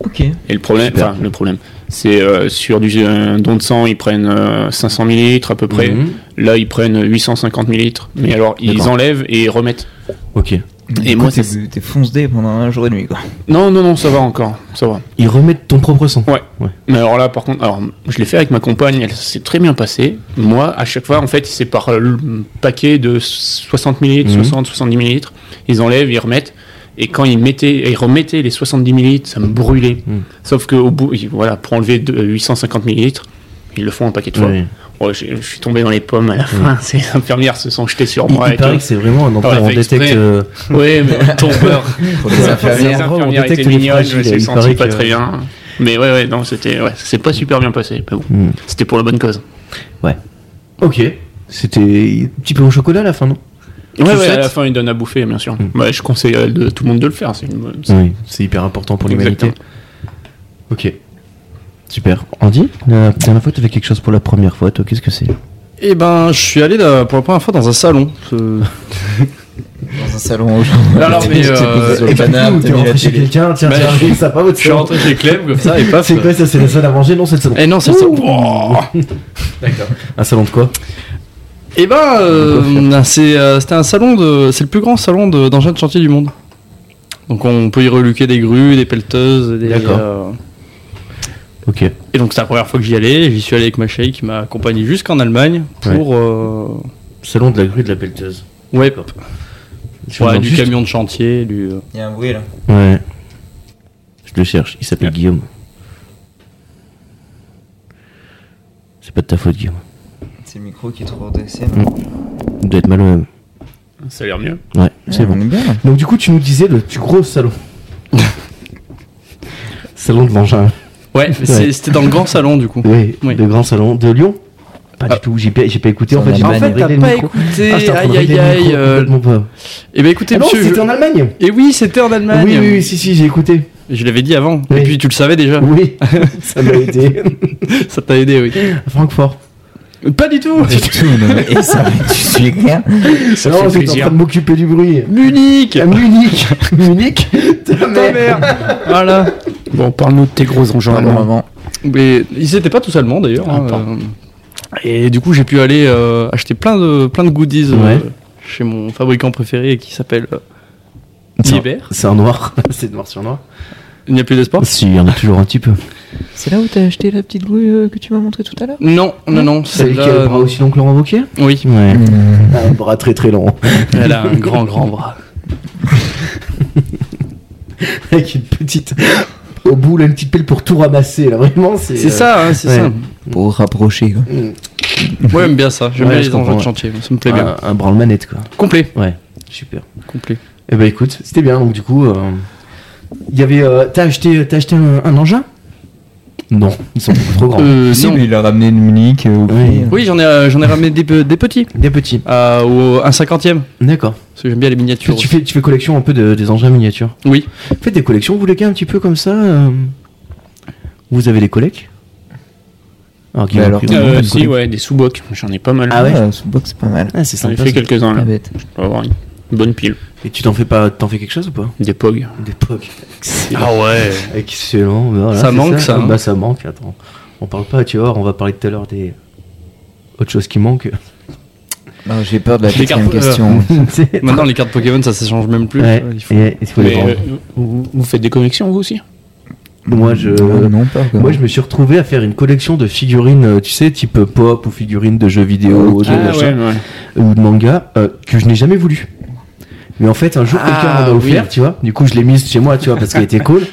[SPEAKER 4] Ok.
[SPEAKER 6] Et le problème,
[SPEAKER 5] Super.
[SPEAKER 6] enfin, le problème, c'est euh, sur du euh, don de sang, ils prennent euh, 500 millilitres à peu près.
[SPEAKER 5] Mhm.
[SPEAKER 6] Là, ils prennent 850 millilitres. Mais alors, ils
[SPEAKER 5] D'accord.
[SPEAKER 6] enlèvent et remettent.
[SPEAKER 5] Ok.
[SPEAKER 6] Et moi,
[SPEAKER 4] t'es,
[SPEAKER 6] c'est-
[SPEAKER 4] t'es foncedé pendant un jour et nuit, quoi.
[SPEAKER 6] Non, non, non, ça va encore, ça va.
[SPEAKER 5] Ils remettent ton propre sang.
[SPEAKER 6] Mais alors là, par contre, alors, je l'ai fait avec ma compagne, elle s'est très bien passée. Moi, à chaque fois, en fait, c'est par euh, le paquet de 60 millilitres,
[SPEAKER 5] Mhm.
[SPEAKER 6] 60, 70 millilitres. Ils enlèvent, ils remettent. Et quand ils mettaient, et ils remettaient les 70 millilitres, ça me brûlait.
[SPEAKER 1] Mm.
[SPEAKER 6] Sauf que au bout, ils- voilà, pour enlever euh, de- 850 millilitres, ils le font un paquet de fois.
[SPEAKER 1] Oui.
[SPEAKER 6] Ouais, j'ai- je suis tombé dans les pommes à la fin. Ces infirmières se sont jetées sur
[SPEAKER 1] Il,
[SPEAKER 6] moi.
[SPEAKER 1] il
[SPEAKER 6] et
[SPEAKER 1] paraît
[SPEAKER 6] tout.
[SPEAKER 1] que c'est vraiment un endroit
[SPEAKER 6] Ah ouais,
[SPEAKER 1] on
[SPEAKER 6] fait exprès.
[SPEAKER 1] détecte. euh,
[SPEAKER 6] Oui, mais tombeur.
[SPEAKER 1] les
[SPEAKER 6] Les
[SPEAKER 1] infirmières. On
[SPEAKER 6] infirmières
[SPEAKER 1] détecte
[SPEAKER 6] étaient
[SPEAKER 1] les
[SPEAKER 6] mignonnes, je
[SPEAKER 1] fragiles,
[SPEAKER 6] me
[SPEAKER 1] il
[SPEAKER 6] suis
[SPEAKER 1] paraît
[SPEAKER 6] senti pas
[SPEAKER 1] que-
[SPEAKER 6] très bien. Mais ouais, ouais, non, c'était, ouais, c'est pas super bien passé. Mais bon,
[SPEAKER 1] Hmm.
[SPEAKER 6] c'était pour la bonne cause.
[SPEAKER 1] Ok. C'était un petit peu au chocolat à la fin, non le
[SPEAKER 6] Ouais, ouais, à
[SPEAKER 1] souhaites
[SPEAKER 6] la fin, ils donnent à bouffer, bien sûr. Bah, je conseille à de- tout le monde de le faire. C'est une bonne- c'est-
[SPEAKER 1] Oui, c'est hyper important pour l'humanité.
[SPEAKER 6] Exactement.
[SPEAKER 1] Ok. Super. Andy, la dernière fois, tu avais quelque chose pour la première fois, toi, qu'est-ce que c'est
[SPEAKER 7] Eh ben, je suis allé là, pour la première fois dans un salon. Euh,
[SPEAKER 5] Dans un salon
[SPEAKER 3] Ah,
[SPEAKER 7] Alors, mais, euh,
[SPEAKER 5] et
[SPEAKER 3] bah,
[SPEAKER 5] banane,
[SPEAKER 1] T'es rentré chez quelqu'un, tiens,
[SPEAKER 7] Bah,
[SPEAKER 1] tiens,
[SPEAKER 7] je-
[SPEAKER 1] ça va, votre
[SPEAKER 7] je suis
[SPEAKER 1] salon.
[SPEAKER 7] rentré chez Clem comme ça et paf.
[SPEAKER 1] C'est quoi ça, c'est la salle à manger Non, c'est le salon.
[SPEAKER 7] Eh non, c'est ça. Oh.
[SPEAKER 1] Un salon de quoi
[SPEAKER 7] Eh ben, euh, c'est, euh, c'était un salon de, c'est le plus grand salon de- d'engins de chantier du monde. Donc on peut y reluquer des grues, des pelleteuses, des.
[SPEAKER 1] D'accord.
[SPEAKER 7] euh,
[SPEAKER 1] Ok.
[SPEAKER 7] et donc c'est la première fois que j'y allais. J'y suis allé avec ma chérie qui m'a accompagné jusqu'en Allemagne pour. euh,
[SPEAKER 1] Salon de la grue de la pelleteuse.
[SPEAKER 7] ouais.
[SPEAKER 1] Je
[SPEAKER 7] Ouais,
[SPEAKER 1] me demande
[SPEAKER 7] du
[SPEAKER 1] juste-
[SPEAKER 7] camion de chantier, du. euh,
[SPEAKER 5] Il y a un bruit là.
[SPEAKER 1] Ouais. Je le cherche, il
[SPEAKER 7] Ah.
[SPEAKER 1] s'appelle Guillaume. C'est pas de ta faute, Guillaume.
[SPEAKER 5] C'est le micro qui est trop redressé.
[SPEAKER 1] Il doit être mal au même.
[SPEAKER 6] Ça a l'air mieux.
[SPEAKER 1] Ouais, c'est bon.
[SPEAKER 5] On est
[SPEAKER 4] hein.
[SPEAKER 5] bien là.
[SPEAKER 1] Donc du coup, tu nous disais le plus gros salon. salon de l'engin.
[SPEAKER 7] Ouais, c'est- c'était dans le grand salon du coup.
[SPEAKER 1] Oui,
[SPEAKER 7] Oui.
[SPEAKER 1] le grand salon de Lyon. Pas du tout, j'ai pas, j'ai pas écouté. En
[SPEAKER 5] En
[SPEAKER 1] fait, j'ai
[SPEAKER 5] Allemagne.
[SPEAKER 1] pas
[SPEAKER 5] En fait,
[SPEAKER 1] réglé le micro.
[SPEAKER 7] écouté.
[SPEAKER 1] Ah, j'étais en train de régler le micro
[SPEAKER 5] euh.
[SPEAKER 1] complètement pas.
[SPEAKER 7] Eh ben écoutez,
[SPEAKER 1] Ah non,
[SPEAKER 7] monsieur.
[SPEAKER 1] c'était
[SPEAKER 7] je-
[SPEAKER 1] en Allemagne.
[SPEAKER 7] Eh oui, c'était en Allemagne.
[SPEAKER 1] Ah Oui, Ah oui, oui, si, si, j'ai écouté.
[SPEAKER 7] Je l'avais dit avant.
[SPEAKER 1] Oui.
[SPEAKER 7] Et puis tu le savais déjà.
[SPEAKER 1] Oui, ça m'a aidé.
[SPEAKER 7] Ça t'a aidé, oui.
[SPEAKER 1] À Francfort.
[SPEAKER 7] Pas du tout.
[SPEAKER 5] Et ça, tu suis clair.
[SPEAKER 6] Ça
[SPEAKER 1] non,
[SPEAKER 6] fait
[SPEAKER 1] j'étais en
[SPEAKER 6] plaisir.
[SPEAKER 1] train de m'occuper du bruit.
[SPEAKER 7] Munich.
[SPEAKER 1] À Munich, Munich, ta
[SPEAKER 7] Ta
[SPEAKER 1] mère.
[SPEAKER 7] mère. voilà.
[SPEAKER 6] Bon, parle-nous de tes gros engins.
[SPEAKER 5] Pardon, maman.
[SPEAKER 7] Mais ils étaient pas tous allemands d'ailleurs. hein,
[SPEAKER 6] pardon.
[SPEAKER 7] euh, Et du coup, j'ai pu aller euh, acheter plein de plein de goodies euh,
[SPEAKER 1] Ouais.
[SPEAKER 7] chez mon fabricant préféré qui s'appelle euh,
[SPEAKER 1] Tiens.
[SPEAKER 7] Liebherr.
[SPEAKER 1] C'est un noir, c'est noir sur noir.
[SPEAKER 7] Il n'y a plus d'espoir.
[SPEAKER 1] Si, il y en a toujours un petit peu.
[SPEAKER 4] C'est là où t'as acheté la petite grue euh, que tu m'as montré tout à l'heure
[SPEAKER 7] Non, non, non.
[SPEAKER 1] C'est lui qui
[SPEAKER 7] celle-là,
[SPEAKER 1] a le bras
[SPEAKER 7] non.
[SPEAKER 1] aussi long que Laurent Wauquiez
[SPEAKER 7] Oui, Mmh.
[SPEAKER 1] Ouais. Un bras très très long.
[SPEAKER 7] elle a un grand, grand bras.
[SPEAKER 1] Avec une petite. Au bout, là, une petite pelle pour tout ramasser. Là, vraiment, c'est.
[SPEAKER 7] C'est
[SPEAKER 1] euh,
[SPEAKER 7] ça, hein, c'est
[SPEAKER 1] ouais.
[SPEAKER 7] ça.
[SPEAKER 5] Pour rapprocher. quoi.
[SPEAKER 1] mm,
[SPEAKER 7] Moi, j'aime bien ça. J'aime
[SPEAKER 1] euh, Ouais,
[SPEAKER 7] bien
[SPEAKER 1] je
[SPEAKER 7] les engins
[SPEAKER 1] comprends,
[SPEAKER 7] de
[SPEAKER 1] ouais.
[SPEAKER 7] chantier. Ça me plaît bien.
[SPEAKER 1] Un, un branle-manette, quoi.
[SPEAKER 7] Complet.
[SPEAKER 1] Ouais. Super.
[SPEAKER 7] Complet.
[SPEAKER 1] Eh ben écoute, c'était bien. Donc, du coup, euh, il y avait. euh, T'as acheté, t'as acheté un, un engin Non, ils sont beaucoup trop grands.
[SPEAKER 7] Euh,
[SPEAKER 5] Si,
[SPEAKER 7] non.
[SPEAKER 5] mais il a ramené de Munich. euh, au
[SPEAKER 1] Oui.
[SPEAKER 5] prix.
[SPEAKER 7] Oui, j'en ai, euh, j'en ai ramené des, pe- des petits.
[SPEAKER 1] Des petits.
[SPEAKER 7] Euh, ou un cinquantième.
[SPEAKER 1] D'accord.
[SPEAKER 7] Parce que j'aime bien les
[SPEAKER 1] Tu,
[SPEAKER 7] miniatures.
[SPEAKER 1] tu fais, tu fais collection un peu de- des engins miniatures
[SPEAKER 7] Oui.
[SPEAKER 1] Faites des collections, vous les gars, un petit peu comme ça euh, Vous avez des collègues alors, Guillaume,
[SPEAKER 5] alors,
[SPEAKER 1] tu-
[SPEAKER 5] euh,
[SPEAKER 1] t'as
[SPEAKER 6] Euh,
[SPEAKER 1] des
[SPEAKER 6] si,
[SPEAKER 1] collègues
[SPEAKER 6] ouais, des sous-bocs. J'en ai pas mal.
[SPEAKER 1] Ah ouais
[SPEAKER 5] ce box, c'est pas mal.
[SPEAKER 1] Ah, c'est
[SPEAKER 6] J'en ai
[SPEAKER 1] sympa.
[SPEAKER 6] fait
[SPEAKER 1] ça.
[SPEAKER 6] quelques-uns
[SPEAKER 5] Pas
[SPEAKER 6] là.
[SPEAKER 5] bête.
[SPEAKER 6] Je dois avoir une bonne pile.
[SPEAKER 1] Et tu t'en fais pas, t'en fais quelque chose ou pas
[SPEAKER 6] Des POG.
[SPEAKER 1] Des pogs. Excellent.
[SPEAKER 7] Ah ouais.
[SPEAKER 1] Excellent. voilà,
[SPEAKER 7] Ça
[SPEAKER 1] c'est
[SPEAKER 7] manque, ça, hein.
[SPEAKER 1] Bah ça manque. Attends, on parle pas. Tu vois, on va parler tout à l'heure des autre chose qui manque.
[SPEAKER 5] Non, j'ai peur de la
[SPEAKER 7] Je l'écarte,
[SPEAKER 5] quatrième
[SPEAKER 7] euh,
[SPEAKER 5] question.
[SPEAKER 1] C'est-
[SPEAKER 7] Maintenant, les cartes Pokémon, ça ne change même plus.
[SPEAKER 1] Ouais,
[SPEAKER 7] Il faut-
[SPEAKER 1] et- il faut les
[SPEAKER 6] Mais,
[SPEAKER 1] prendre.
[SPEAKER 6] euh, vous, vous faites des connexions vous aussi
[SPEAKER 1] Moi, je-
[SPEAKER 5] Ouais, non, pas. quoi.
[SPEAKER 1] Moi, je me suis retrouvé à faire une collection de figurines, euh, tu sais, type euh, pop ou figurines de jeux vidéo, jeux machin,
[SPEAKER 6] Ah ouais.
[SPEAKER 1] ou de manga, euh, que je n'ai jamais voulu. Mais en fait, un jour,
[SPEAKER 7] Ah,
[SPEAKER 1] quelqu'un m'en a
[SPEAKER 7] oui.
[SPEAKER 1] offert, tu vois. Du coup, je l'ai mise chez moi, tu vois, parce qu'elle était cool.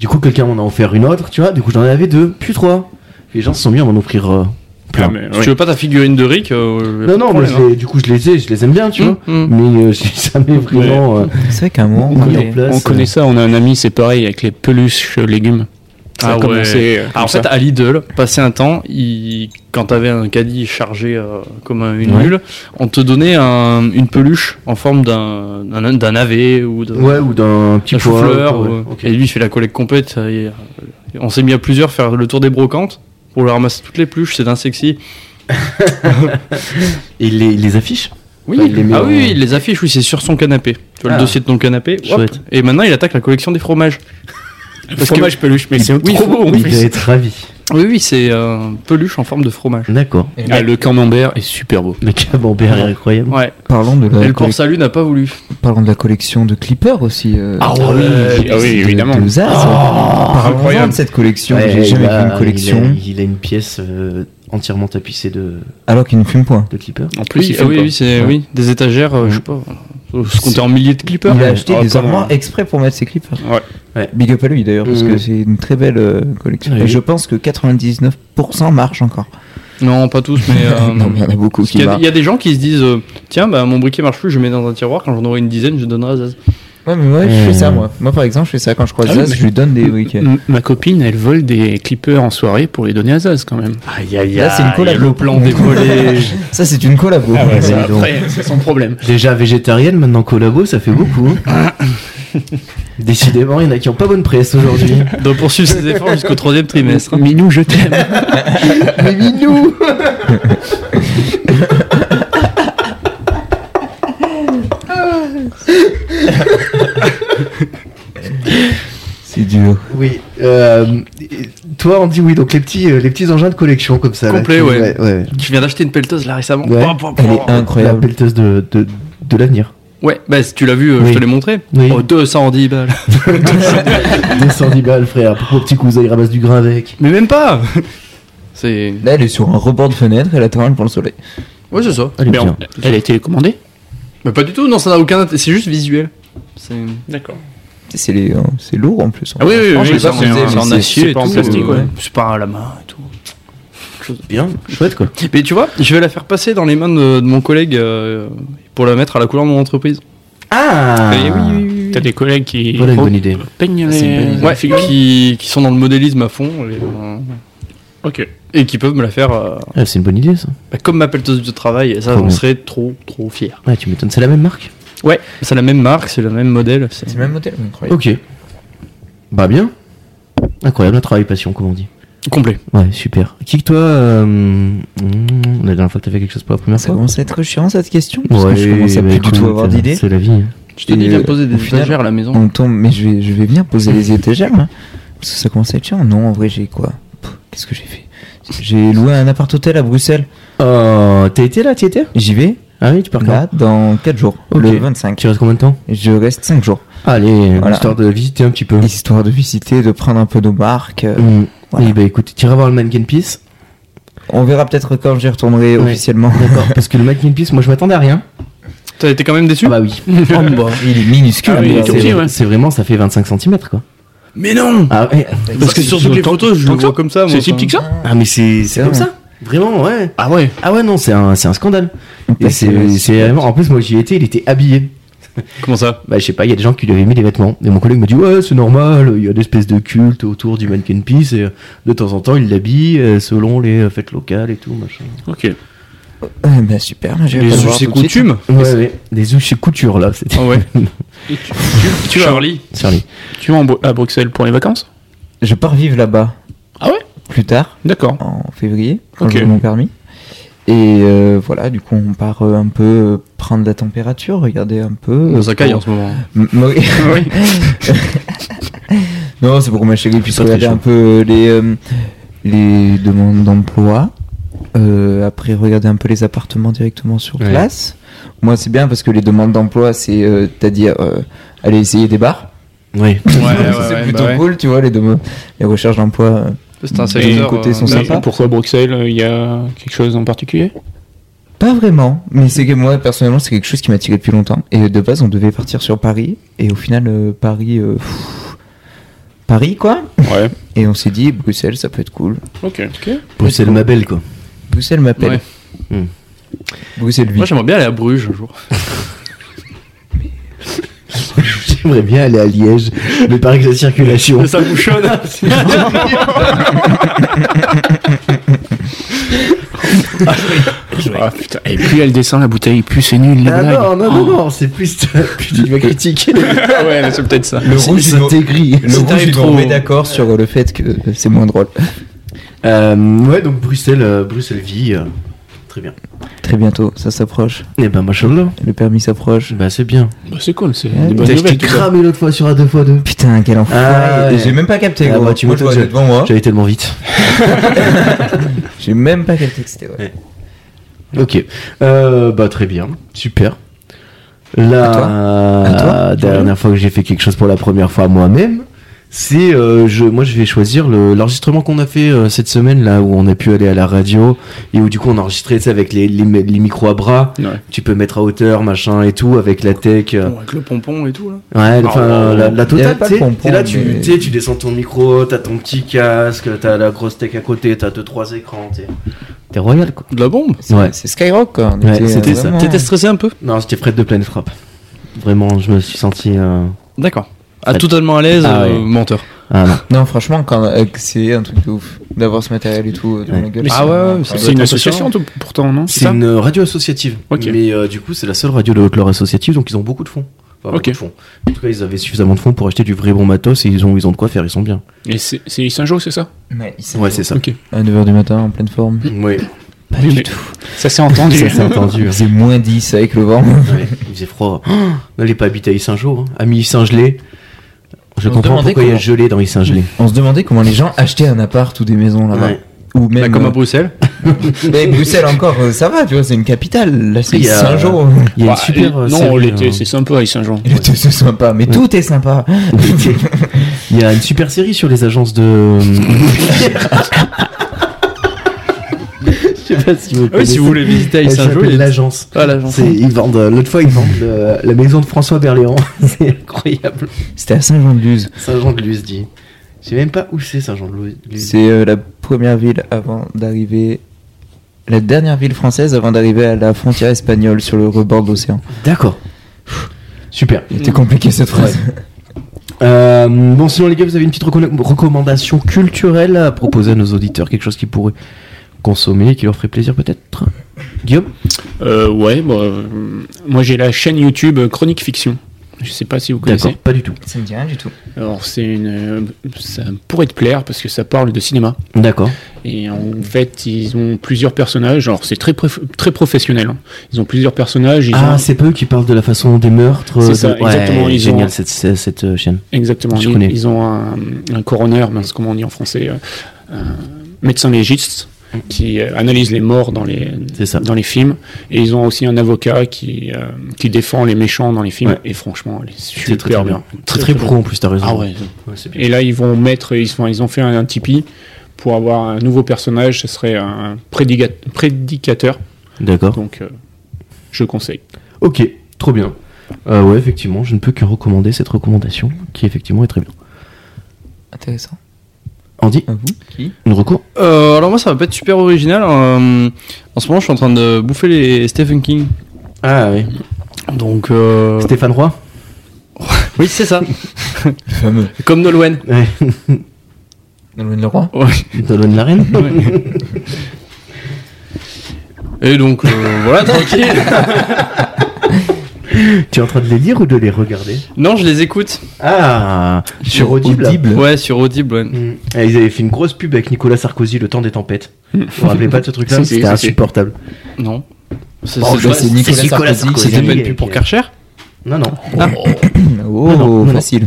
[SPEAKER 1] Du coup, quelqu'un m'en a offert une autre, tu vois. Du coup, j'en avais deux, puis trois. Les gens se sont mis à m'en offrir euh,
[SPEAKER 6] Ah,
[SPEAKER 1] plein.
[SPEAKER 6] mais,
[SPEAKER 7] Si
[SPEAKER 6] ouais.
[SPEAKER 7] tu veux pas ta figurine de Rick euh, y a
[SPEAKER 1] Non, non,
[SPEAKER 7] pas
[SPEAKER 1] moi,
[SPEAKER 7] de
[SPEAKER 1] je
[SPEAKER 7] problème,
[SPEAKER 1] les- du coup, je les ai, je les aime bien, tu
[SPEAKER 7] hein.
[SPEAKER 1] vois.
[SPEAKER 7] Hum, hum.
[SPEAKER 1] Mais euh, j'ai jamais vraiment. euh,
[SPEAKER 5] C'est vrai qu'à un moment,
[SPEAKER 1] Mis
[SPEAKER 6] On
[SPEAKER 1] en
[SPEAKER 6] connaît-
[SPEAKER 1] place,
[SPEAKER 6] on connaît
[SPEAKER 1] euh.
[SPEAKER 6] ça, on a un ami, c'est pareil, avec les peluches euh, légumes. Ça
[SPEAKER 7] Ah
[SPEAKER 6] a
[SPEAKER 7] ouais.
[SPEAKER 6] commencé, euh,
[SPEAKER 7] Ah,
[SPEAKER 6] comme
[SPEAKER 7] en fait,
[SPEAKER 6] ça.
[SPEAKER 7] à Lidl, passé un temps, il... quand t'avais un caddie chargé euh, comme un- une
[SPEAKER 1] Ouais.
[SPEAKER 7] mule, on te donnait un- une peluche en forme d'un d'un- d'un navet ou de
[SPEAKER 1] Ouais, ou d'un petit
[SPEAKER 7] d'un
[SPEAKER 1] pois,
[SPEAKER 7] chou-fleur.
[SPEAKER 1] ou-
[SPEAKER 7] ou-
[SPEAKER 1] ok.
[SPEAKER 7] Et lui, il fait la collecte complète. euh, et, euh, On s'est mis à plusieurs faire le tour des brocantes pour leur ramasser toutes les peluches. C'est d'un sexy.
[SPEAKER 1] Et il les, il les affiche
[SPEAKER 7] Oui,
[SPEAKER 1] Bah, il les met
[SPEAKER 7] ah
[SPEAKER 1] en-
[SPEAKER 7] oui, il les affiche, oui, c'est sur son canapé. Tu vois
[SPEAKER 1] Ah.
[SPEAKER 7] le dossier de ton canapé. hop,
[SPEAKER 1] Chouette.
[SPEAKER 7] et maintenant, il attaque la collection des fromages. Parce que-
[SPEAKER 6] Fromage peluche, mais c'est
[SPEAKER 7] Oui,
[SPEAKER 6] trop beau en
[SPEAKER 1] Il doit
[SPEAKER 6] plus.
[SPEAKER 1] être ravi.
[SPEAKER 7] Oui, oui, c'est euh, peluche en forme de fromage.
[SPEAKER 1] D'accord.
[SPEAKER 6] Ah, le camembert est super beau.
[SPEAKER 1] Le camembert est incroyable.
[SPEAKER 7] Ouais.
[SPEAKER 5] parlons de
[SPEAKER 7] Et
[SPEAKER 5] la,
[SPEAKER 7] le
[SPEAKER 5] colle-
[SPEAKER 7] corps salut n'a pas voulu.
[SPEAKER 5] parlons de la collection de Clipper aussi. euh,
[SPEAKER 6] oui, ah oui,
[SPEAKER 5] de-
[SPEAKER 6] évidemment. Ah,
[SPEAKER 5] De Zaz. parlons
[SPEAKER 6] incroyable.
[SPEAKER 5] de cette collection.
[SPEAKER 1] Ouais,
[SPEAKER 5] J'ai
[SPEAKER 1] il
[SPEAKER 5] jamais
[SPEAKER 1] a-
[SPEAKER 5] vu une collection.
[SPEAKER 1] Il a, il a une pièce euh, entièrement tapissée de,
[SPEAKER 5] Alors qu'il ne fume point.
[SPEAKER 1] de clippers.
[SPEAKER 6] En plus,
[SPEAKER 7] oui,
[SPEAKER 6] il
[SPEAKER 7] ah
[SPEAKER 6] fait
[SPEAKER 7] oui,
[SPEAKER 6] pas.
[SPEAKER 7] oui, c'est oui, des étagères, euh, je sais pas. se compter en milliers de clippers.
[SPEAKER 4] Il a acheté
[SPEAKER 6] Ah,
[SPEAKER 4] des
[SPEAKER 6] comment-
[SPEAKER 4] armoires exprès pour mettre ses clippers.
[SPEAKER 6] Ouais. Ouais.
[SPEAKER 4] Big up à lui d'ailleurs, parce
[SPEAKER 6] Mhm.
[SPEAKER 4] que c'est une très belle euh, collection.
[SPEAKER 6] Ouais.
[SPEAKER 4] Et je pense que 99% marche encore.
[SPEAKER 7] Non, pas tous, mais. euh,
[SPEAKER 4] non, mais il y en a beaucoup
[SPEAKER 7] parce qu'il
[SPEAKER 4] qui
[SPEAKER 7] y a-
[SPEAKER 4] marchent.
[SPEAKER 7] il y, a des gens qui se disent euh, Tiens, bah, mon briquet marche plus, je le mets dans un tiroir, quand j'en aurai une dizaine, je donnerai à Zaz.
[SPEAKER 4] Ouais, mais moi, je fais ça, moi. Moi, par exemple, je fais ça quand je croise
[SPEAKER 6] Ah oui,
[SPEAKER 4] Zaz,
[SPEAKER 6] mais-
[SPEAKER 4] je lui donne des week-ends.
[SPEAKER 6] M- Ma copine, elle vole des clippers en soirée pour les donner à Zaz quand même.
[SPEAKER 1] Aïe, aïe,
[SPEAKER 4] Là, c'est une
[SPEAKER 7] Il y a
[SPEAKER 4] collabo.
[SPEAKER 7] le plan dévoilé.
[SPEAKER 4] Ça, c'est une collabo.
[SPEAKER 6] Ça,
[SPEAKER 1] donc.
[SPEAKER 6] après, c'est son problème.
[SPEAKER 1] Déjà végétarienne, maintenant collabo, ça fait beaucoup. hein. Décidément, il y en a qui ont pas bonne presse aujourd'hui.
[SPEAKER 7] Donc poursuivre ses efforts jusqu'au troisième trimestre.
[SPEAKER 6] Minou, je t'aime.
[SPEAKER 1] Mais minou
[SPEAKER 4] C'est dur.
[SPEAKER 1] Oui. euh, toi, on dit oui, donc les petits, euh, les petits engins de collection comme ça. là,
[SPEAKER 7] Complet,
[SPEAKER 1] qui-
[SPEAKER 7] ouais.
[SPEAKER 1] ouais.
[SPEAKER 7] Je viens d'acheter une pelleteuse là récemment.
[SPEAKER 1] Ouais.
[SPEAKER 7] Pam, pam, pam.
[SPEAKER 4] Elle est
[SPEAKER 1] La
[SPEAKER 4] incroyable.
[SPEAKER 1] pelleteuse de, de, de l'avenir.
[SPEAKER 7] Ouais, bah si tu l'as vu, euh,
[SPEAKER 1] Oui.
[SPEAKER 7] je te l'ai montré.
[SPEAKER 1] Oui.
[SPEAKER 7] Oh, 210 balles.
[SPEAKER 1] 210 balles, frère. Pour vos petits cousins, ils ramassent du grain avec.
[SPEAKER 7] Mais même pas C'est.
[SPEAKER 4] Là, elle est sur un rebord de fenêtre, elle attend pour le soleil.
[SPEAKER 7] Ouais, c'est ça.
[SPEAKER 1] Elle est
[SPEAKER 6] Mais
[SPEAKER 1] bien.
[SPEAKER 6] on- elle est télécommandée
[SPEAKER 7] Mais pas du tout, non, ça n'a aucun intérêt, c'est juste visuel. C'est.
[SPEAKER 6] D'accord.
[SPEAKER 4] Tu sais, C'est les- euh, c'est lourd en plus.
[SPEAKER 6] Ah oui, oui, oui,
[SPEAKER 4] Franchement, je l'ai
[SPEAKER 6] oui, ça,
[SPEAKER 4] pas
[SPEAKER 6] c'est
[SPEAKER 4] monté,
[SPEAKER 6] un-
[SPEAKER 4] mais
[SPEAKER 6] c'est en
[SPEAKER 4] c'est-
[SPEAKER 6] acier
[SPEAKER 4] c'est
[SPEAKER 6] et
[SPEAKER 4] pas en
[SPEAKER 6] tout,
[SPEAKER 4] plastique,
[SPEAKER 6] euh,
[SPEAKER 4] ouais.
[SPEAKER 7] C'est pas à la main et tout.
[SPEAKER 1] Bien, chouette quoi.
[SPEAKER 7] Mais tu vois, je vais la faire passer dans les mains de, de mon collègue euh, pour la mettre à la couleur de mon entreprise.
[SPEAKER 1] Ah
[SPEAKER 7] Et Eh oui, oui, Oh. oui, oui.
[SPEAKER 6] T'as des collègues qui
[SPEAKER 1] Voilà une bonne idée.
[SPEAKER 6] peignent
[SPEAKER 4] C'est une bonne
[SPEAKER 6] les
[SPEAKER 4] idée.
[SPEAKER 7] Ouais,
[SPEAKER 6] les figurines
[SPEAKER 7] qui, qui sont dans le modélisme à fond et, euh,
[SPEAKER 6] Ok.
[SPEAKER 7] et qui peuvent me la faire euh,
[SPEAKER 1] Ah, c'est une bonne idée ça.
[SPEAKER 7] bah, comme ma pelleteuse de travail. Et ça,
[SPEAKER 1] Trop
[SPEAKER 7] j'en
[SPEAKER 1] bien.
[SPEAKER 7] serais trop, trop fier.
[SPEAKER 1] Ouais, tu m'étonnes. C'est la même marque
[SPEAKER 7] Ouais, c'est la même marque, c'est le même modèle. c'est-
[SPEAKER 4] C'est le même modèle, mais incroyable.
[SPEAKER 1] Ok. Bah bien. Incroyable, un travail passion, comme on dit.
[SPEAKER 7] Complet.
[SPEAKER 1] Ouais, super. Kick toi, euh, mm, la dernière fois que t'as fait quelque chose pour la première
[SPEAKER 4] Ah, Ça
[SPEAKER 1] fois
[SPEAKER 4] commence à être chiant cette question, parce que je commence à
[SPEAKER 1] Oh. bah,
[SPEAKER 4] plus du
[SPEAKER 1] écoute,
[SPEAKER 4] tout avoir d'idée.
[SPEAKER 1] C'est la vie.
[SPEAKER 7] Je te dis,
[SPEAKER 4] Et,
[SPEAKER 7] viens
[SPEAKER 4] euh,
[SPEAKER 7] poser des
[SPEAKER 4] au final,
[SPEAKER 7] étagères à la maison.
[SPEAKER 4] On tombe, mais je vais, je vais venir poser les étagères là. Parce que ça commence à être chiant. Non, en vrai, j'ai quoi Pff, Qu'est-ce que j'ai fait J'ai loué un appart-hôtel à Bruxelles. Euh,
[SPEAKER 1] Oh, t'as été là, t'y étais
[SPEAKER 4] J'y vais
[SPEAKER 1] Ah oui, tu pars quand
[SPEAKER 4] là dans 4 jours,
[SPEAKER 1] Ok.
[SPEAKER 4] le 25.
[SPEAKER 1] Tu restes combien de temps
[SPEAKER 4] Je reste 5 jours.
[SPEAKER 1] Allez,
[SPEAKER 4] Voilà.
[SPEAKER 1] histoire de visiter un petit peu.
[SPEAKER 4] Histoire de visiter, de prendre un peu nos marques. euh,
[SPEAKER 1] Mm.
[SPEAKER 4] Voilà.
[SPEAKER 1] Et bah écoute, tu iras voir le Mannequin Piece.
[SPEAKER 4] On verra peut-être quand j'y retournerai
[SPEAKER 1] Ouais.
[SPEAKER 4] officiellement.
[SPEAKER 1] D'accord, parce que le Mannequin Piece, moi je m'attendais à rien.
[SPEAKER 7] T'as été quand même déçu
[SPEAKER 1] Ah bah oui.
[SPEAKER 4] Il est minuscule.
[SPEAKER 6] Ah oui, il
[SPEAKER 4] mais
[SPEAKER 6] est
[SPEAKER 1] c'est,
[SPEAKER 6] tout
[SPEAKER 4] c'est-
[SPEAKER 6] petit, ouais.
[SPEAKER 1] c'est vraiment, ça fait 25 cm quoi.
[SPEAKER 7] Mais non
[SPEAKER 1] Ah, ouais.
[SPEAKER 7] Parce que surtout les photos, je le vois comme ça. moi,
[SPEAKER 3] hein.
[SPEAKER 6] C'est si petit que ça
[SPEAKER 1] Ah, mais c'est, c'est comme
[SPEAKER 4] Ouais.
[SPEAKER 1] ça Vraiment, ouais.
[SPEAKER 6] Ah ouais
[SPEAKER 1] Ah ouais, non, c'est un, c'est un scandale. Et c'est, c'est vraiment- En plus, moi j'y étais, il était habillé.
[SPEAKER 7] Comment ça
[SPEAKER 1] Bah, je sais pas, il y a des gens qui lui avaient mis les vêtements. Et mon collègue m'a dit, ouais, c'est normal, il y a des espèces de culte autour du mannequin piece. Et euh, de temps en temps, il l'habille euh, selon les euh, fêtes locales et tout, machin.
[SPEAKER 6] Ok.
[SPEAKER 4] Ouais, bah super, là, je vais
[SPEAKER 7] Les
[SPEAKER 4] pas le voir
[SPEAKER 7] c'est
[SPEAKER 4] tout de suite.
[SPEAKER 7] coutume
[SPEAKER 1] Ouais, ouais. Des ouches coutures, là. C'était
[SPEAKER 7] Ah ouais.
[SPEAKER 6] Tu vas,
[SPEAKER 7] Charlie.
[SPEAKER 1] Charlie.
[SPEAKER 6] tu vas en Bru- à Bruxelles pour les vacances
[SPEAKER 4] Je pars vivre là-bas.
[SPEAKER 6] Ah ouais
[SPEAKER 4] Plus tard,
[SPEAKER 6] D'accord.
[SPEAKER 4] en février, quand
[SPEAKER 6] Ok.
[SPEAKER 4] j'ai mon permis. Et euh, voilà, du coup, on part euh, un peu euh, prendre la température, regarder un peu. euh,
[SPEAKER 7] Ça caille en
[SPEAKER 4] pour-
[SPEAKER 7] ce moment.
[SPEAKER 4] M- Mauri- non, c'est pour que ma chérie puisse
[SPEAKER 1] Pas très
[SPEAKER 4] regarder un peu euh, les, euh, les demandes d'emploi. Euh, après, regarder un peu les appartements directement sur
[SPEAKER 1] Ouais.
[SPEAKER 4] place. Moi, c'est bien parce que les demandes d'emploi, c'est euh, c'est-à-dire euh, aller essayer des bars.
[SPEAKER 1] Oui.
[SPEAKER 7] Ouais, ouais,
[SPEAKER 4] Ça, c'est plutôt
[SPEAKER 6] bah
[SPEAKER 4] cool, tu vois, les, demandes- les recherches d'emploi. euh,
[SPEAKER 7] C'est un
[SPEAKER 4] Des
[SPEAKER 7] secteur.
[SPEAKER 4] côtés sont
[SPEAKER 7] euh,
[SPEAKER 4] sympas.
[SPEAKER 6] Et Pourquoi Bruxelles euh, Il y a quelque chose en particulier
[SPEAKER 4] Pas vraiment, mais c'est que moi personnellement c'est quelque chose qui m'a tiré depuis longtemps. Et de base on devait partir sur Paris et au final euh, Paris, euh, pff, Paris quoi.
[SPEAKER 6] Ouais.
[SPEAKER 4] Et on s'est dit Bruxelles ça peut être cool.
[SPEAKER 6] Ok. Ok.
[SPEAKER 1] Bruxelles, ma belle, quoi.
[SPEAKER 4] Bruxelles m'appelle.
[SPEAKER 1] Ouais. Hmm.
[SPEAKER 4] Bruxelles lui.
[SPEAKER 7] Moi j'aimerais bien aller à Bruges un jour.
[SPEAKER 1] J'aimerais bien aller à Liège, mais pareil que la circulation.
[SPEAKER 7] Ça bouchonne
[SPEAKER 6] Ah putain. Et puis elle descend la bouteille, puis c'est nul la
[SPEAKER 1] Ah
[SPEAKER 6] blague.
[SPEAKER 1] non, non, non, non, c'est plus, plus tu vas critiquer.
[SPEAKER 6] Ah ouais, c'est peut-être ça.
[SPEAKER 4] Le rouge il nous-
[SPEAKER 1] gris.
[SPEAKER 4] le rouge,
[SPEAKER 7] t'arrives
[SPEAKER 4] il nous
[SPEAKER 7] trop-
[SPEAKER 4] remet d'accord sur euh, le fait que euh, c'est moins drôle.
[SPEAKER 1] ouais, donc Bruxelles, euh, Bruxelles vie. euh, très bien.
[SPEAKER 4] Très bientôt ça s'approche,
[SPEAKER 1] Eh ben, machallah.
[SPEAKER 4] le permis s'approche.
[SPEAKER 1] Bah, c'est bien.
[SPEAKER 6] Bah, c'est cool, c'est
[SPEAKER 4] Ouais,
[SPEAKER 6] des
[SPEAKER 1] Putain,
[SPEAKER 6] bonnes
[SPEAKER 1] je t'ai
[SPEAKER 6] nouvelles. tout ça.
[SPEAKER 1] cramé l'autre fois sur A2x2.
[SPEAKER 4] Putain quel enfoiré.
[SPEAKER 1] Ah, ouais.
[SPEAKER 4] J'ai même pas capté.
[SPEAKER 1] Ah,
[SPEAKER 4] gros.
[SPEAKER 1] bah, tu
[SPEAKER 4] moi je
[SPEAKER 1] m'étonnes,
[SPEAKER 4] vois devant moi.
[SPEAKER 1] J'allais tellement vite.
[SPEAKER 4] J'ai même pas capté que c'était. ouais.
[SPEAKER 1] Ok. Euh, bah, très bien. Super. La
[SPEAKER 4] À toi
[SPEAKER 1] dernière fois que j'ai fait quelque chose pour la première fois moi-même, C'est euh, je, moi je vais choisir le- l'enregistrement qu'on a fait euh, cette semaine là où on a pu aller à la radio et où du coup on a enregistré tu sais, avec les, les, les micros à bras.
[SPEAKER 6] Ouais.
[SPEAKER 1] Tu peux mettre à hauteur machin et tout avec la tech. euh,
[SPEAKER 3] Avec le pompon et tout là.
[SPEAKER 1] Ouais, enfin,
[SPEAKER 6] Ah,
[SPEAKER 1] la, la
[SPEAKER 4] y
[SPEAKER 1] totale,
[SPEAKER 4] avait pas
[SPEAKER 1] tu
[SPEAKER 4] de
[SPEAKER 1] sais.
[SPEAKER 4] pompon,
[SPEAKER 1] T'es là, tu,
[SPEAKER 4] mais-
[SPEAKER 1] tu sais, tu descends ton micro, t'as ton petit casque, t'as la grosse tech à côté, t'as deux, trois écrans, t'es. T'es royal, quoi.
[SPEAKER 3] De la bombe
[SPEAKER 4] C'est
[SPEAKER 1] Ouais.
[SPEAKER 4] c'est Skyrock quoi. On
[SPEAKER 1] Ouais,
[SPEAKER 4] était, euh,
[SPEAKER 1] c'était ça.
[SPEAKER 4] vraiment-
[SPEAKER 3] T'étais stressé un peu
[SPEAKER 1] Non, j'étais près de pleine frappe. Vraiment, je me suis senti. euh,
[SPEAKER 3] D'accord. Ah,
[SPEAKER 1] Ouais.
[SPEAKER 3] totalement à l'aise,
[SPEAKER 1] Ah,
[SPEAKER 3] euh,
[SPEAKER 1] ouais.
[SPEAKER 3] menteur.
[SPEAKER 1] Ah non.
[SPEAKER 4] Non, franchement, quand euh, c'est un truc de ouf d'avoir ce matériel et tout euh, dans
[SPEAKER 1] Ouais.
[SPEAKER 4] la gueule.
[SPEAKER 3] Ah ouais, ouais,
[SPEAKER 4] incroyable.
[SPEAKER 6] C'est une association tout- pourtant, non
[SPEAKER 1] C'est une euh, radio associative.
[SPEAKER 6] Ok.
[SPEAKER 1] Mais euh, du coup, c'est la seule radio de Haute-Loire associative, donc ils ont beaucoup de fonds. Enfin,
[SPEAKER 6] Ok.
[SPEAKER 1] beaucoup de fonds. En tout cas, ils avaient suffisamment de fonds pour acheter du vrai bon matos et ils ont, ils ont de quoi faire, ils sont bien.
[SPEAKER 6] Et c'est c'est Saint-Jean, c'est ça
[SPEAKER 4] Ouais, il s'est-
[SPEAKER 1] Ouais, c'est ça.
[SPEAKER 6] Ok.
[SPEAKER 4] À 9h du matin, en pleine forme.
[SPEAKER 1] Oui,
[SPEAKER 4] Pas du
[SPEAKER 6] Mais-
[SPEAKER 4] tout.
[SPEAKER 6] Ça s'est entendu.
[SPEAKER 1] ça c'est entendu.
[SPEAKER 4] Il faisait hein. moins 10 avec le vent.
[SPEAKER 1] Ouais, il faisait froid. Oh, N'allez pas habiter à Issingeau, hein. ami Issingelé. Je
[SPEAKER 4] On se
[SPEAKER 1] comprends
[SPEAKER 4] demandait
[SPEAKER 1] pourquoi il y a
[SPEAKER 4] comment.
[SPEAKER 1] gelé dans Issingelé.
[SPEAKER 4] On se demandait comment les gens achetaient un appart ou des maisons là-bas.
[SPEAKER 1] Ouais.
[SPEAKER 4] Ou même.
[SPEAKER 3] Bah, comme à
[SPEAKER 4] euh,
[SPEAKER 3] Bruxelles.
[SPEAKER 4] mais Bruxelles encore, euh, ça va, tu vois, c'est une capitale. Là, c'est
[SPEAKER 1] Il y a-
[SPEAKER 4] Saint-Jean.
[SPEAKER 1] Il y a
[SPEAKER 6] Bah,
[SPEAKER 1] une super.
[SPEAKER 6] euh,
[SPEAKER 1] euh,
[SPEAKER 6] non,
[SPEAKER 1] série,
[SPEAKER 6] l'été,
[SPEAKER 1] euh,
[SPEAKER 6] c'est sympa, Saint-Jean.
[SPEAKER 4] Il était c'est sympa, mais tout est sympa.
[SPEAKER 1] Il y a une super série sur les agences de. Je sais pas si vous.
[SPEAKER 3] Ah oui, si vous voulez visiter à
[SPEAKER 1] Elle
[SPEAKER 3] Saint-Jean,
[SPEAKER 1] s'appelle l'agence.
[SPEAKER 3] Ah, l'agence.
[SPEAKER 1] C'est- Ils vendent. euh, L'autre fois, ils vendent euh, la maison de François Berléand. c'est incroyable.
[SPEAKER 4] C'était à Saint-Jean-de-Luz.
[SPEAKER 1] Saint-Jean-de-Luz dit. Je sais même pas où c'est Saint-Jean-de-Luz.
[SPEAKER 4] C'est euh, la première ville avant d'arriver. La dernière ville française avant d'arriver à la frontière espagnole sur le rebord de l'océan.
[SPEAKER 1] D'accord. Super.
[SPEAKER 4] Il était compliqué cette phrase.
[SPEAKER 1] Euh, bon, sinon, les gars, vous avez une petite reco- recommandation culturelle à proposer à nos auditeurs Quelque chose qu'ils pourraient consommer et qui leur ferait plaisir, peut-être Guillaume
[SPEAKER 6] Euh, ouais, bah, euh, moi j'ai la chaîne YouTube euh, Chronique Fiction. Je sais pas si vous
[SPEAKER 1] D'accord,
[SPEAKER 6] connaissez.
[SPEAKER 1] pas du tout.
[SPEAKER 4] Ça me dit rien du tout.
[SPEAKER 6] Alors c'est une, euh, ça pourrait te plaire parce que ça parle de cinéma.
[SPEAKER 1] D'accord.
[SPEAKER 6] Et en fait, ils ont plusieurs personnages. Alors c'est très prof- très professionnel. hein. Ils ont plusieurs personnages. Ils
[SPEAKER 1] Ah,
[SPEAKER 6] ont-
[SPEAKER 1] c'est pas eux qui parlent de la façon des meurtres.
[SPEAKER 6] C'est ça,
[SPEAKER 1] de-
[SPEAKER 6] exactement,
[SPEAKER 1] Ouais,
[SPEAKER 6] ils
[SPEAKER 1] génial,
[SPEAKER 6] ont-
[SPEAKER 1] cette, cette- cette, euh, chaîne.
[SPEAKER 6] Exactement.
[SPEAKER 1] Je
[SPEAKER 6] ils,
[SPEAKER 1] connais.
[SPEAKER 6] ils ont un, un coroner, mince, comment on dit en français, euh, un médecin légiste qui euh, analyse les morts dans les
[SPEAKER 1] C'est ça.
[SPEAKER 6] dans les films. Et ils ont aussi un avocat qui euh, qui défend les méchants dans les films.
[SPEAKER 1] Ouais.
[SPEAKER 6] Et franchement, elle est super
[SPEAKER 1] C'est très, très bien. Très, très pro en plus, t'as raison.
[SPEAKER 6] Ah ouais.
[SPEAKER 1] Ouais, c'est bien.
[SPEAKER 6] Et là, ils vont mettre, ils, sont- ils ont fait un, un Tipeee pour avoir un nouveau personnage. Ce serait un prédiga- prédicateur.
[SPEAKER 1] D'accord.
[SPEAKER 6] Donc, euh, je conseille.
[SPEAKER 1] Ok, trop bien. Euh, ouais, effectivement, je ne peux que recommander cette recommandation, qui effectivement est très bien.
[SPEAKER 4] Intéressant.
[SPEAKER 1] Andy,
[SPEAKER 4] À vous
[SPEAKER 1] une recours
[SPEAKER 3] Euh, alors moi ça va pas être super original. euh, en ce moment je suis en train de bouffer les Stephen King.
[SPEAKER 1] Ah oui.
[SPEAKER 3] Donc euh,
[SPEAKER 1] Stéphane Roy
[SPEAKER 3] oui c'est ça.
[SPEAKER 4] Le fameux.
[SPEAKER 3] Comme Nolwenn.
[SPEAKER 1] Ouais.
[SPEAKER 4] Nolwenn Leroy.
[SPEAKER 1] Donne la reine
[SPEAKER 3] Et donc euh, voilà tranquille.
[SPEAKER 1] Tu es en train de les lire ou de les regarder
[SPEAKER 3] Non je les écoute.
[SPEAKER 1] Ah Sur Audible,
[SPEAKER 3] Ouais sur Audible. ouais.
[SPEAKER 1] Mm. Ah, Ils avaient fait une grosse pub avec Nicolas Sarkozy, Le Temps des Tempêtes. Vous vous rappelez pas de ce truc-là
[SPEAKER 6] Si, si,
[SPEAKER 1] C'était
[SPEAKER 6] si, si.
[SPEAKER 1] insupportable.
[SPEAKER 3] Non. C'est
[SPEAKER 4] Oh,
[SPEAKER 3] c'est
[SPEAKER 4] bah,
[SPEAKER 3] pas-
[SPEAKER 4] c'est Nicolas
[SPEAKER 3] c'est
[SPEAKER 4] Sarkozy,
[SPEAKER 1] Sarkozy.
[SPEAKER 3] C'était pas
[SPEAKER 1] Et
[SPEAKER 3] une pub pour
[SPEAKER 1] puis- euh,
[SPEAKER 3] Karcher
[SPEAKER 1] Non, non.
[SPEAKER 4] Oh,
[SPEAKER 1] non, non.
[SPEAKER 4] facile.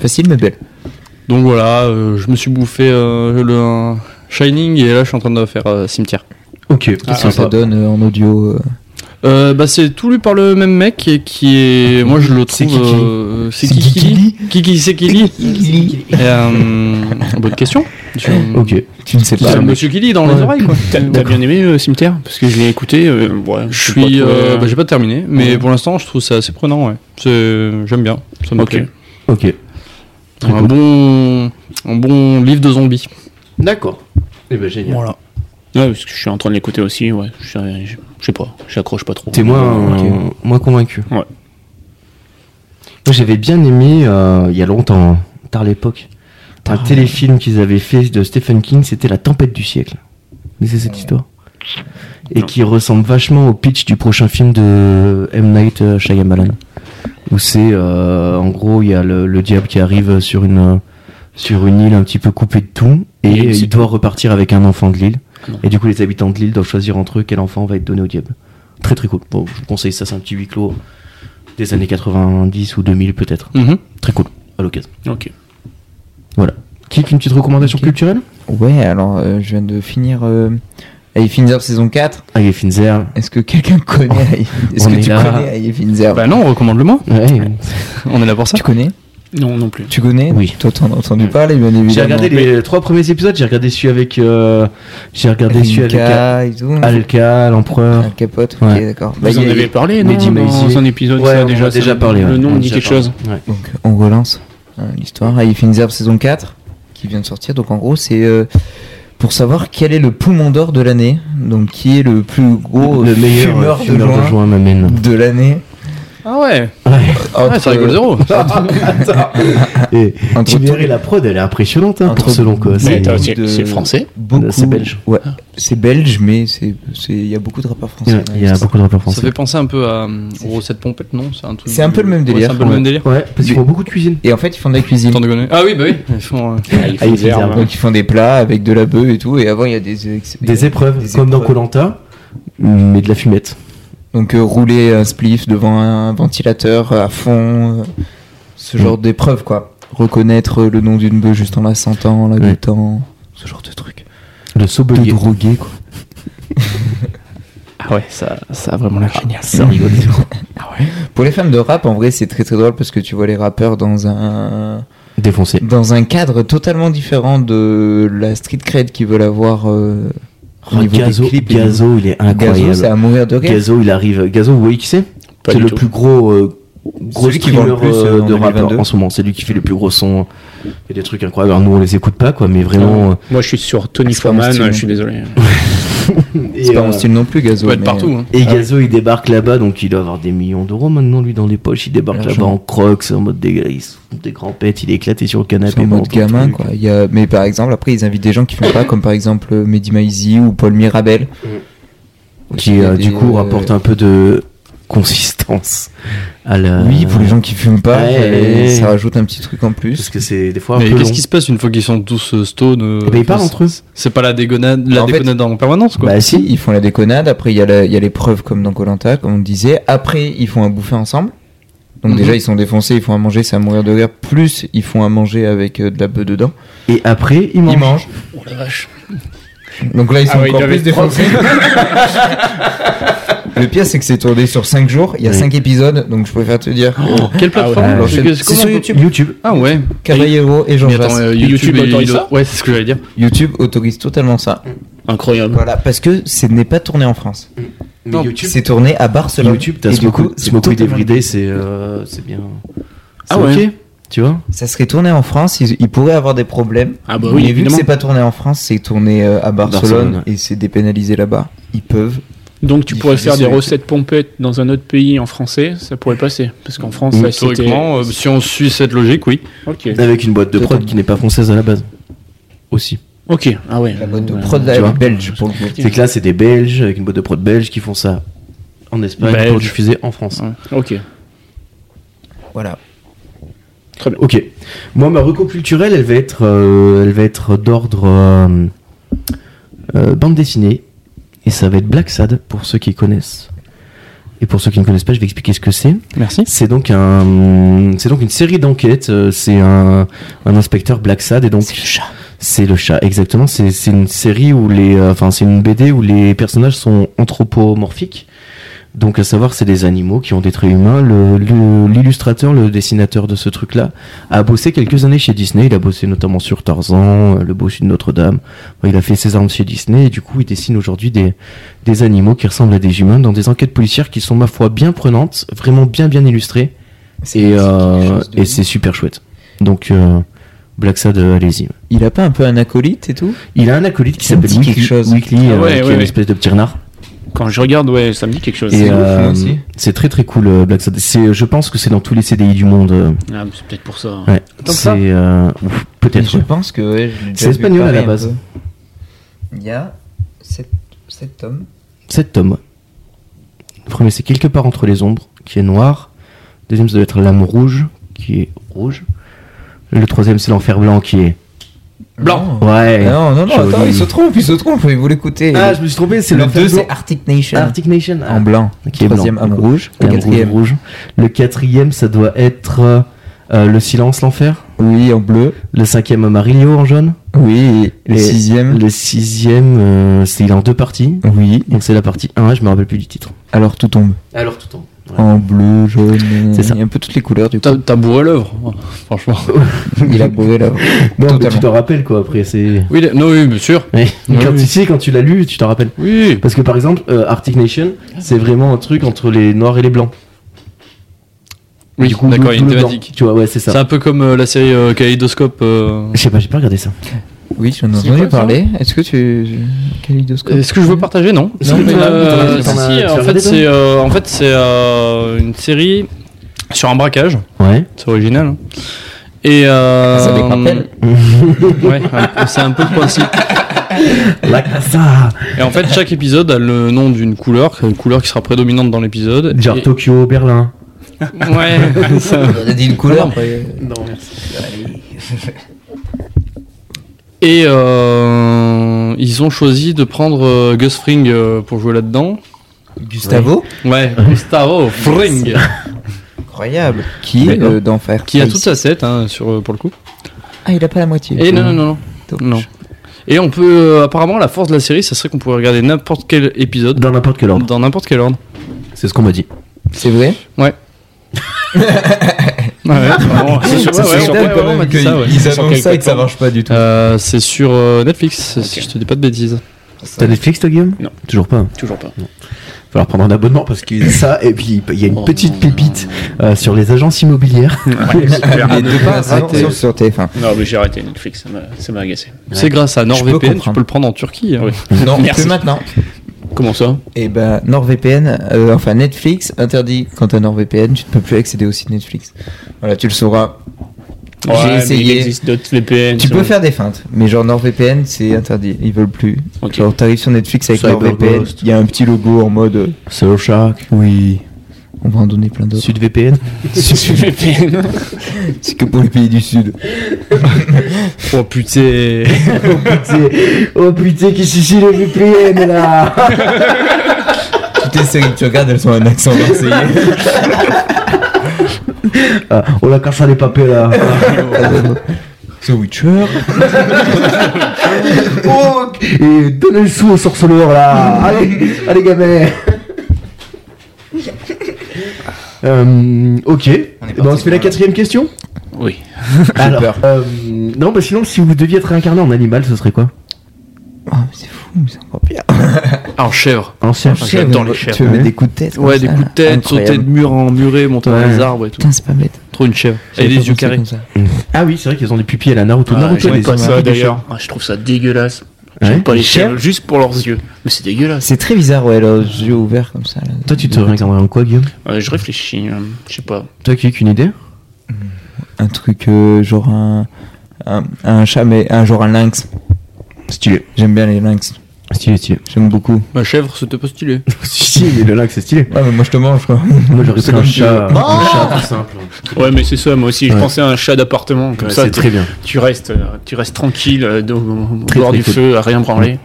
[SPEAKER 4] Facile mais belle.
[SPEAKER 3] Donc voilà euh, je me suis bouffé euh, le un Shining et là je suis en train de faire euh, Cimetière.
[SPEAKER 1] Ok,
[SPEAKER 4] Qu'est-ce
[SPEAKER 1] sympa.
[SPEAKER 4] que ça donne euh, en audio euh,
[SPEAKER 3] Euh, bah c'est tout lu par le même mec et qui est moi je le
[SPEAKER 1] C'est
[SPEAKER 3] trouve
[SPEAKER 1] Kiki.
[SPEAKER 3] euh, c'est Kiki Kiki c'est Kiki Et, euh, bonne question. Je-
[SPEAKER 1] Ok.
[SPEAKER 4] Tu ne sais
[SPEAKER 3] Bah,
[SPEAKER 4] pas.
[SPEAKER 3] Monsieur Killy dans les oreilles quoi.
[SPEAKER 6] T'as t'as bien aimé euh, Cimetière Parce que je l'ai écouté. euh, ouais,
[SPEAKER 3] Je
[SPEAKER 6] sais pas
[SPEAKER 3] suis,
[SPEAKER 6] trop,
[SPEAKER 3] euh,
[SPEAKER 6] euh,
[SPEAKER 3] bah, j'ai pas terminé, mais
[SPEAKER 6] Ouais.
[SPEAKER 3] pour l'instant je trouve ça assez prenant. Ouais, C'est- j'aime bien, ça me
[SPEAKER 6] Ok.
[SPEAKER 3] plaît.
[SPEAKER 1] Ok. Très
[SPEAKER 3] un
[SPEAKER 1] cool.
[SPEAKER 3] bon, un bon livre de zombies.
[SPEAKER 1] D'accord. Eh ben génial.
[SPEAKER 3] Voilà.
[SPEAKER 6] ouais, parce que je suis en train de l'écouter aussi. Ouais, je sais- je- je sais pas, j'accroche pas trop.
[SPEAKER 1] T'es moins, euh, moins convaincu.
[SPEAKER 6] Ouais.
[SPEAKER 1] Moi j'avais bien aimé, euh, il y a longtemps, hein, tard l'époque, un téléfilm qu'ils avaient fait de Stephen King, c'était La tempête du siècle. Vous connaissez cette histoire Et
[SPEAKER 6] Non.
[SPEAKER 1] qui ressemble vachement au pitch du prochain film de M. Night euh, Shyamalan. Où c'est, euh, en gros, il y a le, le diable qui arrive sur une, euh, sur une île un petit peu coupée de tout, et
[SPEAKER 6] Et
[SPEAKER 1] il
[SPEAKER 6] c'est-
[SPEAKER 1] doit repartir avec un enfant de l'île.
[SPEAKER 6] Non.
[SPEAKER 1] Et du coup, les habitants de l'île doivent choisir entre eux quel enfant va être donné au diable. Très très cool. Bon, je vous conseille ça, c'est un petit huis clos des années 90 ou 2000 peut-être.
[SPEAKER 3] Mhm.
[SPEAKER 1] Très cool, à l'occasion.
[SPEAKER 6] Ok.
[SPEAKER 1] Qui une petite recommandation
[SPEAKER 4] Ok.
[SPEAKER 1] culturelle
[SPEAKER 4] Ouais, alors euh, je viens de finir. Euh... Aïe Finzer saison 4.
[SPEAKER 1] Allez, Finzer.
[SPEAKER 4] Est-ce que quelqu'un connaît Aïe- Est-ce
[SPEAKER 1] on
[SPEAKER 4] que
[SPEAKER 1] est
[SPEAKER 4] tu
[SPEAKER 1] là.
[SPEAKER 4] connais Aïe Finzer
[SPEAKER 3] Bah non, recommande-le moi.
[SPEAKER 1] Ouais,
[SPEAKER 3] Bah On est là pour ça.
[SPEAKER 4] Tu connais
[SPEAKER 6] Non, non plus.
[SPEAKER 4] Tu connais
[SPEAKER 1] Oui.
[SPEAKER 4] Toi, t'en as entendu parler, bien évidemment.
[SPEAKER 1] J'ai regardé les trois premiers épisodes, j'ai regardé celui avec. euh, j'ai regardé celui avec euh,
[SPEAKER 4] Rinka et tout. hein.
[SPEAKER 1] Alka, l'empereur.
[SPEAKER 4] Al Capote, ok,
[SPEAKER 1] Ouais.
[SPEAKER 4] d'accord. Bah,
[SPEAKER 6] Vous en
[SPEAKER 4] y a-
[SPEAKER 6] avez parlé, non
[SPEAKER 1] Mehdi Maizier.
[SPEAKER 6] Dans un épisode,
[SPEAKER 1] Ouais,
[SPEAKER 6] ça,
[SPEAKER 1] on
[SPEAKER 6] déjà,
[SPEAKER 1] a déjà
[SPEAKER 6] ça-
[SPEAKER 1] parlé, ouais.
[SPEAKER 6] Le nom
[SPEAKER 1] On
[SPEAKER 6] me
[SPEAKER 1] a
[SPEAKER 6] dit
[SPEAKER 1] déjà
[SPEAKER 6] quelque
[SPEAKER 1] parlé.
[SPEAKER 6] chose.
[SPEAKER 4] Donc on relance hein, l'histoire. Ah, il fait une herbe saison 4 qui vient de sortir. Donc en gros, c'est euh, pour savoir quel est le poumon d'or de l'année. Donc qui est le plus gros
[SPEAKER 1] Le
[SPEAKER 4] euh,
[SPEAKER 1] meilleur
[SPEAKER 4] fumeur,
[SPEAKER 1] fumeur
[SPEAKER 4] de,
[SPEAKER 1] de
[SPEAKER 4] joint
[SPEAKER 1] joint m'amène.
[SPEAKER 4] de l'année.
[SPEAKER 7] Ah ouais,
[SPEAKER 4] Entre-
[SPEAKER 7] ouais Ah, ça rigole zéro.
[SPEAKER 1] Et
[SPEAKER 4] entre
[SPEAKER 1] tu
[SPEAKER 4] tout-
[SPEAKER 1] verrais la prod, elle est impressionnante hein,
[SPEAKER 4] Entre-
[SPEAKER 1] pour ce long quoi.
[SPEAKER 6] Mais
[SPEAKER 1] C'est-
[SPEAKER 6] attends,
[SPEAKER 4] beaucoup
[SPEAKER 6] c'est
[SPEAKER 4] de-
[SPEAKER 6] c'est français.
[SPEAKER 4] beaucoup-
[SPEAKER 1] c'est belge.
[SPEAKER 4] Ouais, c'est belge, mais c'est c'est- il y a beaucoup de rappeurs
[SPEAKER 1] Il y
[SPEAKER 4] français.
[SPEAKER 1] a- il y a beaucoup de rappeurs
[SPEAKER 7] Ça
[SPEAKER 1] français.
[SPEAKER 7] fait penser un peu à euh, aux recettes pompettes, non C'est un, truc
[SPEAKER 4] C'est un peu le même délire.
[SPEAKER 7] Ouais, C'est un peu le même
[SPEAKER 4] Ouais.
[SPEAKER 7] délire.
[SPEAKER 1] Ouais, parce qu'ils font beaucoup de cuisine.
[SPEAKER 4] Et en fait, ils font de la cuisine.
[SPEAKER 7] Tant de gonner. Ah oui, bah oui. Ils font, euh,
[SPEAKER 6] Ah, il faut
[SPEAKER 1] il
[SPEAKER 6] des
[SPEAKER 1] faut dire,
[SPEAKER 6] herbes.
[SPEAKER 4] Donc ils font des plats avec de la bœuf et tout. Et avant, il y a des ex-
[SPEAKER 1] Des épreuves,
[SPEAKER 4] Des
[SPEAKER 1] comme dans
[SPEAKER 4] épreuves.
[SPEAKER 1] Colanta, mais de la fumette.
[SPEAKER 4] Donc euh, rouler un spliff devant un ventilateur à fond, euh, ce genre d'épreuve quoi. Reconnaître euh, le nom d'une bœuf juste en la sentant, en la
[SPEAKER 1] Ouais.
[SPEAKER 4] goûtant, ce genre de truc.
[SPEAKER 1] Le sommelier.
[SPEAKER 4] droguer quoi.
[SPEAKER 7] Ah ouais, ça, ça a vraiment l'air
[SPEAKER 1] Ah,
[SPEAKER 7] génial.
[SPEAKER 4] Ça rigole. Pour les fans de rap, en vrai, c'est très très drôle parce que tu vois les rappeurs dans un
[SPEAKER 1] Défoncé.
[SPEAKER 4] dans un cadre totalement différent de la street cred qu'ils veulent avoir euh, au
[SPEAKER 1] Oh,
[SPEAKER 4] niveau
[SPEAKER 1] Gazo,
[SPEAKER 4] des clips. et tout.
[SPEAKER 1] Gazo, il est incroyable.
[SPEAKER 4] Gazo, c'est à mourir de rire.
[SPEAKER 1] Gazo, il arrive. Gazo, vous voyez qui c'est
[SPEAKER 6] Pas
[SPEAKER 1] C'est
[SPEAKER 6] du
[SPEAKER 1] le
[SPEAKER 6] tout.
[SPEAKER 1] plus gros, euh, gros
[SPEAKER 4] Celui qui vend le
[SPEAKER 1] streamer,
[SPEAKER 4] plus, euh,
[SPEAKER 1] euh,
[SPEAKER 4] en
[SPEAKER 1] de
[SPEAKER 4] 2022.
[SPEAKER 1] rappeurs en ce moment. C'est lui qui fait le plus gros son. Il y a des trucs incroyables. Alors, nous, on les écoute pas, quoi, mais
[SPEAKER 4] Ah.
[SPEAKER 1] vraiment. euh,
[SPEAKER 6] Moi, je suis sur Tony
[SPEAKER 4] c'est pas mon
[SPEAKER 6] Foreman,
[SPEAKER 4] style.
[SPEAKER 6] je suis désolé.
[SPEAKER 1] et,
[SPEAKER 4] C'est pas
[SPEAKER 1] euh,
[SPEAKER 4] mon style non plus, Gazo.
[SPEAKER 7] Ça peut être
[SPEAKER 4] mais-
[SPEAKER 7] partout. Hein.
[SPEAKER 1] et Gazo, il débarque là-bas, donc il doit avoir des millions d'euros maintenant, lui, dans les poches. Il débarque
[SPEAKER 4] L'argent.
[SPEAKER 1] là-bas en crocs, en mode des, ils se font des grands pets, il est éclaté sur le
[SPEAKER 4] C'est
[SPEAKER 1] canapé.
[SPEAKER 4] en
[SPEAKER 1] pendant
[SPEAKER 4] mode
[SPEAKER 1] tout le
[SPEAKER 4] gamin,
[SPEAKER 1] truc.
[SPEAKER 4] quoi. Il y a... Mais par exemple, après, ils invitent des gens qui font pas, comme par exemple euh, Mehdi Maizi ou Paul Mirabel.
[SPEAKER 1] Qui, euh,
[SPEAKER 4] Des-
[SPEAKER 1] du coup,
[SPEAKER 4] euh,
[SPEAKER 1] rapporte un peu de consistance à la.
[SPEAKER 4] Oui, pour les gens qui fument pas,
[SPEAKER 1] Ouais.
[SPEAKER 4] euh, ça rajoute un petit truc en plus.
[SPEAKER 1] Parce que c'est des fois un
[SPEAKER 7] Mais
[SPEAKER 1] peu.
[SPEAKER 7] qu'est-ce
[SPEAKER 1] long.
[SPEAKER 7] qui se passe une fois qu'ils sont tous euh, stone euh,
[SPEAKER 1] Eh ben, ils parlent
[SPEAKER 7] face-
[SPEAKER 1] entre eux.
[SPEAKER 7] C'est pas la dégonade, la
[SPEAKER 4] En fait-
[SPEAKER 7] déconnade en permanence quoi.
[SPEAKER 4] Bah si, ils font la déconnade, après il y a la- il y a l'épreuve comme dans Colanta, comme on disait, après ils font un bouffer ensemble. Donc
[SPEAKER 7] Mhm.
[SPEAKER 4] déjà ils sont défoncés, ils font à manger, c'est à mourir de rire, plus ils font à manger avec euh, de la bœuf dedans.
[SPEAKER 1] Et après, il mange.
[SPEAKER 4] Ils mangent.
[SPEAKER 6] Oh la vache.
[SPEAKER 4] Donc là ils sont
[SPEAKER 6] Ah ouais,
[SPEAKER 4] encore
[SPEAKER 6] ils doivent
[SPEAKER 4] plus
[SPEAKER 6] être
[SPEAKER 4] défoncés. Le pire c'est que c'est tourné sur 5 jours, il y a
[SPEAKER 1] Oui.
[SPEAKER 4] 5 épisodes, donc je préfère te dire
[SPEAKER 7] Oh, Quelle plateforme
[SPEAKER 4] Ah ouais.
[SPEAKER 7] C'est-
[SPEAKER 4] C'est
[SPEAKER 7] comment
[SPEAKER 4] sur
[SPEAKER 7] on peut-
[SPEAKER 4] YouTube. bah,
[SPEAKER 7] Ah ouais.
[SPEAKER 4] Caballero et Jean
[SPEAKER 7] Mais attends,
[SPEAKER 4] Jass.
[SPEAKER 7] euh,
[SPEAKER 6] YouTube
[SPEAKER 7] YouTube, et
[SPEAKER 6] autorise
[SPEAKER 7] il-
[SPEAKER 6] ça
[SPEAKER 7] Ouais, c'est ce que j'allais dire.
[SPEAKER 4] YouTube autorise totalement ça.
[SPEAKER 6] Incroyable.
[SPEAKER 4] Voilà, parce que ce n'est pas tourné en France.
[SPEAKER 1] Mais YouTube,
[SPEAKER 4] C'est tourné à Barcelone.
[SPEAKER 1] YouTube, t'as
[SPEAKER 4] Et du
[SPEAKER 1] Smoke,
[SPEAKER 4] coup, c'est
[SPEAKER 1] Smoke Weed
[SPEAKER 4] totalement-
[SPEAKER 1] Everyday, c'est euh, c'est bien. C'est
[SPEAKER 6] Ah ouais.
[SPEAKER 1] ok, Tu vois
[SPEAKER 4] Ça serait tourné en France, ils, ils pourraient avoir des problèmes.
[SPEAKER 6] Ah bah oui,
[SPEAKER 4] mais vu que
[SPEAKER 6] évidemment.
[SPEAKER 4] c'est pas tourné en France, c'est tourné euh, à Barcelone,
[SPEAKER 1] Barcelone, ouais.
[SPEAKER 4] et c'est dépénalisé là-bas. Ils peuvent.
[SPEAKER 6] Donc, tu pourrais
[SPEAKER 4] Diffusé
[SPEAKER 6] faire des
[SPEAKER 4] sur YouTube.
[SPEAKER 6] recettes pompettes dans un autre pays en français, ça pourrait passer. Parce qu'en France, ça, c'était-
[SPEAKER 7] Historiquement, euh, si on suit cette logique, oui.
[SPEAKER 6] Ok.
[SPEAKER 1] Avec une boîte de prod
[SPEAKER 4] Totalement.
[SPEAKER 1] qui n'est pas française à la base. Aussi.
[SPEAKER 6] Ok. Ah ouais.
[SPEAKER 4] La boîte de
[SPEAKER 6] Ouais.
[SPEAKER 4] prod
[SPEAKER 1] tu
[SPEAKER 4] là,
[SPEAKER 1] vois.
[SPEAKER 4] est belge pour le coup.
[SPEAKER 1] C'est que là, c'est des Belges, avec une boîte de prod belge qui font ça en Espagne pour
[SPEAKER 7] Belge.
[SPEAKER 1] diffuser en France.
[SPEAKER 7] Ouais.
[SPEAKER 6] Ok.
[SPEAKER 4] Voilà.
[SPEAKER 1] Ok. Moi, ma reco culturelle, elle va être, euh, elle va être d'ordre euh, euh, bande dessinée. Et ça va être Black Sad pour ceux qui connaissent. Et pour ceux qui ne connaissent pas, je vais expliquer ce que c'est.
[SPEAKER 7] Merci.
[SPEAKER 1] C'est donc un, c'est donc une série d'enquêtes. euh, C'est un, un inspecteur Black Sad et donc c'est le chat. exactement. C'est c'est une série où les, euh, enfin c'est une BD où les personnages sont anthropomorphiques. Donc à savoir, c'est des animaux qui ont des traits humains. Le- le- L'illustrateur, le, dessinateur de ce truc-là, a bossé quelques années chez Disney. Il a bossé notamment sur Tarzan, euh, Le Bossu de Notre-Dame. Enfin, il a fait ses armes chez Disney et du coup, il dessine aujourd'hui des des animaux qui ressemblent à des humains dans des enquêtes policières qui sont ma foi bien prenantes, vraiment bien bien illustrées et, euh,
[SPEAKER 4] quelque chose de
[SPEAKER 1] et
[SPEAKER 4] ouf.
[SPEAKER 1] c'est super chouette. Donc euh, Black Sad, euh, allez-y.
[SPEAKER 4] Il a pas un peu un acolyte et tout
[SPEAKER 1] Il a un acolyte qui
[SPEAKER 4] Ça me
[SPEAKER 1] s'appelle
[SPEAKER 4] dit quelque
[SPEAKER 1] Weekly,
[SPEAKER 4] chose.
[SPEAKER 1] Weekly,
[SPEAKER 6] Ah
[SPEAKER 1] euh,
[SPEAKER 6] ouais,
[SPEAKER 1] qui
[SPEAKER 6] ouais,
[SPEAKER 1] est une
[SPEAKER 6] ouais.
[SPEAKER 1] espèce de petit renard.
[SPEAKER 6] Quand je regarde, ouais, ça me dit quelque chose.
[SPEAKER 1] Et
[SPEAKER 4] ouf,
[SPEAKER 1] euh,
[SPEAKER 4] moi aussi.
[SPEAKER 1] c'est très très cool euh, Black Sad. C'est, je pense que c'est dans tous les CDI du monde. euh,
[SPEAKER 6] Ah, c'est peut-être pour ça.
[SPEAKER 1] ouais.
[SPEAKER 7] Tant que
[SPEAKER 1] C'est
[SPEAKER 7] ça
[SPEAKER 1] euh, ouf, peut-être.
[SPEAKER 4] Je
[SPEAKER 1] ouais.
[SPEAKER 4] pense que ouais, je l'ai déjà
[SPEAKER 1] C'est
[SPEAKER 4] vu
[SPEAKER 1] espagnol à
[SPEAKER 4] parler
[SPEAKER 1] la
[SPEAKER 4] un
[SPEAKER 1] base.
[SPEAKER 4] peu. Il y a 7 tomes.
[SPEAKER 1] Sept tomes. ouais. Le premier c'est quelque part entre les ombres qui est noir. Le deuxième ça doit être l'âme rouge qui est rouge. Le troisième c'est l'enfer blanc qui est
[SPEAKER 4] Blanc
[SPEAKER 1] Ouais.
[SPEAKER 4] Non, non, non,
[SPEAKER 1] Joli.
[SPEAKER 4] attends, il se trompe, il se trompe, il voulait écouter.
[SPEAKER 1] Ah, je me suis trompé, c'est
[SPEAKER 4] le
[SPEAKER 1] le
[SPEAKER 4] 2,
[SPEAKER 1] deux
[SPEAKER 4] c'est Arctic Nation.
[SPEAKER 1] Arctic Nation.
[SPEAKER 4] En blanc.
[SPEAKER 1] Qui est blanc.
[SPEAKER 4] Troisième, homme rouge.
[SPEAKER 1] Et
[SPEAKER 4] Le
[SPEAKER 1] un rouge,
[SPEAKER 4] quatrième,
[SPEAKER 1] rouge. Le quatrième, ça doit être euh, euh, Le silence, l'enfer.
[SPEAKER 4] oui, en bleu.
[SPEAKER 1] Le cinquième, Amarillo en jaune.
[SPEAKER 4] Oui,
[SPEAKER 1] Le
[SPEAKER 4] le sixième.
[SPEAKER 1] Le sixième, euh, c'est il est en deux parties.
[SPEAKER 4] Oui,
[SPEAKER 1] Donc c'est la partie 1, je me rappelle plus du titre.
[SPEAKER 4] alors tout tombe.
[SPEAKER 1] Alors tout en.
[SPEAKER 4] En bleu, jaune,
[SPEAKER 1] C'est ça.
[SPEAKER 4] il y a un peu toutes les couleurs du coup.
[SPEAKER 3] T'as t'as bourré l'œuvre, franchement.
[SPEAKER 4] Il a bourré là.
[SPEAKER 1] Non, mais
[SPEAKER 4] Totalement.
[SPEAKER 1] tu te rappelles quoi après, c'est.
[SPEAKER 3] Oui, non, oui, bien sûr.
[SPEAKER 1] Ouais.
[SPEAKER 3] Oui,
[SPEAKER 1] Quand,
[SPEAKER 3] oui.
[SPEAKER 1] Tu sais, quand tu l'as lu, tu t'en rappelles.
[SPEAKER 3] Oui.
[SPEAKER 1] Parce que par exemple, euh, Arctic Nation, c'est vraiment un truc entre les noirs et les blancs.
[SPEAKER 3] Oui,
[SPEAKER 1] Du coup,
[SPEAKER 3] d'accord,
[SPEAKER 1] d'où-
[SPEAKER 3] il y a une
[SPEAKER 1] d'où le blanc.
[SPEAKER 3] thématique.
[SPEAKER 1] Tu vois, ouais, c'est
[SPEAKER 3] C'est
[SPEAKER 1] ça.
[SPEAKER 3] un peu comme euh, la série euh, Kaleidoscope. euh.
[SPEAKER 1] Je sais pas, j'ai pas regardé ça.
[SPEAKER 4] Oui, j'en ai
[SPEAKER 6] C'est
[SPEAKER 4] entendu
[SPEAKER 6] quoi, ça
[SPEAKER 4] parler. Est-ce que tu. Kaléidoscope
[SPEAKER 3] Euh, Est-ce que je veux partager Non.
[SPEAKER 1] Est-ce que tu l'as-
[SPEAKER 3] Euh,
[SPEAKER 1] t'en as-
[SPEAKER 3] si,
[SPEAKER 1] t'en as-
[SPEAKER 3] si,
[SPEAKER 1] tu l'as
[SPEAKER 3] en fait,
[SPEAKER 1] regardé, toi
[SPEAKER 3] c'est euh, en fait, c'est, euh, une série sur un braquage.
[SPEAKER 1] Ouais.
[SPEAKER 3] C'est original. hein. Et euh,
[SPEAKER 4] Ça me rappelle.
[SPEAKER 3] ouais, un- c'est un peu le principe.
[SPEAKER 1] La casa
[SPEAKER 3] Et en fait, chaque épisode a le nom d'une couleur, une couleur qui sera prédominante dans l'épisode.
[SPEAKER 1] Genre
[SPEAKER 3] Et-
[SPEAKER 1] Tokyo, Berlin.
[SPEAKER 3] Ouais. ça-
[SPEAKER 4] On a dit une couleur.
[SPEAKER 3] Et euh, ils ont choisi de prendre euh, Gus Fring euh, pour jouer là-dedans.
[SPEAKER 4] Gustavo
[SPEAKER 3] Ouais, Gustavo Fring,
[SPEAKER 4] Incroyable. Qui est
[SPEAKER 1] D'accord.
[SPEAKER 4] euh, d'enfer.
[SPEAKER 3] qui a
[SPEAKER 4] Ah,
[SPEAKER 3] toute
[SPEAKER 4] ici.
[SPEAKER 3] sa set hein, sur, euh, pour le coup.
[SPEAKER 4] Ah, il a pas la moitié.
[SPEAKER 3] Et Eh non, non, non, non.
[SPEAKER 4] Dommage.
[SPEAKER 3] Non. Et on peut, euh, apparemment, la force de la série, ça serait qu'on pourrait regarder n'importe quel épisode
[SPEAKER 1] Dans n'importe quel ordre.
[SPEAKER 3] dans n'importe quel ordre.
[SPEAKER 1] C'est ce qu'on m'a dit.
[SPEAKER 4] C'est vrai
[SPEAKER 3] Ouais, vraiment, Oh, Ah, c'est sur- ouais, ouais,
[SPEAKER 4] dingue,
[SPEAKER 3] ouais,
[SPEAKER 4] quand
[SPEAKER 3] ouais, on
[SPEAKER 4] même,
[SPEAKER 3] m'a dit
[SPEAKER 4] que
[SPEAKER 3] ça,
[SPEAKER 4] ils-
[SPEAKER 3] ouais.
[SPEAKER 4] Ils annoncent ça et que ça marche pas du tout.
[SPEAKER 3] Euh, C'est sur euh, Netflix, si je te dis pas de bêtises.
[SPEAKER 1] T'as Netflix, toi, Guillaume
[SPEAKER 6] Non.
[SPEAKER 1] Toujours pas.
[SPEAKER 6] Toujours pas.
[SPEAKER 1] falloir prendre un abonnement parce qu'il y a ça et puis il y a une
[SPEAKER 6] Oh
[SPEAKER 1] petite
[SPEAKER 6] non,
[SPEAKER 1] pépite euh, sur les agences immobilières.
[SPEAKER 4] Les deux pas arrêtés sur TF1.
[SPEAKER 6] Non, mais j'ai arrêté Netflix, ça m'a- ça m'a agacé.
[SPEAKER 3] C'est grâce à NordVPN, tu
[SPEAKER 4] comprendre.
[SPEAKER 3] peux le prendre en Turquie. hein.
[SPEAKER 6] Oui.
[SPEAKER 4] Non,
[SPEAKER 6] Merci.
[SPEAKER 4] plus maintenant.
[SPEAKER 6] Comment ça
[SPEAKER 4] Et ben NordVPN, euh, enfin Netflix interdit quand t'as NordVPN, tu ne peux plus accéder au site Netflix. Voilà, tu le sauras.
[SPEAKER 6] Ouais,
[SPEAKER 4] J'ai
[SPEAKER 6] mais Il
[SPEAKER 4] essayé.
[SPEAKER 6] existe d'autres VPN.
[SPEAKER 4] Tu
[SPEAKER 6] c'est
[SPEAKER 4] peux
[SPEAKER 6] bon.
[SPEAKER 4] faire des feintes, mais genre NordVPN c'est interdit, ils veulent plus.
[SPEAKER 6] Ok.
[SPEAKER 4] Genre t'arrives sur Netflix avec NordVPN,
[SPEAKER 1] Cyberghost.
[SPEAKER 4] il y a un petit logo en mode euh,
[SPEAKER 1] Solo Shark,
[SPEAKER 4] oui, on va en donner plein d'autres.
[SPEAKER 1] SudVPN.
[SPEAKER 6] VPN.
[SPEAKER 4] C'est que pour les pays du sud.
[SPEAKER 3] Oh putain
[SPEAKER 1] oh putain, qui suffit le VPN là
[SPEAKER 4] Toutes les séries que tu regardes, elles sont un accent marseillais.
[SPEAKER 1] Ah, Oh la casse à les papés là
[SPEAKER 4] The Witcher.
[SPEAKER 1] Oh, Et donnez le sou au sorceleur là Allez, allez gamin Euh, ok,
[SPEAKER 4] On est
[SPEAKER 1] Eh ben, on
[SPEAKER 4] parti
[SPEAKER 1] se fait la
[SPEAKER 4] pour un-
[SPEAKER 1] quatrième question
[SPEAKER 6] Oui.
[SPEAKER 1] Alors,
[SPEAKER 4] peur.
[SPEAKER 1] euh, non, bah sinon, si vous deviez être réincarné en animal, ce serait quoi
[SPEAKER 4] Oh, mais c'est fou, mais c'est encore pire.
[SPEAKER 3] En chèvre.
[SPEAKER 1] En chien
[SPEAKER 6] J'adore les
[SPEAKER 4] Tu veux
[SPEAKER 6] chèvres.
[SPEAKER 4] mettre des coups de tête comme
[SPEAKER 3] Ouais, des
[SPEAKER 4] ça,
[SPEAKER 3] coups de
[SPEAKER 4] là.
[SPEAKER 3] tête,
[SPEAKER 4] Ah, Incroyable.
[SPEAKER 3] sauter de mur en muret, monter dans
[SPEAKER 1] Ouais.
[SPEAKER 3] les arbres et tout.
[SPEAKER 4] Putain, c'est pas bête.
[SPEAKER 3] Trop une chèvre. Et
[SPEAKER 4] J'avais pas
[SPEAKER 3] les yeux
[SPEAKER 4] pensé
[SPEAKER 3] carrés.
[SPEAKER 4] comme ça.
[SPEAKER 1] Ah oui, c'est vrai qu'ils ont des pupilles à la Naruto.
[SPEAKER 6] Ah,
[SPEAKER 1] Naruto,
[SPEAKER 6] J'aime
[SPEAKER 1] les-
[SPEAKER 6] pas
[SPEAKER 1] les
[SPEAKER 6] ça d'ailleurs.
[SPEAKER 1] chèvres.
[SPEAKER 6] Ah, Je trouve ça dégueulasse.
[SPEAKER 1] Ouais.
[SPEAKER 6] J'aime pas les
[SPEAKER 1] Les chèvres
[SPEAKER 6] chèvres juste pour leurs yeux. Mais c'est dégueulasse.
[SPEAKER 4] C'est très bizarre, ouais, leurs yeux ouverts comme ça. Là.
[SPEAKER 1] Toi, tu te réincarnerais en quoi, Guillaume
[SPEAKER 6] Euh, Je réfléchis, euh, je sais pas.
[SPEAKER 1] Toi qui as qu'une idée
[SPEAKER 4] Un truc euh, genre un, un, un chat, mais un, genre un lynx.
[SPEAKER 1] Stylé.
[SPEAKER 4] J'aime bien les lynx.
[SPEAKER 1] Stylé, stylé.
[SPEAKER 4] J'aime beaucoup.
[SPEAKER 3] Ma chèvre, c'était pas stylé.
[SPEAKER 1] si, mais le lynx, c'est stylé.
[SPEAKER 4] Ouais, mais moi je te mange, quoi.
[SPEAKER 1] Moi, j'aurais pris un
[SPEAKER 4] comme
[SPEAKER 1] chat. Un chat tout simple.
[SPEAKER 6] Ouais, mais c'est ça, moi aussi. Je
[SPEAKER 1] Ouais.
[SPEAKER 6] pensais à un chat d'appartement. Comme
[SPEAKER 1] Ouais,
[SPEAKER 6] ça,
[SPEAKER 1] c'est
[SPEAKER 6] tu-
[SPEAKER 1] très bien.
[SPEAKER 6] tu restes, euh, tu restes tranquille euh, au- au
[SPEAKER 1] Très,
[SPEAKER 6] bord
[SPEAKER 1] très
[SPEAKER 6] du
[SPEAKER 1] cool.
[SPEAKER 6] feu, à rien branler.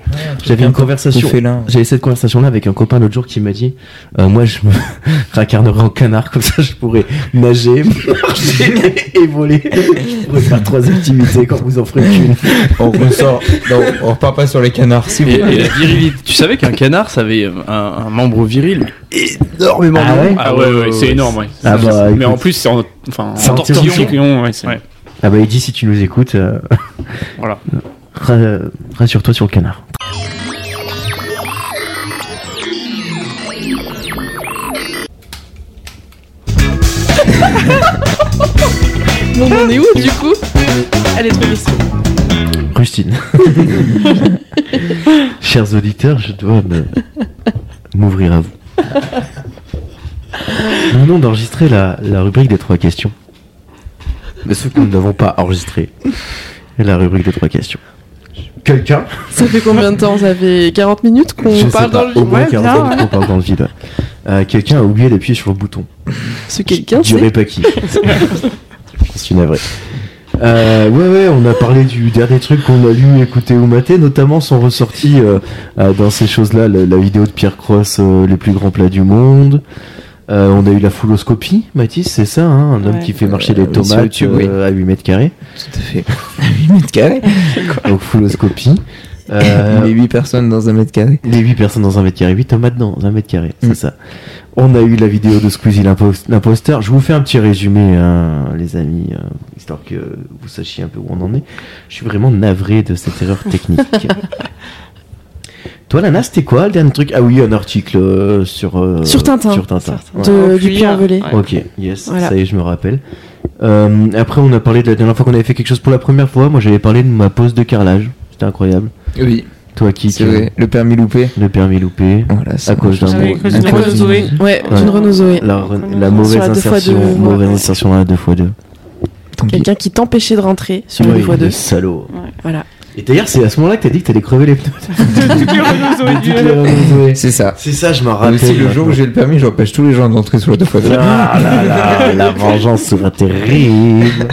[SPEAKER 1] J'avais une
[SPEAKER 4] Tout
[SPEAKER 1] conversation.
[SPEAKER 4] félin.
[SPEAKER 1] J'avais cette conversation-là avec un copain l'autre jour qui m'a dit euh, Moi, je me réincarnerai en canard, comme ça je pourrais nager, marcher et voler. Je pourrais faire trois activités quand vous en ferez qu'une.
[SPEAKER 4] On ressort. Non, on repart pas sur les canards, si
[SPEAKER 3] Et,
[SPEAKER 4] vous
[SPEAKER 3] et la virilité. Tu savais qu'un canard, ça avait euh, un, un membre viril énormément
[SPEAKER 1] Ah
[SPEAKER 3] long.
[SPEAKER 1] ouais
[SPEAKER 6] Ah ouais, ouais, c'est énorme, ouais.
[SPEAKER 1] Ah
[SPEAKER 6] Ça,
[SPEAKER 1] bah,
[SPEAKER 6] c'est- mais
[SPEAKER 1] écoute.
[SPEAKER 6] en plus, c'est en, enfin,
[SPEAKER 1] C'est en
[SPEAKER 6] tortillon.
[SPEAKER 1] tortillon.
[SPEAKER 6] Tortillon, ouais, c'est-
[SPEAKER 3] Ouais.
[SPEAKER 1] Ah bah, Eddie, si tu nous écoutes, euh,
[SPEAKER 6] Voilà.
[SPEAKER 1] ra- rassure-toi sur le canard.
[SPEAKER 7] Bon, on est où du coup Elle est trop bizarre.
[SPEAKER 1] Rustine. Chers auditeurs, je dois me- m'ouvrir à vous. Nous venons d'enregistrer la, la rubrique des trois questions. Mais ce que nous n'avons pas enregistré est la rubrique des trois questions. Quelqu'un
[SPEAKER 7] Ça fait combien de temps Ça fait 40 minutes
[SPEAKER 1] Je
[SPEAKER 7] qu'on
[SPEAKER 1] sais
[SPEAKER 7] parle
[SPEAKER 1] pas,
[SPEAKER 7] dans le
[SPEAKER 1] au moins
[SPEAKER 7] Ouais,
[SPEAKER 1] 40
[SPEAKER 7] bien,
[SPEAKER 1] minutes
[SPEAKER 7] ouais.
[SPEAKER 1] qu'on parle dans le vide. Euh, Quelqu'un a oublié d'appuyer sur le bouton.
[SPEAKER 7] Ce quelqu'un,
[SPEAKER 1] Je dirais
[SPEAKER 7] c'est
[SPEAKER 1] pas qui. Je suis navré. Euh, ouais, ouais, on a parlé du dernier truc qu'on a lu, écouté ou maté. Notamment sont ressortis euh, euh, dans ces choses-là la, la vidéo de Pierre Cross, euh, les plus grands plats du monde. Euh, on a eu la fouloscopie, Mathis, c'est ça, hein, un homme
[SPEAKER 8] Ouais.
[SPEAKER 1] qui fait marcher
[SPEAKER 4] Euh,
[SPEAKER 1] les
[SPEAKER 4] oui,
[SPEAKER 1] tomates
[SPEAKER 4] sur YouTube, oui.
[SPEAKER 1] euh, à 8 mètres carrés.
[SPEAKER 4] Tout à fait. 8 mètres carrés.
[SPEAKER 1] Donc fouloscopie. Euh,
[SPEAKER 4] Les 8 personnes dans un mètre carré.
[SPEAKER 1] les 8 personnes dans un mètre carré, 8 tomates dans un mètre carré, c'est ça. On a eu la vidéo de Squeezie l'impos- l'imposteur. Je vous fais un petit résumé, hein, les amis, euh, histoire que vous sachiez un peu où on en est. Je suis vraiment navré de cette erreur technique. Toi, Lana, c'était quoi le dernier truc Ah oui, un article euh, sur, euh,
[SPEAKER 8] Sur Tintin.
[SPEAKER 1] Sur Tintin. Ouais.
[SPEAKER 8] De-
[SPEAKER 9] Au
[SPEAKER 8] Euh, du
[SPEAKER 9] cuir.
[SPEAKER 8] Puy-en-Velay.
[SPEAKER 9] Ouais.
[SPEAKER 1] Ok, yes,
[SPEAKER 8] Voilà.
[SPEAKER 1] ça y est, je me rappelle. Euh, après, on a parlé de la dernière fois qu'on avait fait quelque chose pour la première fois. Moi, j'avais parlé de ma pause de carrelage. C'était incroyable.
[SPEAKER 4] Oui.
[SPEAKER 1] Toi qui,
[SPEAKER 4] C'est
[SPEAKER 1] qui-
[SPEAKER 4] vrai. Le permis loupé.
[SPEAKER 1] le permis loupé,
[SPEAKER 4] Voilà, ça
[SPEAKER 1] à cause d'un
[SPEAKER 9] Ah oui,
[SPEAKER 1] mot-
[SPEAKER 9] à cause d'une
[SPEAKER 1] à cause
[SPEAKER 9] Renault
[SPEAKER 1] d'une-
[SPEAKER 9] Zoé.
[SPEAKER 8] Ouais,
[SPEAKER 1] Ouais.
[SPEAKER 8] d'une Renault Zoé.
[SPEAKER 1] La, re-
[SPEAKER 9] Sur
[SPEAKER 1] la
[SPEAKER 9] la
[SPEAKER 1] mauvaise
[SPEAKER 8] deux fois
[SPEAKER 1] insertion,
[SPEAKER 8] deux,
[SPEAKER 1] mauvaise
[SPEAKER 8] ouais.
[SPEAKER 1] insertion à la 2x2.
[SPEAKER 4] Tant pis.
[SPEAKER 8] Quelqu'un qui t'empêchait de rentrer sur
[SPEAKER 1] Oui,
[SPEAKER 8] le fois
[SPEAKER 1] le
[SPEAKER 8] 2.
[SPEAKER 1] salaud.
[SPEAKER 8] Voilà.
[SPEAKER 1] Et d'ailleurs, c'est à ce moment-là que t'as dit que t'allais crever les pneus. De toutes les Renault Zoé.
[SPEAKER 4] C'est ça.
[SPEAKER 1] C'est ça, je m'en
[SPEAKER 4] Ah, Mais
[SPEAKER 1] rappelle.
[SPEAKER 4] si le jour où
[SPEAKER 1] maintenant.
[SPEAKER 4] j'ai le permis, j'empêche tous les gens d'entrer sur la deux fois deux.
[SPEAKER 1] Ah là là, la vengeance sera terrible.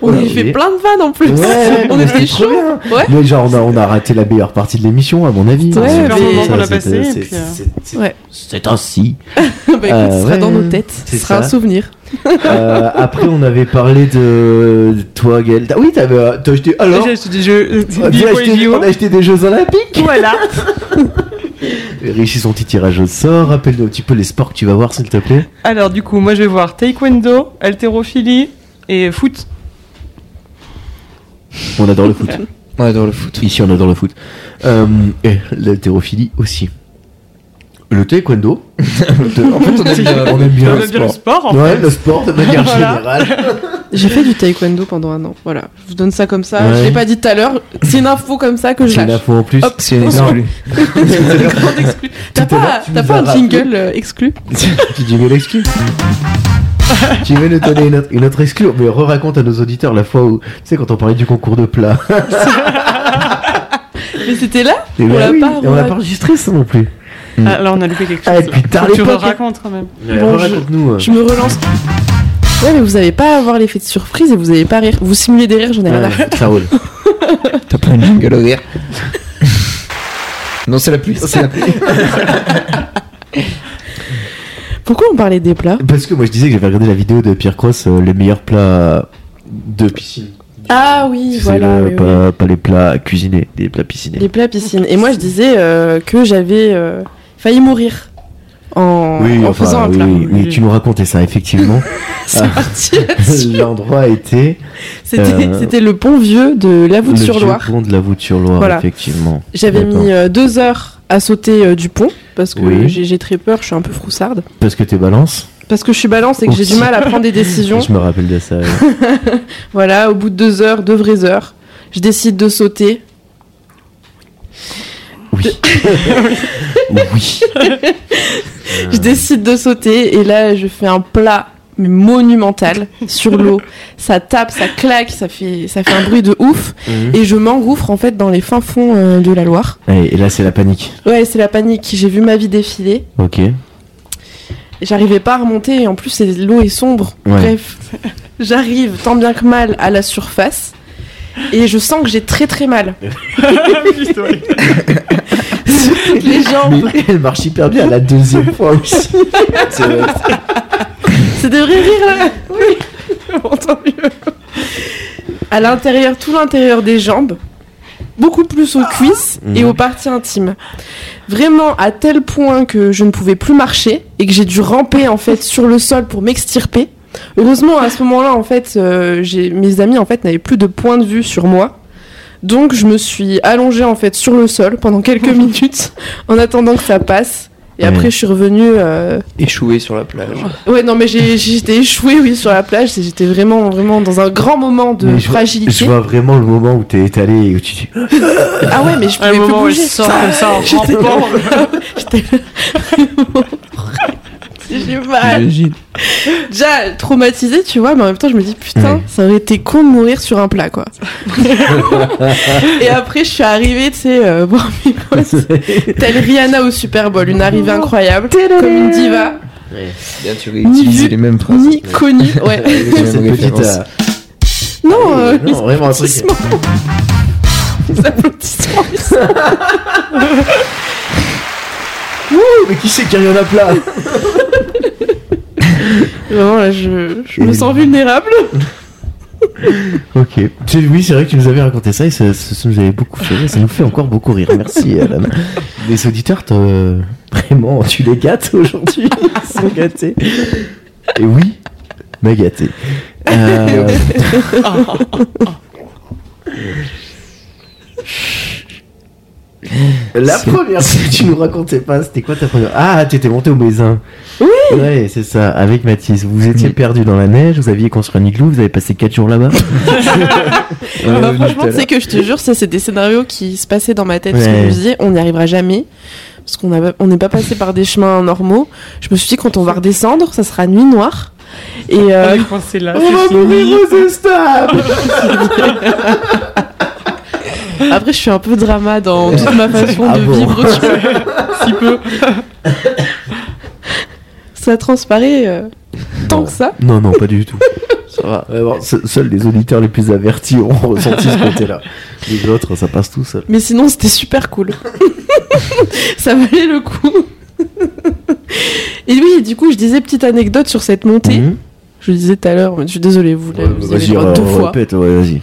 [SPEAKER 8] On
[SPEAKER 1] Ouais,
[SPEAKER 8] lui fait
[SPEAKER 1] oui.
[SPEAKER 8] plein de vannes en plus.
[SPEAKER 1] Ouais,
[SPEAKER 8] on
[SPEAKER 1] mais
[SPEAKER 8] était
[SPEAKER 1] c'était trop
[SPEAKER 8] chaud.
[SPEAKER 1] bien.
[SPEAKER 8] Ouais.
[SPEAKER 1] Mais genre, on a, on a raté la meilleure partie de l'émission, à mon avis.
[SPEAKER 8] Ouais,
[SPEAKER 1] C'est
[SPEAKER 8] mais-
[SPEAKER 1] pour
[SPEAKER 8] Super
[SPEAKER 1] ça,
[SPEAKER 8] moment
[SPEAKER 9] qu'on a
[SPEAKER 1] c'est-
[SPEAKER 9] passé,
[SPEAKER 1] c'est-
[SPEAKER 9] et puis, euh,
[SPEAKER 1] c'est- c'est-
[SPEAKER 8] Ouais.
[SPEAKER 1] C'est ainsi.
[SPEAKER 8] bah écoute, ce sera
[SPEAKER 1] Euh, ouais.
[SPEAKER 8] dans nos têtes.
[SPEAKER 1] C'est
[SPEAKER 8] Ce sera
[SPEAKER 1] ça.
[SPEAKER 8] un souvenir.
[SPEAKER 1] Euh, après, on avait parlé de, de toi, Gaël. Ah Oui, t'avais, euh, t'as acheté. Alors,
[SPEAKER 9] J'ai acheté des jeux.
[SPEAKER 7] euh,
[SPEAKER 1] on
[SPEAKER 5] Ah,
[SPEAKER 1] a, acheté, on a acheté des Jeux Olympiques.
[SPEAKER 9] Voilà.
[SPEAKER 1] Réussis son petit tirage au sort. Rappelle-nous un petit peu les sports que tu vas voir, s'il te plaît.
[SPEAKER 9] Alors du coup, moi je vais voir taekwondo, haltérophilie et foot.
[SPEAKER 1] On adore le foot.
[SPEAKER 4] On adore le foot.
[SPEAKER 1] Ici, on adore le foot. Euh, et l'haltérophilie aussi. Le taekwondo.
[SPEAKER 4] En fait, on aime bien, on aime bien
[SPEAKER 9] On
[SPEAKER 4] le
[SPEAKER 9] aime bien le
[SPEAKER 4] sport.
[SPEAKER 9] sport. en
[SPEAKER 1] ouais, le sport de manière
[SPEAKER 9] Voilà.
[SPEAKER 1] générale.
[SPEAKER 8] J'ai fait du taekwondo pendant un an. Voilà. Je vous donne ça comme ça.
[SPEAKER 1] Ouais.
[SPEAKER 8] Je l'ai pas dit tout à l'heure. C'est une info comme ça que je
[SPEAKER 1] C'est
[SPEAKER 8] lâche.
[SPEAKER 1] une info en plus.
[SPEAKER 8] Hop,
[SPEAKER 4] C'est une
[SPEAKER 8] Non.
[SPEAKER 4] exclue.
[SPEAKER 8] Grande exclue. T'as
[SPEAKER 1] Tout à l'heure,
[SPEAKER 8] pas,
[SPEAKER 1] tu
[SPEAKER 8] t'as
[SPEAKER 1] nous
[SPEAKER 8] pas
[SPEAKER 1] as
[SPEAKER 8] un
[SPEAKER 1] rappelé.
[SPEAKER 8] jingle euh, exclu
[SPEAKER 1] tu dis mais l'exclu. tu veux nous donner une autre, une autre exclu Mais re-raconte à nos auditeurs la fois où, tu sais, quand on parlait du concours de plat.
[SPEAKER 8] Mais c'était là
[SPEAKER 1] Et bah
[SPEAKER 8] On l'a euh, pas-
[SPEAKER 1] et on l'a pas enregistré ça non plus.
[SPEAKER 9] Ah, là on a loupé quelque chose.
[SPEAKER 1] Ah, et puis tard
[SPEAKER 9] Faut que
[SPEAKER 1] les
[SPEAKER 9] tu
[SPEAKER 1] potes.
[SPEAKER 9] racontes quand même.
[SPEAKER 8] Bon,
[SPEAKER 1] nous
[SPEAKER 8] Je me relance. Ouais, mais vous allez pas avoir l'effet de surprise et vous allez pas rire. Vous simulez des rires, j'en ai rien à
[SPEAKER 1] ça roule.
[SPEAKER 4] T'as pas une jingle au rire Non, c'est la pluie. C'est la pluie.
[SPEAKER 8] faire. Pourquoi on parlait des plats
[SPEAKER 1] Parce que moi je disais que j'avais regardé la vidéo de Pierre Cross, euh, les meilleurs plats de piscine.
[SPEAKER 8] Ah oui,
[SPEAKER 1] C'est
[SPEAKER 8] voilà.
[SPEAKER 1] le-
[SPEAKER 8] oui, oui.
[SPEAKER 1] pas, pas les plats cuisinés, des plats piscinés.
[SPEAKER 8] Les plats piscine. Et moi, je disais euh, que j'avais euh, failli mourir en,
[SPEAKER 1] Oui,
[SPEAKER 8] en
[SPEAKER 1] enfin,
[SPEAKER 8] faisant un
[SPEAKER 1] Ah oui,
[SPEAKER 8] plat.
[SPEAKER 1] oui, oui, tu nous racontais ça effectivement.
[SPEAKER 8] C'est parti là-dessus.
[SPEAKER 1] L'endroit était
[SPEAKER 8] C'était
[SPEAKER 1] Euh,
[SPEAKER 8] c'était le pont vieux de la voûte sur
[SPEAKER 1] vieux
[SPEAKER 8] Loire.
[SPEAKER 1] pont de la voûte sur Loire,
[SPEAKER 8] Voilà.
[SPEAKER 1] effectivement.
[SPEAKER 8] J'avais
[SPEAKER 1] D'accord.
[SPEAKER 8] mis euh, deux heures à sauter euh, du pont parce que
[SPEAKER 1] Oui.
[SPEAKER 8] j'ai j'ai très peur, je suis un peu froussarde.
[SPEAKER 1] Parce que t'es balance.
[SPEAKER 8] Parce que je suis balance et que j'ai
[SPEAKER 1] Ouf.
[SPEAKER 8] du mal à prendre des décisions.
[SPEAKER 1] Je me rappelle de ça. ouais.
[SPEAKER 8] Voilà, au bout de deux heures, deux vraies heures, je décide de sauter.
[SPEAKER 1] Oui. oui.
[SPEAKER 8] Je décide de sauter et là, je fais un plat mais monumental sur l'eau. Ça tape, ça claque, ça fait, ça fait un bruit de ouf. Et je m'engouffre en fait dans les fins fonds euh, de la Loire.
[SPEAKER 1] Allez, et là, c'est la panique.
[SPEAKER 8] Ouais, c'est la panique. J'ai vu ma vie défiler.
[SPEAKER 1] Ok.
[SPEAKER 8] J'arrivais pas à remonter et en plus c'est- l'eau est sombre.
[SPEAKER 1] Ouais.
[SPEAKER 8] Bref, j'arrive tant bien que mal à la surface et je sens que j'ai très très mal. les jambes,
[SPEAKER 1] elle marche hyper bien la deuxième fois aussi.
[SPEAKER 8] c'est des vrais rires là. Oui, bon, tant mieux. À l'intérieur, tout l'intérieur des jambes, beaucoup plus aux cuisses
[SPEAKER 1] Ah.
[SPEAKER 8] et
[SPEAKER 1] Mmh.
[SPEAKER 8] aux parties intimes. Vraiment à tel point que je ne pouvais plus marcher et que j'ai dû ramper en fait sur le sol pour m'extirper. Heureusement à ce moment-là en fait euh, j'ai mes amis en fait n'avaient plus de point de vue sur moi. Donc je me suis allongée en fait sur le sol pendant quelques minutes en attendant que ça passe. Et
[SPEAKER 1] Ouais.
[SPEAKER 8] après je suis revenue euh,
[SPEAKER 5] Échoué sur la plage.
[SPEAKER 8] Ouais, non, mais j'ai- j'étais échouée, oui, sur la plage. et J'étais vraiment, vraiment dans un grand moment de
[SPEAKER 1] Mais
[SPEAKER 8] fragilité.
[SPEAKER 1] Je vois vraiment le moment où t'es étalé et où tu dis.
[SPEAKER 8] Ah ouais, mais je
[SPEAKER 9] À
[SPEAKER 8] pouvais
[SPEAKER 9] un
[SPEAKER 8] plus
[SPEAKER 9] moment où il
[SPEAKER 8] bouger.
[SPEAKER 9] sort comme ça en
[SPEAKER 8] J'étais-
[SPEAKER 9] rampant.
[SPEAKER 8] J'étais vraiment- J'ai mal.
[SPEAKER 4] J'imagine.
[SPEAKER 8] Déjà traumatisée, tu vois, mais en même temps, je me dis putain, ça aurait été con de mourir sur un plat, quoi. et après, je suis arrivée, tu sais, euh, voir mes potes, telle Rihanna au Super Bowl, une arrivée incroyable, comme une diva,
[SPEAKER 4] Bien, tu
[SPEAKER 8] Ni vu,
[SPEAKER 4] réutilises les mêmes phrases.
[SPEAKER 8] ni connue. Ouais.
[SPEAKER 1] Cette
[SPEAKER 4] Même
[SPEAKER 1] petite.
[SPEAKER 4] référence.
[SPEAKER 1] euh,
[SPEAKER 4] Ah
[SPEAKER 8] Non, euh,
[SPEAKER 1] non, vraiment un truc.
[SPEAKER 8] applaudissements. Les applaudissements. ils sont-
[SPEAKER 1] Mais qui c'est qui a rien à plat
[SPEAKER 8] Vraiment, là, je, je me sens vulnérable.
[SPEAKER 1] Ok. Tu- Oui, c'est vrai que tu nous avais raconté ça et ça, ça- ça nous avait beaucoup fait rire. Ça nous fait encore beaucoup rire. Merci, Alan. Les auditeurs, t'as- vraiment, tu les gâtes aujourd'hui. Ils sont gâtés. Et oui, m'a gâté. Euh, La première que tu nous racontais pas, c'était quoi ta première Ah, tu étais monté au Mézin. Oui Ouais, c'est ça, avec Mathis. Vous étiez perdu dans la neige, vous aviez construit un igloo, vous avez passé 4 jours là-bas.
[SPEAKER 8] Ah bah, franchement, tu sais que je te jure, ça, c'est des scénarios qui se passaient dans ma tête. Parce que
[SPEAKER 1] Ouais.
[SPEAKER 8] je me disais, on n'y arrivera jamais. Parce qu'on a- on n'est pas passé par des chemins normaux. Je me suis dit, quand on va redescendre, ça sera nuit noire. Et euh,
[SPEAKER 9] Allez, quand c'est Ah, là,
[SPEAKER 8] on va
[SPEAKER 9] c'est
[SPEAKER 8] mourir
[SPEAKER 9] fini.
[SPEAKER 8] aux estables Après, je suis un peu drama dans toute ma façon
[SPEAKER 1] Ah
[SPEAKER 8] de
[SPEAKER 1] bon
[SPEAKER 8] vivre, tu vois.
[SPEAKER 9] Si peu.
[SPEAKER 8] Ça transparaît euh, tant que ça.
[SPEAKER 1] Non, non, pas du tout. Ça va. Euh, bon, se- seuls les auditeurs les plus avertis ont ressenti ce côté-là. Les autres, ça passe tout seul.
[SPEAKER 8] Mais sinon, c'était super cool. ça valait le coup. Et oui, du coup, je disais petite anecdote sur cette montée.
[SPEAKER 1] Mhm.
[SPEAKER 8] Je le disais tout à l'heure, mais je suis désolée, vous, l'avez- vous avez
[SPEAKER 1] Vas-y,
[SPEAKER 8] le droit
[SPEAKER 1] euh,
[SPEAKER 8] deux fois.
[SPEAKER 1] répète, ouais, vas-y.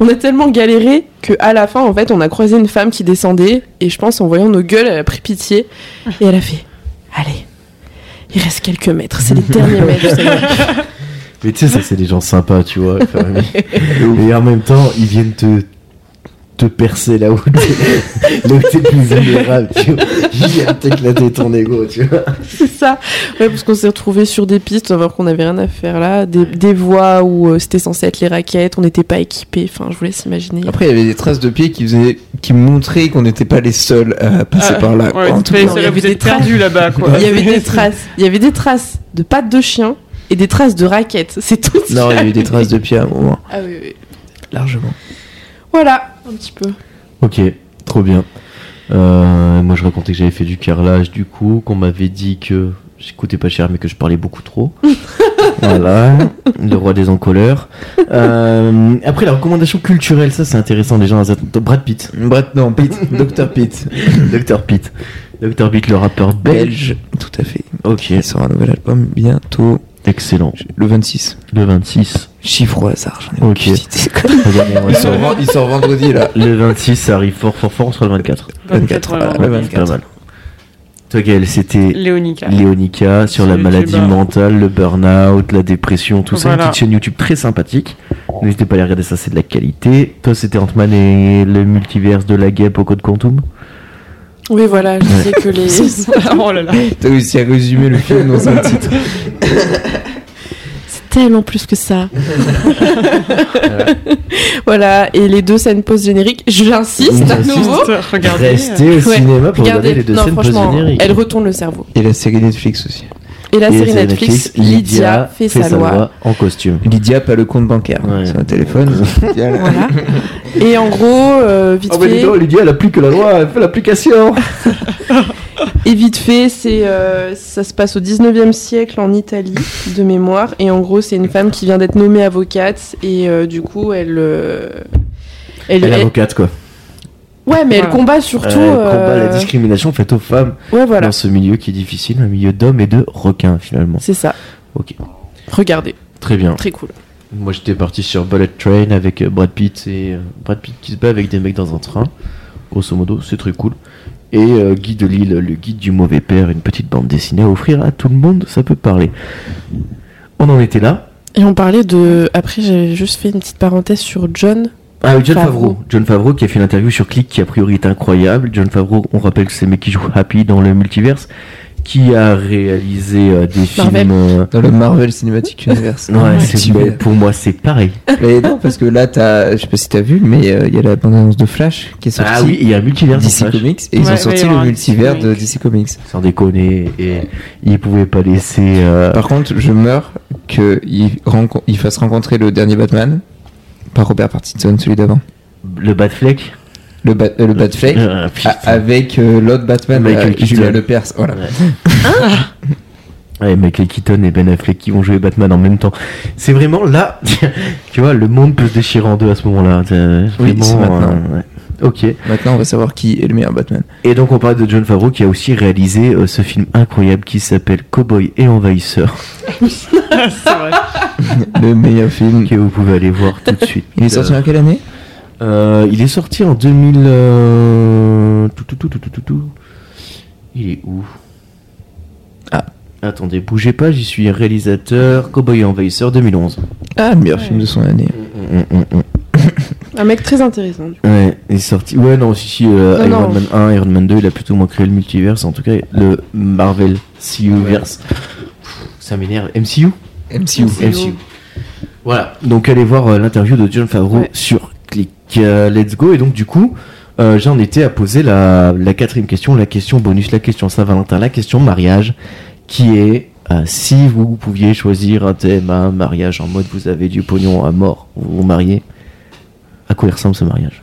[SPEAKER 8] On a tellement galéré que à la fin, en fait, on a croisé une femme qui descendait et je pense en voyant nos gueules, elle a pris pitié et elle a fait "Allez, il reste quelques mètres, c'est les derniers mètres." ça y est.
[SPEAKER 1] Mais tu sais, ça, c'est des gens sympas, tu vois. quand même. Et en même temps, ils viennent te te percer là où t'es là où t'es plus vulnérable tu vois. ils viennent t'éclater ton ego tu vois
[SPEAKER 8] C'est ça. Ouais, parce qu'on s'est retrouvés sur des pistes alors qu'on n'avait rien à faire là, des, des voies où euh, c'était censé être les raquettes, on n'était pas équipés. Enfin, je vous laisse imaginer.
[SPEAKER 4] Après, il y avait des traces de pieds qui, faisaient, qui montraient qu'on n'était pas les seuls à passer
[SPEAKER 9] Ah,
[SPEAKER 4] par là.
[SPEAKER 9] Ouais,
[SPEAKER 4] quoi, en
[SPEAKER 9] vous
[SPEAKER 4] tout
[SPEAKER 9] savez,
[SPEAKER 4] cas.
[SPEAKER 8] cas, il y
[SPEAKER 9] là,
[SPEAKER 8] avait
[SPEAKER 9] vous
[SPEAKER 8] des
[SPEAKER 9] êtes perdus là-bas, quoi.
[SPEAKER 8] Il y avait des traces. Il y avait des traces de pattes de chien et des traces de raquettes. C'est tout. ce
[SPEAKER 4] Non,
[SPEAKER 8] qu'il
[SPEAKER 4] il y a eu des traces de pieds à un moment,
[SPEAKER 8] Ah oui, oui.
[SPEAKER 4] largement.
[SPEAKER 8] Voilà, un petit peu.
[SPEAKER 1] ok trop bien Euh, moi je racontais que j'avais fait du carrelage du coup qu'on m'avait dit que j'écoutais pas cher mais que je parlais beaucoup trop voilà le roi des encoleurs Euh, après la recommandation culturelle ça c'est intéressant les gens à zatt- Brad Pitt
[SPEAKER 4] Bref, non, Pete, Dr. Pete,
[SPEAKER 1] Dr Pitt Dr Pitt le rappeur belge
[SPEAKER 4] belge, tout à fait.
[SPEAKER 1] ok
[SPEAKER 4] Il sort un nouvel album bientôt,
[SPEAKER 1] excellent
[SPEAKER 4] le 26.
[SPEAKER 1] le 26
[SPEAKER 4] Chiffre au hasard, j'en ai
[SPEAKER 1] Ok.
[SPEAKER 4] aucune idée.
[SPEAKER 1] Regardez, on va se-
[SPEAKER 4] il sort vendredi là.
[SPEAKER 1] Le 26, ça arrive fort, fort, fort, on sera le 24.
[SPEAKER 4] 24, voilà, le
[SPEAKER 1] C'est pas
[SPEAKER 4] 24.
[SPEAKER 1] mal. Toi, Gaël, c'était
[SPEAKER 9] Léonica.
[SPEAKER 1] Léonica sur la
[SPEAKER 9] Sur
[SPEAKER 1] maladie
[SPEAKER 9] YouTube, hein.
[SPEAKER 1] mentale, le burn-out, la dépression, tout ça. Une
[SPEAKER 9] Voilà.
[SPEAKER 1] petite chaîne YouTube très sympathique. N'hésitez pas à aller regarder ça, c'est de la qualité. Toi, c'était Ant-Man et le multiverse de la guêpe au code Quantum.
[SPEAKER 8] Oui, voilà, je disais que les.
[SPEAKER 9] oh là là.
[SPEAKER 4] T'as réussi à résumer le film dans un titre.
[SPEAKER 8] C'est tellement plus que ça. voilà, et les deux scènes post-génériques, je l'insiste à
[SPEAKER 1] J'insiste.
[SPEAKER 8] nouveau.
[SPEAKER 9] Juste, regardez.
[SPEAKER 1] Restez au
[SPEAKER 8] euh, Ouais.
[SPEAKER 1] cinéma pour regarder les deux
[SPEAKER 8] non,
[SPEAKER 1] scènes
[SPEAKER 8] franchement,
[SPEAKER 1] post-génériques.
[SPEAKER 8] elle retourne le cerveau.
[SPEAKER 4] Et la série Netflix aussi.
[SPEAKER 8] Et la
[SPEAKER 1] Et
[SPEAKER 8] série
[SPEAKER 1] c'est
[SPEAKER 8] Netflix, Lydia fait sa loi.
[SPEAKER 1] en costume.
[SPEAKER 4] Lydia, pas le compte bancaire
[SPEAKER 1] Ouais.
[SPEAKER 4] sur le téléphone.
[SPEAKER 8] Voilà. Et en gros,
[SPEAKER 1] Ah
[SPEAKER 8] euh,
[SPEAKER 9] Ah
[SPEAKER 8] vite fait,
[SPEAKER 1] Lydia, elle applique la loi, elle fait l'application.
[SPEAKER 8] et vite fait, c'est euh, ça se passe au 19e siècle en Italie de mémoire et en gros, c'est une femme qui vient d'être nommée avocate et euh, du coup, elle euh,
[SPEAKER 1] Elle
[SPEAKER 8] elle,
[SPEAKER 1] est
[SPEAKER 8] elle-
[SPEAKER 1] avocate, quoi.
[SPEAKER 8] ouais, mais elle
[SPEAKER 9] Voilà.
[SPEAKER 8] combat surtout
[SPEAKER 1] Elle combat la
[SPEAKER 8] euh,
[SPEAKER 1] discrimination faite aux femmes.
[SPEAKER 8] Ouais, voilà.
[SPEAKER 1] dans ce milieu qui est difficile, un milieu d'hommes et de requins finalement.
[SPEAKER 8] C'est ça.
[SPEAKER 1] Ok.
[SPEAKER 8] Regardez,
[SPEAKER 1] Très bien.
[SPEAKER 8] très cool.
[SPEAKER 1] Moi j'étais parti sur Bullet Train avec euh, Brad Pitt et euh, Brad Pitt qui se bat avec des mecs dans un train. Grosso modo, c'est très cool. Et euh, Guy de Lille, le guide du mauvais père, une petite bande dessinée à offrir à tout le monde, ça peut parler. On en était là.
[SPEAKER 8] Et on parlait de. Après, j'avais juste fait une petite parenthèse sur John.
[SPEAKER 1] Ah, oui, John Favreau.
[SPEAKER 8] Favreau.
[SPEAKER 1] John Favreau qui a fait l'interview sur Click qui a priori est incroyable. John Favreau, on rappelle que c'est le mec qui joue Happy dans le multiverse, qui a réalisé euh, des
[SPEAKER 8] Marvel.
[SPEAKER 1] films. euh,
[SPEAKER 4] Dans le Marvel Cinematic Universe.
[SPEAKER 1] Ouais, c'est
[SPEAKER 4] Tu
[SPEAKER 1] bon.
[SPEAKER 4] mets-
[SPEAKER 1] Pour moi, c'est pareil.
[SPEAKER 4] Mais non, parce que là, t'as, je sais pas si t'as vu, mais euh, il y a la bande-annonce de Flash qui est sortie.
[SPEAKER 1] Ah oui, il y a un multivers
[SPEAKER 4] DC
[SPEAKER 1] qui
[SPEAKER 4] Comics et ils
[SPEAKER 9] Ouais,
[SPEAKER 4] ont
[SPEAKER 9] ouais, il
[SPEAKER 4] sorti
[SPEAKER 9] y aura
[SPEAKER 4] le
[SPEAKER 9] un
[SPEAKER 4] multivers
[SPEAKER 9] DC
[SPEAKER 4] de DC Comics.
[SPEAKER 1] Sans déconner, et ils pouvaient pas laisser. euh,
[SPEAKER 4] Par contre, je meurs qu'il renco- il fasse rencontrer le dernier Batman par Robert Pattinson, celui d'avant.
[SPEAKER 1] le Batfleck.
[SPEAKER 4] Le, bat, euh, le Batfleck
[SPEAKER 1] Ah,
[SPEAKER 4] a-
[SPEAKER 1] putain.
[SPEAKER 4] avec euh, l'autre Batman,
[SPEAKER 1] Michael
[SPEAKER 4] euh,
[SPEAKER 1] Keaton.
[SPEAKER 4] Julia Lepers. Voilà.
[SPEAKER 1] Ouais. Ouais, Michael Keaton et Ben Affleck qui vont jouer Batman en même temps. C'est vraiment là, tu vois, le monde peut se déchirer en deux à ce moment-là. C'est
[SPEAKER 4] Oui,
[SPEAKER 5] Euh,
[SPEAKER 1] vraiment,
[SPEAKER 4] c'est maintenant.
[SPEAKER 1] euh, ouais.
[SPEAKER 5] Ok.
[SPEAKER 4] Maintenant, on va savoir qui est le meilleur Batman.
[SPEAKER 5] Et donc on parle de John Favreau qui a aussi réalisé euh, ce film incroyable qui s'appelle Cowboy et Envahisseur,
[SPEAKER 4] le meilleur film.
[SPEAKER 5] que vous pouvez aller voir tout de suite.
[SPEAKER 4] Il est sorti en quelle année
[SPEAKER 5] Euh, il est sorti en 2000. euh, tout, tout, tout, tout, tout, tout, tout. Il est où
[SPEAKER 4] Ah.
[SPEAKER 5] Attendez, bougez pas, j'y suis réalisateur, Cowboy et Envahisseur 2011.
[SPEAKER 4] Ah, le meilleur film de son année.
[SPEAKER 8] Un mec très intéressant. du coup.
[SPEAKER 5] Ouais, il est sorti. Ouais, non, si, si, euh,
[SPEAKER 8] Non,
[SPEAKER 5] Iron
[SPEAKER 8] non.
[SPEAKER 5] Man 1, Iron Man 2, il a plutôt moins créé le multiverse, en tout cas, le Marvel CU-verse. Pff, Ça m'énerve. MCU
[SPEAKER 4] MCU.
[SPEAKER 5] MCU. Voilà. Donc allez voir euh, l'interview de John Favreau
[SPEAKER 8] Ouais.
[SPEAKER 5] sur Click. Euh, let's go. Et donc du coup, euh, j'en étais à poser la, la quatrième question, la question bonus, la question Saint-Valentin, la question mariage, qui est euh, si vous pouviez choisir un thème à un mariage en mode vous avez du pognon à mort, vous vous mariez, à quoi il ressemble ce mariage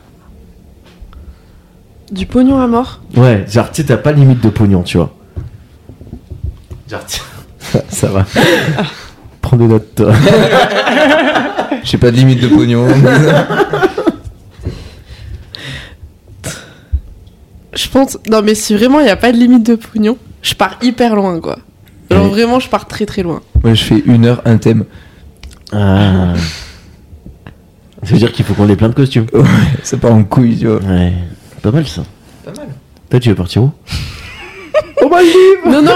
[SPEAKER 8] Du pognon à mort.
[SPEAKER 5] Ouais, genre tu sais, t'as pas limite de pognon, tu vois. Genre, tu- ça, ça va. Prends des notes, toi.
[SPEAKER 4] J'ai pas de limite de pognon.
[SPEAKER 8] Je pense. Non, mais si vraiment il n'y a pas de limite de pognon, je pars hyper loin, quoi. Genre
[SPEAKER 5] Ouais.
[SPEAKER 8] vraiment, je pars très très loin.
[SPEAKER 4] Moi, je fais une heure, un thème.
[SPEAKER 5] Ah. Ça veut dire qu'il faut qu'on ait plein de costumes.
[SPEAKER 4] Ça part en couille, tu vois.
[SPEAKER 5] Ouais. Pas mal ça. Pas mal. Toi, tu veux partir où
[SPEAKER 8] Non, non.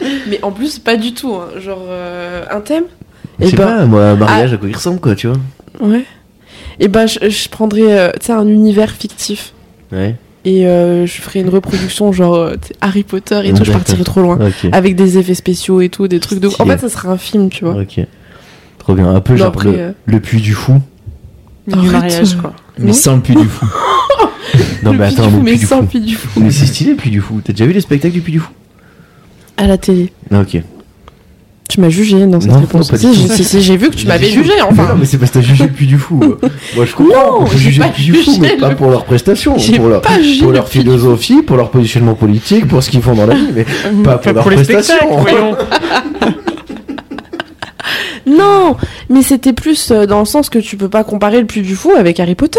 [SPEAKER 8] mais- mais en plus, pas du tout. hein. Genre, euh, un thème
[SPEAKER 5] Je
[SPEAKER 8] Et
[SPEAKER 5] sais
[SPEAKER 8] ben,
[SPEAKER 5] pas, moi, un mariage, à quoi il ressemble, quoi, tu vois.
[SPEAKER 8] ouais. Et ben, je, je prendrais, euh, tu sais, un univers fictif.
[SPEAKER 5] Ouais.
[SPEAKER 8] Et euh, je ferais une reproduction, genre, euh, tu sais, Harry Potter et tout. Je
[SPEAKER 5] D'accord.
[SPEAKER 8] partirais trop loin.
[SPEAKER 5] Ok.
[SPEAKER 8] Avec des effets spéciaux et tout, des trucs de. En
[SPEAKER 5] Stylé.
[SPEAKER 8] fait, ça serait un film, tu vois.
[SPEAKER 5] Ok. Trop bien. Un peu
[SPEAKER 8] Non,
[SPEAKER 5] genre
[SPEAKER 8] après,
[SPEAKER 5] le,
[SPEAKER 8] Ah. euh,
[SPEAKER 5] le puits du fou.
[SPEAKER 7] Du
[SPEAKER 8] Arrête.
[SPEAKER 7] mariage, quoi.
[SPEAKER 4] Mais sans le puits du fou.
[SPEAKER 5] Non,
[SPEAKER 8] le
[SPEAKER 5] mais
[SPEAKER 8] Puy
[SPEAKER 5] attends,
[SPEAKER 8] du
[SPEAKER 5] le
[SPEAKER 8] fou, mais
[SPEAKER 5] puits du
[SPEAKER 8] sans
[SPEAKER 5] fou.
[SPEAKER 8] le Puy du fou.
[SPEAKER 5] Mais c'est stylé le puits du fou. T'as déjà vu les spectacles du puits du fou
[SPEAKER 8] À la télé.
[SPEAKER 5] Ok.
[SPEAKER 8] Tu m'as jugé dans cette
[SPEAKER 5] Non,
[SPEAKER 8] réponse.
[SPEAKER 5] non, pas
[SPEAKER 8] Si,
[SPEAKER 5] du
[SPEAKER 8] j'ai-
[SPEAKER 5] tout.
[SPEAKER 8] si, si, j'ai vu que tu
[SPEAKER 5] J'ai
[SPEAKER 8] m'avais
[SPEAKER 5] jugé.
[SPEAKER 8] jugé,
[SPEAKER 5] Enfin,
[SPEAKER 8] enfin.
[SPEAKER 5] mais c'est parce que t'as jugé le puits du fou. euh. Moi, je comprends.
[SPEAKER 8] Non,
[SPEAKER 5] on peut
[SPEAKER 8] Oh, j'ai
[SPEAKER 5] juger
[SPEAKER 8] pas
[SPEAKER 5] le puits du fou,
[SPEAKER 8] jugé
[SPEAKER 5] mais pas
[SPEAKER 8] le-
[SPEAKER 5] pour leur prestation.
[SPEAKER 8] J'ai
[SPEAKER 5] Pour leur,
[SPEAKER 8] pas jugé
[SPEAKER 5] pour
[SPEAKER 8] le
[SPEAKER 5] leur
[SPEAKER 8] Puy du Fou.
[SPEAKER 5] philosophie, pour leur positionnement politique, pour ce qu'ils font dans la vie, mais pas pour
[SPEAKER 7] Pas
[SPEAKER 5] leur
[SPEAKER 7] pour les spectacles,
[SPEAKER 5] prestation.
[SPEAKER 7] voyons.
[SPEAKER 8] Non, mais c'était plus euh, dans le sens que tu peux pas comparer le Puy du Fou avec Harry Potter.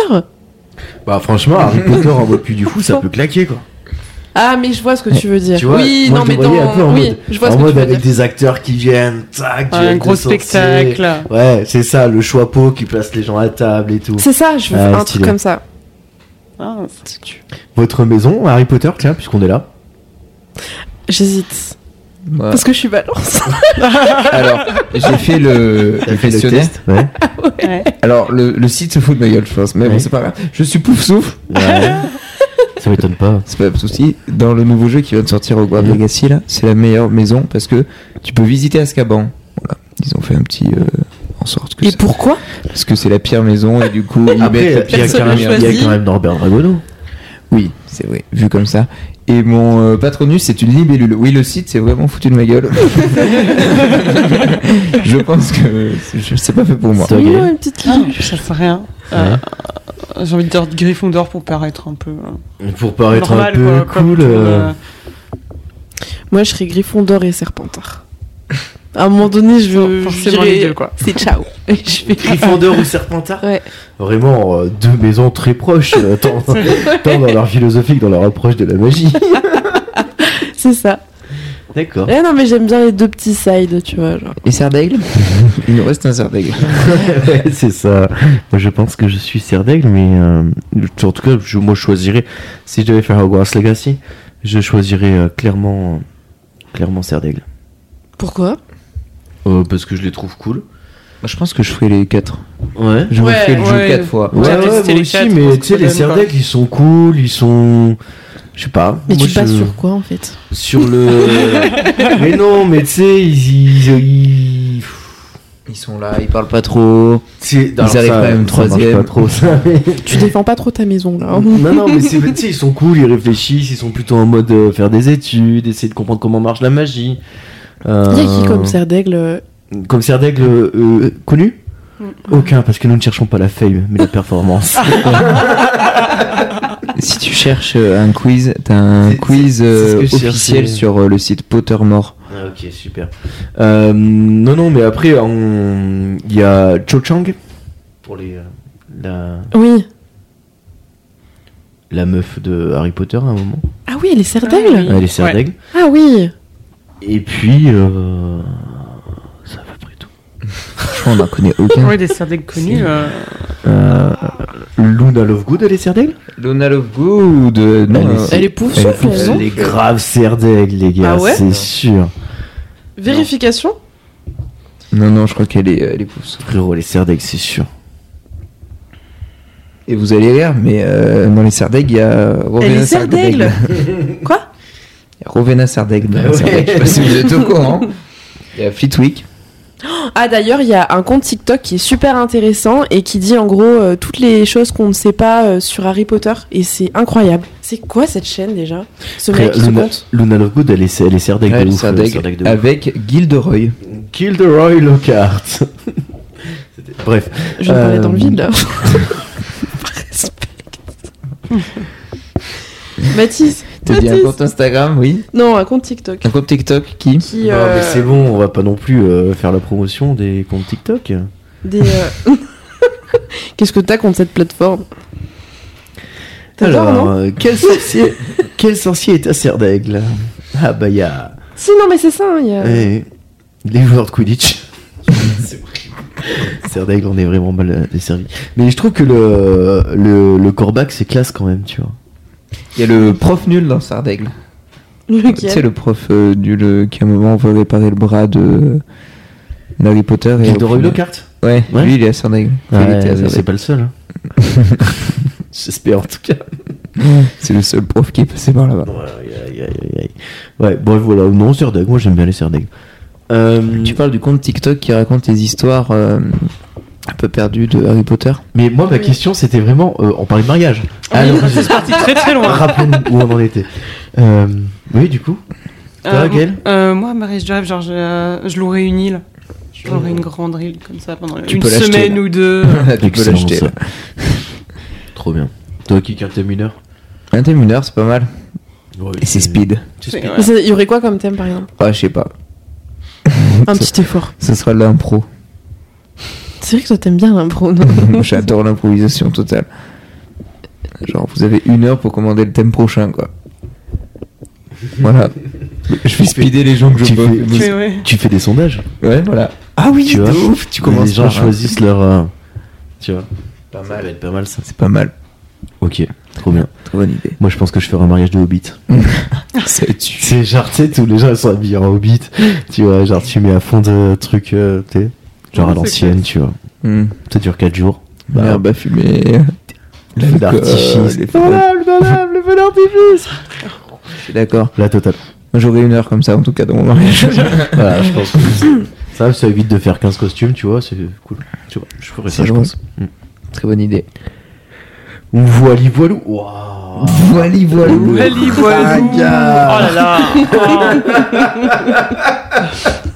[SPEAKER 5] Bah franchement, Harry Potter en mode puits du fou, ça peut claquer quoi.
[SPEAKER 8] Ah, mais je vois ce que tu veux dire.
[SPEAKER 5] Tu vois,
[SPEAKER 8] oui,
[SPEAKER 5] moi,
[SPEAKER 8] non,
[SPEAKER 5] je
[SPEAKER 8] mais
[SPEAKER 5] le voyais
[SPEAKER 8] dans.
[SPEAKER 5] un peu en
[SPEAKER 8] oui,
[SPEAKER 5] mode,
[SPEAKER 8] je vois ce
[SPEAKER 5] en
[SPEAKER 8] que tu
[SPEAKER 5] mode
[SPEAKER 8] veux
[SPEAKER 5] avec
[SPEAKER 8] dire.
[SPEAKER 5] des acteurs qui viennent, tac, du-
[SPEAKER 7] Un
[SPEAKER 5] des
[SPEAKER 7] gros
[SPEAKER 5] sorciers.
[SPEAKER 7] spectacle.
[SPEAKER 5] Ouais, c'est ça, le chapeau qui place les gens à table et tout.
[SPEAKER 8] C'est ça, je veux
[SPEAKER 5] Ah,
[SPEAKER 8] un
[SPEAKER 5] stylé.
[SPEAKER 8] truc comme ça.
[SPEAKER 7] Ah,
[SPEAKER 5] Votre maison, Harry Potter, tiens, puisqu'on est là.
[SPEAKER 8] J'hésite.
[SPEAKER 4] Ouais.
[SPEAKER 8] Parce que je suis balance.
[SPEAKER 4] Alors, j'ai fait le, le questionnaire.
[SPEAKER 5] Ouais.
[SPEAKER 4] Alors, le, le site se fout de ma gueule, je pense. Mais bon,
[SPEAKER 5] Oui.
[SPEAKER 4] c'est pas grave. Je suis pouf souffle.
[SPEAKER 5] ça m'étonne pas.
[SPEAKER 4] C'est pas un souci. Dans le nouveau jeu qui vient de sortir au Guard
[SPEAKER 5] Mhm.
[SPEAKER 4] Legacy, là, c'est la meilleure maison parce que tu peux visiter Azkaban. Voilà. Ils ont fait un petit. euh, en sorte que.
[SPEAKER 8] Et
[SPEAKER 4] ça-
[SPEAKER 8] pourquoi
[SPEAKER 4] Parce que c'est la pire maison et du coup, ils
[SPEAKER 5] Après,
[SPEAKER 4] mettent la
[SPEAKER 5] Ah, il y,
[SPEAKER 4] pire
[SPEAKER 5] a quand même- il y a
[SPEAKER 4] lumière.
[SPEAKER 5] quand même Norbert Dragono.
[SPEAKER 4] Oui, c'est vrai, vu comme ça. Et mon euh, patronus, c'est une libellule. Oui, le site, c'est vraiment foutu de ma gueule. je pense que je- c'est pas fait pour moi.
[SPEAKER 5] C'est
[SPEAKER 8] Mignon,
[SPEAKER 5] vrai.
[SPEAKER 8] une petite
[SPEAKER 7] Ah,
[SPEAKER 8] ligne.
[SPEAKER 7] ça sert à rien. Euh, J'ai envie de dire Gryffondor pour paraître un peu euh,
[SPEAKER 5] Pour paraître
[SPEAKER 7] normal,
[SPEAKER 5] un peu
[SPEAKER 7] quoi, comme
[SPEAKER 5] cool.
[SPEAKER 7] tout le monde,
[SPEAKER 5] euh,
[SPEAKER 7] euh,
[SPEAKER 8] Moi, je serais Gryffondor et Serpentard. À un moment donné, je veux. je
[SPEAKER 7] forcément
[SPEAKER 8] dirais,
[SPEAKER 7] les deux, quoi.
[SPEAKER 8] C'est ciao. Et je fais.
[SPEAKER 5] Gryffondor ou Serpentard
[SPEAKER 8] Ouais.
[SPEAKER 5] Vraiment, euh, deux maisons très proches, euh, tant, tant dans leur philosophie que dans leur approche de la magie.
[SPEAKER 8] C'est ça.
[SPEAKER 5] D'accord.
[SPEAKER 8] Ouais, non, mais j'aime bien les deux petits sides, tu vois. Genre.
[SPEAKER 4] Et Serdaigle Il nous reste un Serdaigle.
[SPEAKER 5] Ouais, c'est ça. Moi, je pense que je suis Serdaigle, mais euh, en tout cas, je, moi, je choisirais. Si je devais faire Hogwarts Legacy, je choisirais euh, clairement, clairement Serdaigle.
[SPEAKER 8] Pourquoi
[SPEAKER 5] Euh, parce que je les trouve cool.
[SPEAKER 4] Moi, Je pense que je ferai les 4.
[SPEAKER 5] Ouais.
[SPEAKER 4] Je
[SPEAKER 7] Ouais,
[SPEAKER 4] ferai le jeu
[SPEAKER 7] ouais.
[SPEAKER 4] 4 fois.
[SPEAKER 5] Ouais,
[SPEAKER 7] J'ai
[SPEAKER 5] ouais,
[SPEAKER 7] testé
[SPEAKER 5] moi
[SPEAKER 7] les
[SPEAKER 5] aussi,
[SPEAKER 7] quatre, je pense
[SPEAKER 5] mais tu sais,
[SPEAKER 7] que
[SPEAKER 5] les
[SPEAKER 7] ça donne
[SPEAKER 5] Serdaigle, ils sont cool, ils sont. Je sais pas.
[SPEAKER 8] Mais
[SPEAKER 5] Moi,
[SPEAKER 8] tu te bases
[SPEAKER 5] je-
[SPEAKER 8] sur quoi en fait
[SPEAKER 5] Sur le. mais non, mais tu sais, ils. ils- ils-
[SPEAKER 4] Ils sont là, ils parlent pas trop.
[SPEAKER 5] c'est- alors,
[SPEAKER 4] arrivent
[SPEAKER 5] ça-
[SPEAKER 4] quand même
[SPEAKER 5] ça marche
[SPEAKER 4] troisième.
[SPEAKER 5] pas trop, ça, mais-
[SPEAKER 8] Tu défends pas trop ta maison là. hein.
[SPEAKER 5] non, non, mais c'est, tu sais, ils sont cool, ils réfléchissent, ils sont plutôt en mode euh, faire des études, essayer de comprendre comment marche la magie. Euh,
[SPEAKER 8] Il y a qui comme Serdaigle euh,
[SPEAKER 5] Comme Serdaigle euh, euh, connu
[SPEAKER 8] Mm.
[SPEAKER 5] Aucun, parce que nous ne cherchons pas la fame, mais la performance.
[SPEAKER 8] Ah.
[SPEAKER 4] Si tu cherches euh, un quiz, t'as un
[SPEAKER 5] C'est-
[SPEAKER 4] quiz
[SPEAKER 5] c'est- c'est ce
[SPEAKER 4] euh,
[SPEAKER 5] que je
[SPEAKER 4] officiel
[SPEAKER 5] cherchais.
[SPEAKER 4] sur euh, le site Pottermore.
[SPEAKER 5] Ah, ok, super. Euh, non, non, mais après, on- il y a Cho Chang, pour les, euh, la,
[SPEAKER 8] Oui.
[SPEAKER 5] la meuf de Harry Potter à un moment.
[SPEAKER 8] Ah oui, elle est serdaigle
[SPEAKER 5] Elle est serdaigle.
[SPEAKER 8] Ah oui
[SPEAKER 5] Et puis, euh, ça va près tout.
[SPEAKER 4] Je crois qu'on n'en connaît aucun.
[SPEAKER 7] Ouais, des serdègues connus. euh,
[SPEAKER 5] Euh, Luna Lovegood, elle est serdaigle
[SPEAKER 4] Luna Lovegood. euh, Non,
[SPEAKER 5] Elle est-
[SPEAKER 4] euh,
[SPEAKER 8] Elle est pouf
[SPEAKER 4] Elle est
[SPEAKER 8] souffle,
[SPEAKER 4] pouf
[SPEAKER 8] disons.
[SPEAKER 5] Elle est grave serdaigle, les gars,
[SPEAKER 8] Ah ouais
[SPEAKER 5] c'est sûr.
[SPEAKER 8] Vérification
[SPEAKER 4] non, non, je crois qu'elle est, euh, elle est pousse.
[SPEAKER 5] Frérot, elle est serdaigle, c'est sûr.
[SPEAKER 4] Et vous allez rire, mais euh, dans les Sardègues, il y a euh, Rowena
[SPEAKER 8] Elle est serdaigle Quoi
[SPEAKER 4] Il y a Rowena Sardaigle dans les Sardègues. Je sais pas si vous êtes au courant. Il y a Fleetwick.
[SPEAKER 8] Ah d'ailleurs, il y a un compte TikTok qui est super intéressant et qui dit en gros euh, toutes les choses qu'on ne sait pas euh, sur Harry Potter et c'est incroyable. C'est quoi cette chaîne déjà Ce mec
[SPEAKER 5] Frère,
[SPEAKER 8] qui se
[SPEAKER 5] Luna,
[SPEAKER 8] compte
[SPEAKER 5] Luna Lovegood, elle est, elle est serdaigle
[SPEAKER 4] Elle
[SPEAKER 5] de
[SPEAKER 4] est
[SPEAKER 5] ouf. euh,
[SPEAKER 4] Sardaigle
[SPEAKER 5] serdaigle de ouf.
[SPEAKER 4] avec Gilderoy.
[SPEAKER 5] Gilderoy Lockhart. C'était- Bref.
[SPEAKER 8] Je vais parler
[SPEAKER 5] Euh,
[SPEAKER 8] dans le vide là. Mathis,
[SPEAKER 4] T'as dit un
[SPEAKER 8] Mathis.
[SPEAKER 4] compte Instagram, oui.
[SPEAKER 8] Non, un compte TikTok
[SPEAKER 4] Un compte TikTok qui
[SPEAKER 8] qui
[SPEAKER 5] Non,
[SPEAKER 8] euh,
[SPEAKER 5] mais c'est bon, on va pas non plus euh, faire la promotion des comptes TikTok.
[SPEAKER 8] des euh, Qu'est-ce que t'as contre cette plateforme T'adores, non
[SPEAKER 5] euh, quel sorcier, quel sorcier est à Serdaigle Ah bah il y a
[SPEAKER 8] Si, non, mais c'est ça. hein, il y a-
[SPEAKER 5] eh, les joueurs de Quidditch. Serdaigle, on est vraiment mal euh, desservi. Mais je trouve que le le, le corbac c'est classe quand même, tu vois.
[SPEAKER 4] Il y a le prof nul dans Sardaigle. Tu
[SPEAKER 8] Lequel
[SPEAKER 4] sais, le prof euh, nul euh, qui à un moment veut réparer le bras de Harry Potter. Et
[SPEAKER 5] Gilderoy
[SPEAKER 4] au final-
[SPEAKER 5] Lockhart.
[SPEAKER 4] Ouais,
[SPEAKER 5] Ouais.
[SPEAKER 4] lui il est à Sardaigle. Enfin, il était à
[SPEAKER 5] Ouais,
[SPEAKER 4] Sardaigle.
[SPEAKER 5] c'est pas le seul. hein. J'espère en tout cas.
[SPEAKER 4] C'est le seul prof qui est passé par là-bas.
[SPEAKER 5] Ouais, aïe, aïe, aïe, aïe. Ouais, bon voilà, non, Serdaigle, moi j'aime bien les Serdaigle. Euh,
[SPEAKER 4] Tu parles du compte TikTok qui raconte les histoires euh, un peu perdues de Harry Potter.
[SPEAKER 5] mais moi ma question c'était vraiment, euh, on parlait de mariage. Ah non, c'est parti
[SPEAKER 7] Très très loin.
[SPEAKER 5] Rappelons-nous où on en était. Euh, oui, du coup. Toi,
[SPEAKER 7] Euh,
[SPEAKER 5] Gaëlle
[SPEAKER 7] euh, Moi, Marie, je rêve, genre, je, euh, je louerais une île. J'aurais une grande île comme ça pendant
[SPEAKER 4] Tu
[SPEAKER 7] une
[SPEAKER 4] peux l'acheter,
[SPEAKER 7] semaine
[SPEAKER 4] là.
[SPEAKER 7] ou deux.
[SPEAKER 4] tu peux l'acheter.
[SPEAKER 5] ça. Trop bien. Toi qui cartes mineur
[SPEAKER 4] Un thème une heure, c'est pas mal. Et c'est speed.
[SPEAKER 7] C'est- ouais.
[SPEAKER 8] Mais c'est- Il y aurait quoi comme thème par exemple
[SPEAKER 4] Ah, je sais pas.
[SPEAKER 8] Un petit effort.
[SPEAKER 4] Ce sera de l'impro.
[SPEAKER 8] C'est vrai que toi t'aimes bien l'impro, non
[SPEAKER 4] J'adore l'improvisation totale. Genre, vous avez une heure pour commander le thème prochain, quoi. Voilà. Je vais speeder les gens que je
[SPEAKER 5] Tu
[SPEAKER 4] peux.
[SPEAKER 5] fais-
[SPEAKER 7] Tu fais- ouais.
[SPEAKER 5] Tu fais des sondages.
[SPEAKER 4] Ouais, voilà. Ah oui,
[SPEAKER 5] Tu
[SPEAKER 4] de
[SPEAKER 5] vois,
[SPEAKER 4] ouf, tu
[SPEAKER 5] Les
[SPEAKER 4] commences
[SPEAKER 5] gens
[SPEAKER 4] par un-
[SPEAKER 5] choisissent leur. euh, tu vois. Pas mal. Ça va être pas mal ça.
[SPEAKER 4] C'est pas mal.
[SPEAKER 5] Ok, trop bien.
[SPEAKER 4] Très bonne idée.
[SPEAKER 5] Moi je pense que je ferai un mariage de hobbit.
[SPEAKER 4] Ça tue.
[SPEAKER 5] C'est genre, tu sais, tous les gens ils sont habillés en hobbit. Tu vois, genre tu mets à fond de trucs, euh, tu sais. Genre à
[SPEAKER 7] Ouais, c'est
[SPEAKER 5] l'ancienne, tu vois.
[SPEAKER 4] Hum.
[SPEAKER 5] Ça dure 4 jours.
[SPEAKER 4] Bah, L'herbe à fumer.
[SPEAKER 5] Feu
[SPEAKER 4] L'alcool,
[SPEAKER 5] d'artifice.
[SPEAKER 4] les feux
[SPEAKER 5] Voilà, le bonhomme, le feu d'artifice.
[SPEAKER 4] Je suis d'accord.
[SPEAKER 5] La totale.
[SPEAKER 4] Moi, J'aurai une heure comme ça, en tout cas, dans mon mariage.
[SPEAKER 5] Voilà, je pense que c'est- ça, ça évite de faire 15 costumes, tu vois, c'est cool. Tu vois, je ferais ça, je pense.
[SPEAKER 4] Très bonne idée.
[SPEAKER 5] Voili voilou. Waouh.
[SPEAKER 4] Voili, voilou.
[SPEAKER 7] Allez, voilà.
[SPEAKER 5] Ah, gars.
[SPEAKER 7] Oh là là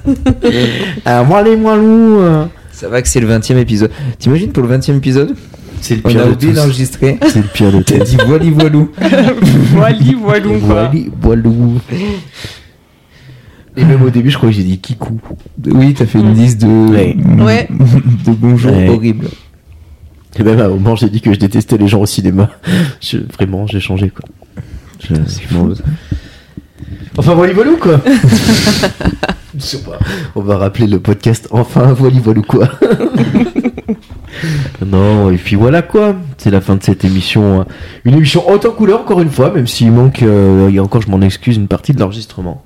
[SPEAKER 7] Oh.
[SPEAKER 5] Ah, voili voilou. euh.
[SPEAKER 4] Ça va que c'est le 20 e épisode. T'imagines pour le 20 e épisode
[SPEAKER 5] C'est le
[SPEAKER 4] On
[SPEAKER 5] pire
[SPEAKER 4] a
[SPEAKER 5] de
[SPEAKER 4] oublié
[SPEAKER 5] tous.
[SPEAKER 4] d'enregistrer.
[SPEAKER 5] C'est le pire de
[SPEAKER 4] T'as
[SPEAKER 5] tous.
[SPEAKER 4] dit voili, voilou.
[SPEAKER 7] Voili, voilou, quoi.
[SPEAKER 5] Voili voilou. Et même au début, je crois que j'ai dit kikou.
[SPEAKER 4] Oui, t'as fait une liste de.
[SPEAKER 5] Ouais.
[SPEAKER 8] Ouais.
[SPEAKER 4] De bonjour
[SPEAKER 5] Ouais.
[SPEAKER 4] horrible.
[SPEAKER 5] Et même à un moment, j'ai dit que je détestais les gens au cinéma. Je- vraiment, j'ai changé, quoi. Je, je m'en veux. Enfin, voili voilou, quoi. je sais pas. On va rappeler le podcast Enfin, voili voilou, quoi. non, et puis voilà, quoi. C'est la fin de cette émission. hein. Une émission haute en couleur, encore une fois, même s'il manque, euh, et encore, je m'en excuse, une partie de l'enregistrement.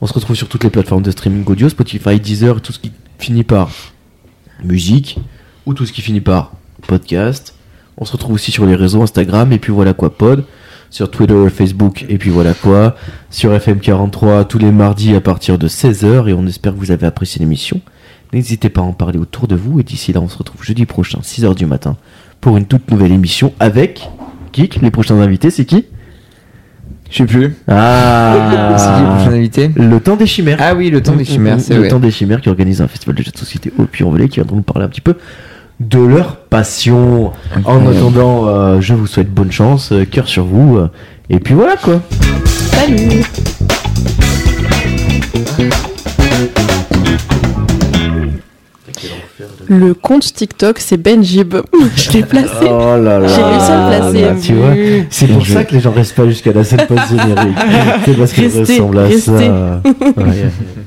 [SPEAKER 5] On se retrouve sur toutes les plateformes de streaming audio, Spotify, Deezer, tout ce qui finit par musique, ou tout ce qui finit par podcast. On se retrouve aussi sur les réseaux Instagram et puis voilà quoi pod, sur Twitter, Facebook et puis voilà quoi, sur FM43 tous les mardis à partir de 16h et on espère que vous avez apprécié l'émission. N'hésitez pas à en parler autour de vous et d'ici là on se retrouve jeudi prochain 6h du matin pour une toute nouvelle émission avec Kik, les prochains invités c'est qui
[SPEAKER 4] Je sais plus. C'est qui le
[SPEAKER 5] Ah
[SPEAKER 4] prochain invité
[SPEAKER 5] Le temps des chimères.
[SPEAKER 4] Ah oui, le temps des chimères, c'est
[SPEAKER 5] Le
[SPEAKER 4] vrai.
[SPEAKER 5] temps des chimères qui organise un festival de jeux de société au Puy-en-Velay qui viendront nous parler un petit peu de leur passion. En attendant, euh, je vous souhaite bonne chance, euh, cœur sur vous, euh, et puis voilà quoi. Salut
[SPEAKER 8] Le compte TikTok, c'est Benjib. Je l'ai placé.
[SPEAKER 5] Oh là là.
[SPEAKER 8] J'ai réussi à le placer.
[SPEAKER 5] Ah, tu vois, c'est
[SPEAKER 10] Bien
[SPEAKER 5] pour
[SPEAKER 10] joué.
[SPEAKER 5] ça que les gens restent pas jusqu'à la scène post générique. c'est parce qu'ils
[SPEAKER 8] Restez,
[SPEAKER 5] ressemblent à
[SPEAKER 8] restez.
[SPEAKER 5] ça. Ouais.